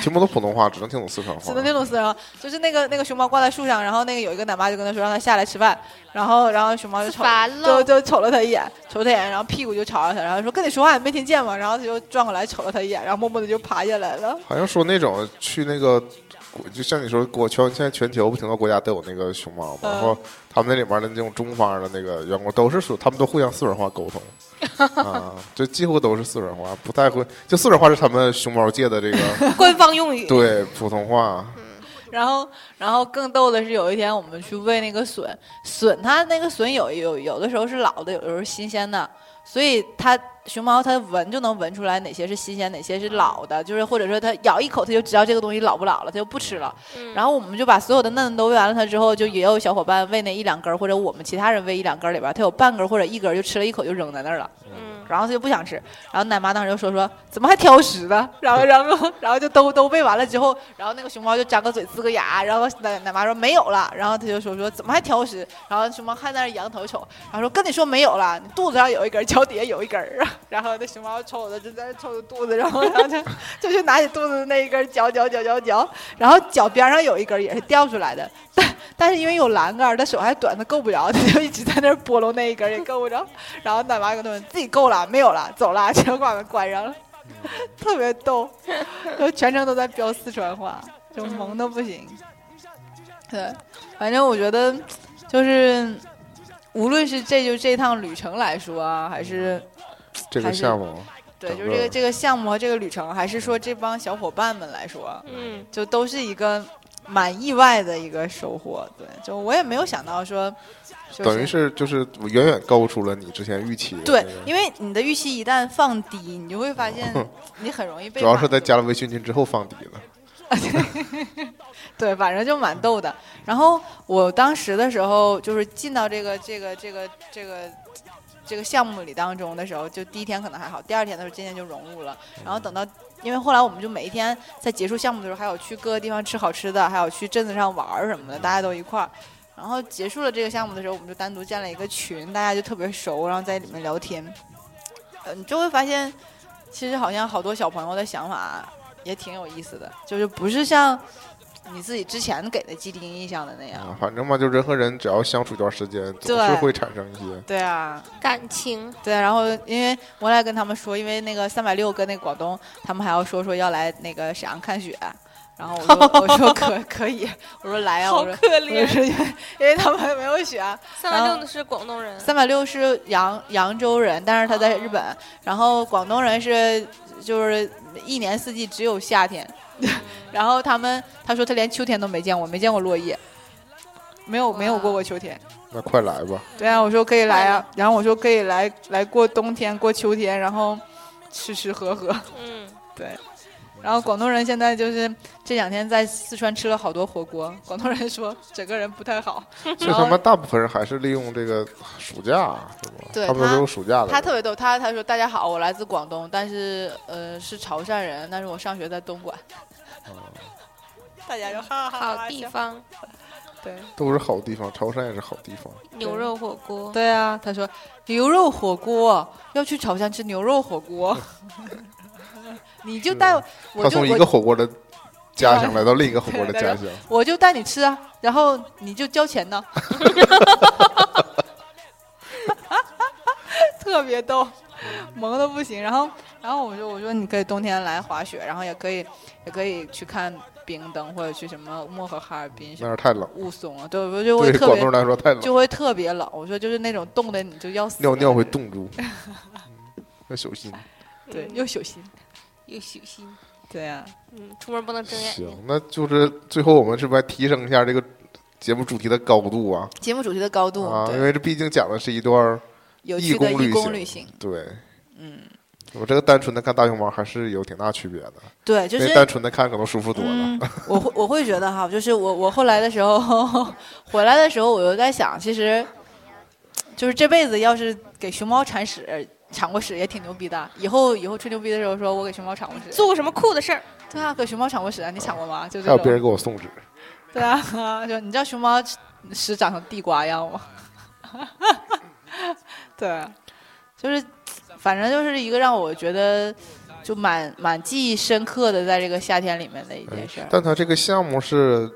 Speaker 4: 听不懂普通话，只能听懂四川话
Speaker 6: 只。能那种四川话，就是那个那个熊猫挂在树上，然后那个有一个奶妈就跟他说让他下来吃饭，然后然后熊猫就瞅
Speaker 5: 烦
Speaker 6: 就
Speaker 5: 了，
Speaker 6: 就瞅了他一眼，瞅他一眼，然后屁股就朝着他，然后说跟你说话你没听见吗？然后他就转过来瞅了他一眼，然后默默的就爬下来了。
Speaker 4: 好像说那种去那个国，就像你说国全现在全球不挺多国家都有那个熊猫嘛，
Speaker 6: 嗯
Speaker 4: 然后他们那里面的那种中方的那个员工都是说他们都互相四川话沟 通。啊，就几乎都是四川话，不太会。就四川话是他们熊猫界的 这个
Speaker 6: 官方用语。
Speaker 4: 对普通话，
Speaker 6: 然后，然后更逗的是，有一天我们去喂那个笋，笋它那个笋有有有的时候是老的，有的时候是新鲜的，所以它熊猫它闻就能闻出来哪些是新鲜，哪些是老的，就是或者说它咬一口它就知道这个东西老不老了，它就不吃了。
Speaker 5: 嗯
Speaker 6: 然后我们就把所有的嫩的都喂完了它之后，就也有小伙伴喂那一两根儿，或者我们其他人喂一两根儿里边儿，它有半根儿或者一根儿就吃了一口就扔在那儿了。
Speaker 5: 嗯，
Speaker 6: 然后他就不想吃，然后奶妈当时就说说怎么还挑食呢？然后然后 然后就都都喂完了之后，然后那个熊猫就张个嘴呲个牙，然后奶奶妈说没有了，然后他就说说怎么还挑食？然后熊猫还在那儿仰头瞅，然后说跟你说没有了，你肚子上有一根儿，脚底下有一根儿。 然后那熊猫瞅着就在那儿瞅着肚子，然后然后就 就去拿起肚子的那一根儿嚼嚼嚼嚼嚼，然后脚边上有一根儿也是掉出来的， 但但是因为有栏杆儿，他手还短，他够不着，他就一直在那儿拨弄那一根儿也够不着。 然后奶妈跟他们自己够了，没有了，走了，全把门关上了， 特别逗，就全程都在飙四川话，就萌的不行。对，反正我觉得就是，无论是这就这趟旅程来说啊，还是
Speaker 4: 这个
Speaker 6: 还是
Speaker 4: 项目
Speaker 6: 对，
Speaker 4: 整
Speaker 6: 就是这
Speaker 4: 个
Speaker 6: 个这个项目和这个旅程，还是说这帮小伙伴们来说，啊
Speaker 5: 嗯，
Speaker 6: 就都是一个蛮意外的一个收获。对，就我也没有想到说，就
Speaker 4: 等于是就是远远高出了你之前预期的那
Speaker 6: 对
Speaker 4: 个。，
Speaker 6: 因为你的预期一旦放低，你就会发 现你很容易被
Speaker 4: 主要是
Speaker 6: 满
Speaker 4: 在
Speaker 6: 足
Speaker 4: 加了微信群之后放底的。
Speaker 6: 对，反正就蛮逗的。然后我当时的时候，就是进到这个这个这个这个这个项目里当中的时候，就第一天可能还好，第二天的时候渐渐就融入了。然后等到，因为后来我们就每一天在结束项目的时候，还有去各个地方吃好吃的，还有去镇子上玩儿什么的，大家都一块儿。然后结束了这个项目的时候，我们就单独建了一个群，大家就特别熟，然后在里面聊天。呃，你就会发现，其实好像好多小朋友的想法也挺有意思的，就是不是像你自己之前给的既定印象的那样。
Speaker 4: 啊，反正嘛，就人和人只要相处一段时间，总是
Speaker 6: 对
Speaker 4: 会产生一些。
Speaker 6: 对啊，
Speaker 5: 感情，
Speaker 6: 对啊，然后因为我来跟他们说，因为那个三百六跟那个广东，他们还要说说要来那个沈阳看雪，然后我说我说可 可以，我说来哎呀、
Speaker 5: 好
Speaker 6: 我说嗯
Speaker 5: 可
Speaker 6: 我
Speaker 5: 怜。
Speaker 6: 说因为因为他们没有雪，啊
Speaker 5: 三百六的是广东人，
Speaker 6: 三百六是扬扬州人，但是他在日本，然后广东人是就是一年四季只有夏天，
Speaker 5: 嗯
Speaker 6: 然后他们他说他连秋天都没见过，没见过落叶，没有没有过过秋天。
Speaker 4: 那快来吧，
Speaker 6: 对啊，我说可以来啊，然后我说可以来来过冬天，过秋天，然后吃吃喝喝。
Speaker 5: 嗯，
Speaker 6: 然后广东人现在就是这两天在四川吃了好多火锅，广东人说整个人不太好。
Speaker 4: 所以他们大部分人还是利用这个暑假，啊是吧？
Speaker 6: 对
Speaker 4: 他们都
Speaker 6: 他
Speaker 4: 是有暑假的。
Speaker 6: 他特别逗，他他说大家好，我来自广东，但是呃是潮汕人，但是我上学在东莞。 大家就哈哈哈
Speaker 5: 好
Speaker 6: 哈
Speaker 5: 地
Speaker 6: 笑
Speaker 5: 方，
Speaker 6: 对
Speaker 4: 都是好地方，潮汕也是好地方。
Speaker 5: 牛肉火锅，
Speaker 6: 对啊，他说牛肉火锅要去潮汕吃牛肉火锅， 你就带我，我
Speaker 4: 他
Speaker 6: 就
Speaker 4: 从一个
Speaker 6: 我
Speaker 4: 火锅的家乡来到另一个火锅的家乡，
Speaker 6: 我就带你吃啊，然后你就交钱呢， 特别逗，萌的不行。然后然后我说我说你可以冬天来滑雪，然后也可以也可以去看冰灯或者去什么漠河哈尔滨什
Speaker 4: 那
Speaker 6: 么
Speaker 4: 儿太冷。
Speaker 6: 雾凇啊，对，我就会
Speaker 4: 对于
Speaker 6: 特
Speaker 4: 广
Speaker 6: 别
Speaker 4: 东人来说太冷，
Speaker 6: 就会特别冷。我说就是那种冻的你就要死了，啊
Speaker 4: 尿尿会 冻住，嗯要小心。
Speaker 6: 对，
Speaker 5: 嗯
Speaker 6: 又小心，
Speaker 5: 又小心，
Speaker 6: 对啊呀、
Speaker 5: 嗯，出门不能睁眼睛。
Speaker 4: 行，那就是最后我们是不是还提升一下这个节目主题的高度啊？
Speaker 6: 节目主题的高度，
Speaker 4: 啊，
Speaker 6: 对
Speaker 4: 因为这毕竟讲的是一段儿
Speaker 6: 有
Speaker 4: 义
Speaker 6: 趣的义工
Speaker 4: 工
Speaker 6: 旅
Speaker 4: 行
Speaker 6: 行，，
Speaker 4: 对。
Speaker 6: 嗯，
Speaker 4: 我这个单纯的看大熊猫还是有挺大区别的，
Speaker 6: 对，就
Speaker 4: 因
Speaker 6: 是
Speaker 4: 为单纯的看可能舒服多了。
Speaker 6: 嗯，我会我会觉得哈，就是我我后来的时候，回来的时候我又在想，其实就是这辈子要是给熊猫铲屎铲过屎也挺牛逼的，以后以后吹牛逼的时候说我给熊猫铲过屎，
Speaker 5: 做过什么酷的事儿？
Speaker 6: 对啊，给熊猫铲过屎啊，你铲过吗？就
Speaker 4: 还有
Speaker 6: 这
Speaker 4: 别人
Speaker 6: 种，
Speaker 4: 给我送纸，
Speaker 6: 对啊，就你知道熊猫屎长成地瓜样吗？ 对，就是反正就是一个让我觉得就蛮蛮记忆深刻的，在这个夏天里面的一件事儿。
Speaker 4: 但它这个项目是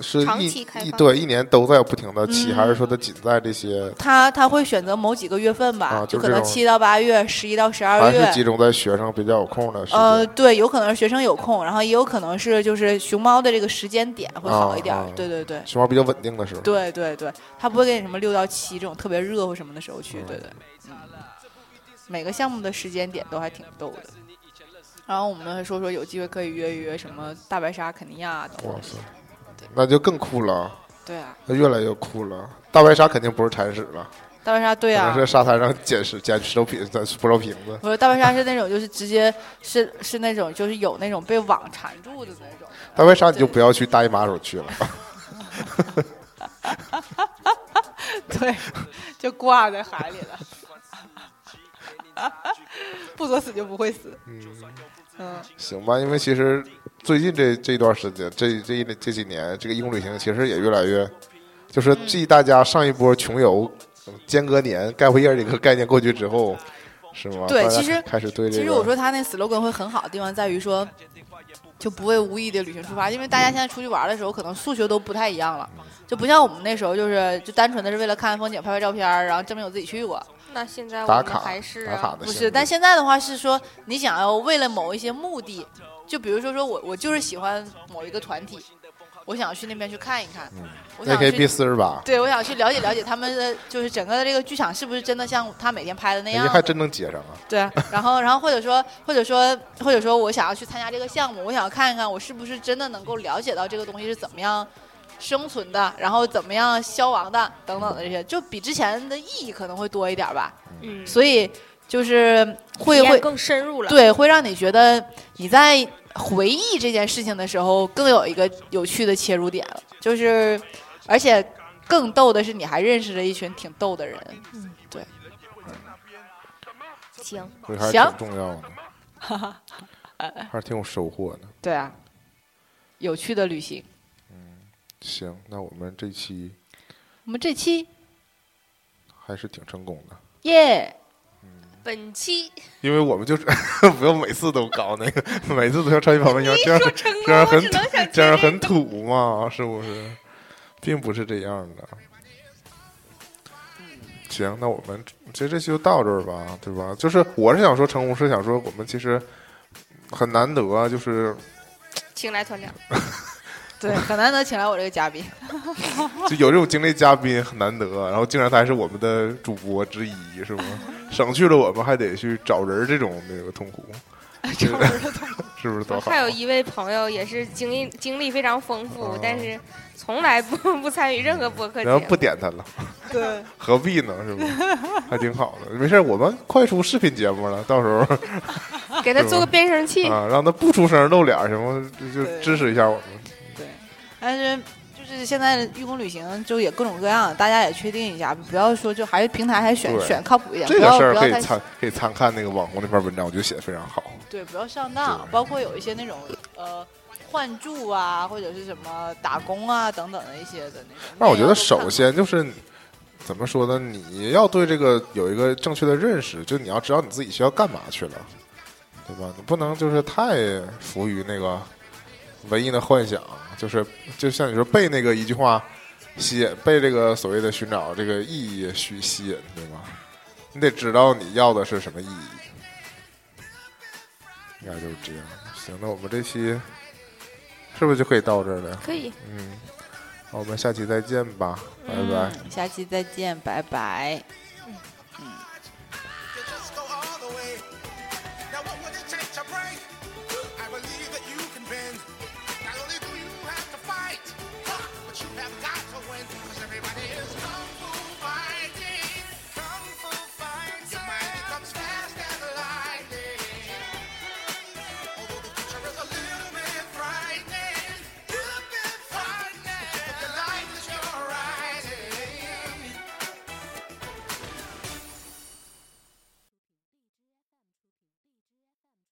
Speaker 4: 是
Speaker 5: 长
Speaker 4: 一
Speaker 5: 期开
Speaker 4: 一
Speaker 5: 放
Speaker 4: 对一年都在不停的起，
Speaker 6: 嗯
Speaker 4: 还是说它仅在这些，
Speaker 6: 他他会选择某几个月份吧，
Speaker 4: 啊就
Speaker 6: 就是可能
Speaker 4: 这种
Speaker 6: 七到八月、十一到十二
Speaker 4: 还是集
Speaker 6: 月。
Speaker 4: 中在学生比较有空的时
Speaker 6: 呃，
Speaker 4: 间？
Speaker 6: 对，有可能是学生有空，然后也有可能是就是熊猫的这个时间点会好一点儿。
Speaker 4: 啊啊
Speaker 6: 对对对，
Speaker 4: 熊猫比较稳定的时候，
Speaker 6: 对对对，他不会给你什么六到七这种特别热或什么的时候去。对对，嗯每个项目的时间点都还挺逗的。然后我们还说说有机会可以约一约什么大白鲨、肯尼亚啊等
Speaker 4: 哇
Speaker 6: 等。
Speaker 4: 塞，那就更酷了，
Speaker 6: 对啊，
Speaker 4: 那越来越酷了。大白鲨肯定不是铲屎了，
Speaker 6: 大白鲨对
Speaker 4: 可
Speaker 6: 啊，
Speaker 4: 能是沙滩上捡石捡石头瓶子、塑料瓶子。
Speaker 6: 不是大白鲨是那种就是直接是是那种就是有那种被网缠住的那种。
Speaker 4: 大白鲨你就
Speaker 6: 对
Speaker 4: 不要去大姨妈手去了，
Speaker 6: 对，就挂在海里了，不作死就不会死。嗯，
Speaker 4: 行吧？因为其实最近这这段时间，这这一这几年，这个义工旅行其实也越来越，
Speaker 6: 嗯
Speaker 4: 就是继大家上一波穷游、嗯间隔年盖过夜这个概念过去之后，是吗？
Speaker 6: 对
Speaker 4: 大家
Speaker 6: 其实
Speaker 4: 开始对这个，
Speaker 6: 其实我说他那 slogan 会很好的地方在于说，就不为无意义的旅行出发，因为大家现在出去玩的时候，可能诉求都不太一样了，就不像我们那时候就是就单纯的是为了看风景、拍拍照片儿，然后证明我自己去过。
Speaker 5: 那现在我
Speaker 4: 打
Speaker 5: 们
Speaker 4: 卡
Speaker 5: 还是
Speaker 4: 打卡
Speaker 5: 啊，
Speaker 6: 不
Speaker 4: 的行
Speaker 6: 是，
Speaker 4: 动
Speaker 6: 但现在的话是说，你想要为了某一些目的，就比如说说我我就是喜欢某一个团体，我想去那边去看一看，我想去
Speaker 4: AKB 四十八，
Speaker 6: 对，我想去了解了解他们的，就是整个的这个剧场是不是真的像他每天拍的那
Speaker 4: 人
Speaker 6: 样
Speaker 4: 家还
Speaker 6: 子？
Speaker 4: 真能接上啊！
Speaker 6: 对啊，然后然后或者说或者说或者说我想要去参加这个项目，我想要看一看我是不是真的能够了解到这个东西是怎么样生存的，然后怎么样消亡的等等的这些，就比之前的意义可能会多一点吧。
Speaker 5: 嗯，
Speaker 6: 所以就是会
Speaker 5: 体验
Speaker 6: 会
Speaker 5: 更深入了。
Speaker 6: 对，会让你觉得你在回忆这件事情的时候，更有一个有趣的切入点了。就是，而且更逗的是，你还认识了一群挺逗的人。
Speaker 5: 行，
Speaker 4: 这还是
Speaker 6: 行
Speaker 4: 挺重要的， 还是挺有收获的。
Speaker 6: 对啊，有趣的旅行。
Speaker 4: 行，那我们这期
Speaker 6: 我们这期
Speaker 4: 还是挺成功的，
Speaker 6: 耶
Speaker 5: 本期
Speaker 4: 因为我们就是 不用每次都搞那个，每次都要超级跑分享，这样
Speaker 5: 成功，
Speaker 4: 这样
Speaker 5: 我
Speaker 4: 很
Speaker 5: 只能想接
Speaker 4: 这样
Speaker 5: 这
Speaker 4: 很土嘛，是不是？并不是这样的。行，那我们其实这期就到这儿吧，对吧？就是我是想说，成功是想说，我们其实很难得啊，就是
Speaker 5: 请来团长，
Speaker 6: 对，很难得请来我这个嘉宾。
Speaker 4: 就有这种经历嘉宾很难得，啊然后竟然他还是我们的主播之一，是吗？省去了我们还得去找人儿这种那个痛苦，
Speaker 6: 找人的痛苦
Speaker 4: 是不是多好？啊
Speaker 5: 还有一位朋友也是经历经历非常丰富
Speaker 4: 哦，
Speaker 5: 但是从来不 不参与任何播客节
Speaker 4: 然后不
Speaker 5: 目。
Speaker 4: 点他了，
Speaker 6: 对，
Speaker 4: 何必呢？是吧？还挺好的，没事儿，我们快出视频节目了，到时候
Speaker 5: 给他做个变声器，
Speaker 4: 啊，让他不出声露脸儿行吗？就就
Speaker 6: 对
Speaker 4: 支持一下我们。
Speaker 6: 但是。就是现在的义工旅行就也各种各样，大家也确定一下，不要说就还是平台还选
Speaker 4: 对
Speaker 6: 选靠谱一点，
Speaker 4: 这
Speaker 6: 不
Speaker 4: 个
Speaker 6: 要
Speaker 4: 事儿
Speaker 6: 不要
Speaker 4: 可以
Speaker 6: 太
Speaker 4: 参可以参看那个网红那篇文章，我觉得写的非常好。
Speaker 6: 对，不要上当
Speaker 4: 对，
Speaker 6: 包括有一些那种呃换住啊，或者是什么打工啊等等的一些的那种。
Speaker 4: 那我觉
Speaker 6: 那
Speaker 4: 得
Speaker 6: 样都看
Speaker 4: 首先就是你怎么说呢？你要对这个有一个正确的认识，就你要知道你自己需要干嘛去了，对对吧？你不能就是太浮于那个文艺的幻想，就是就像你说被那个一句话吸引，被这个所谓的寻找这个意义去吸引，对吗？你得知道你要的是什么意义，应该就是这样。行，那我们这期是不是就可以到这儿了？
Speaker 5: 可以，
Speaker 4: 嗯，好，我们下期再见吧，拜拜。
Speaker 6: 嗯下期再见，拜拜。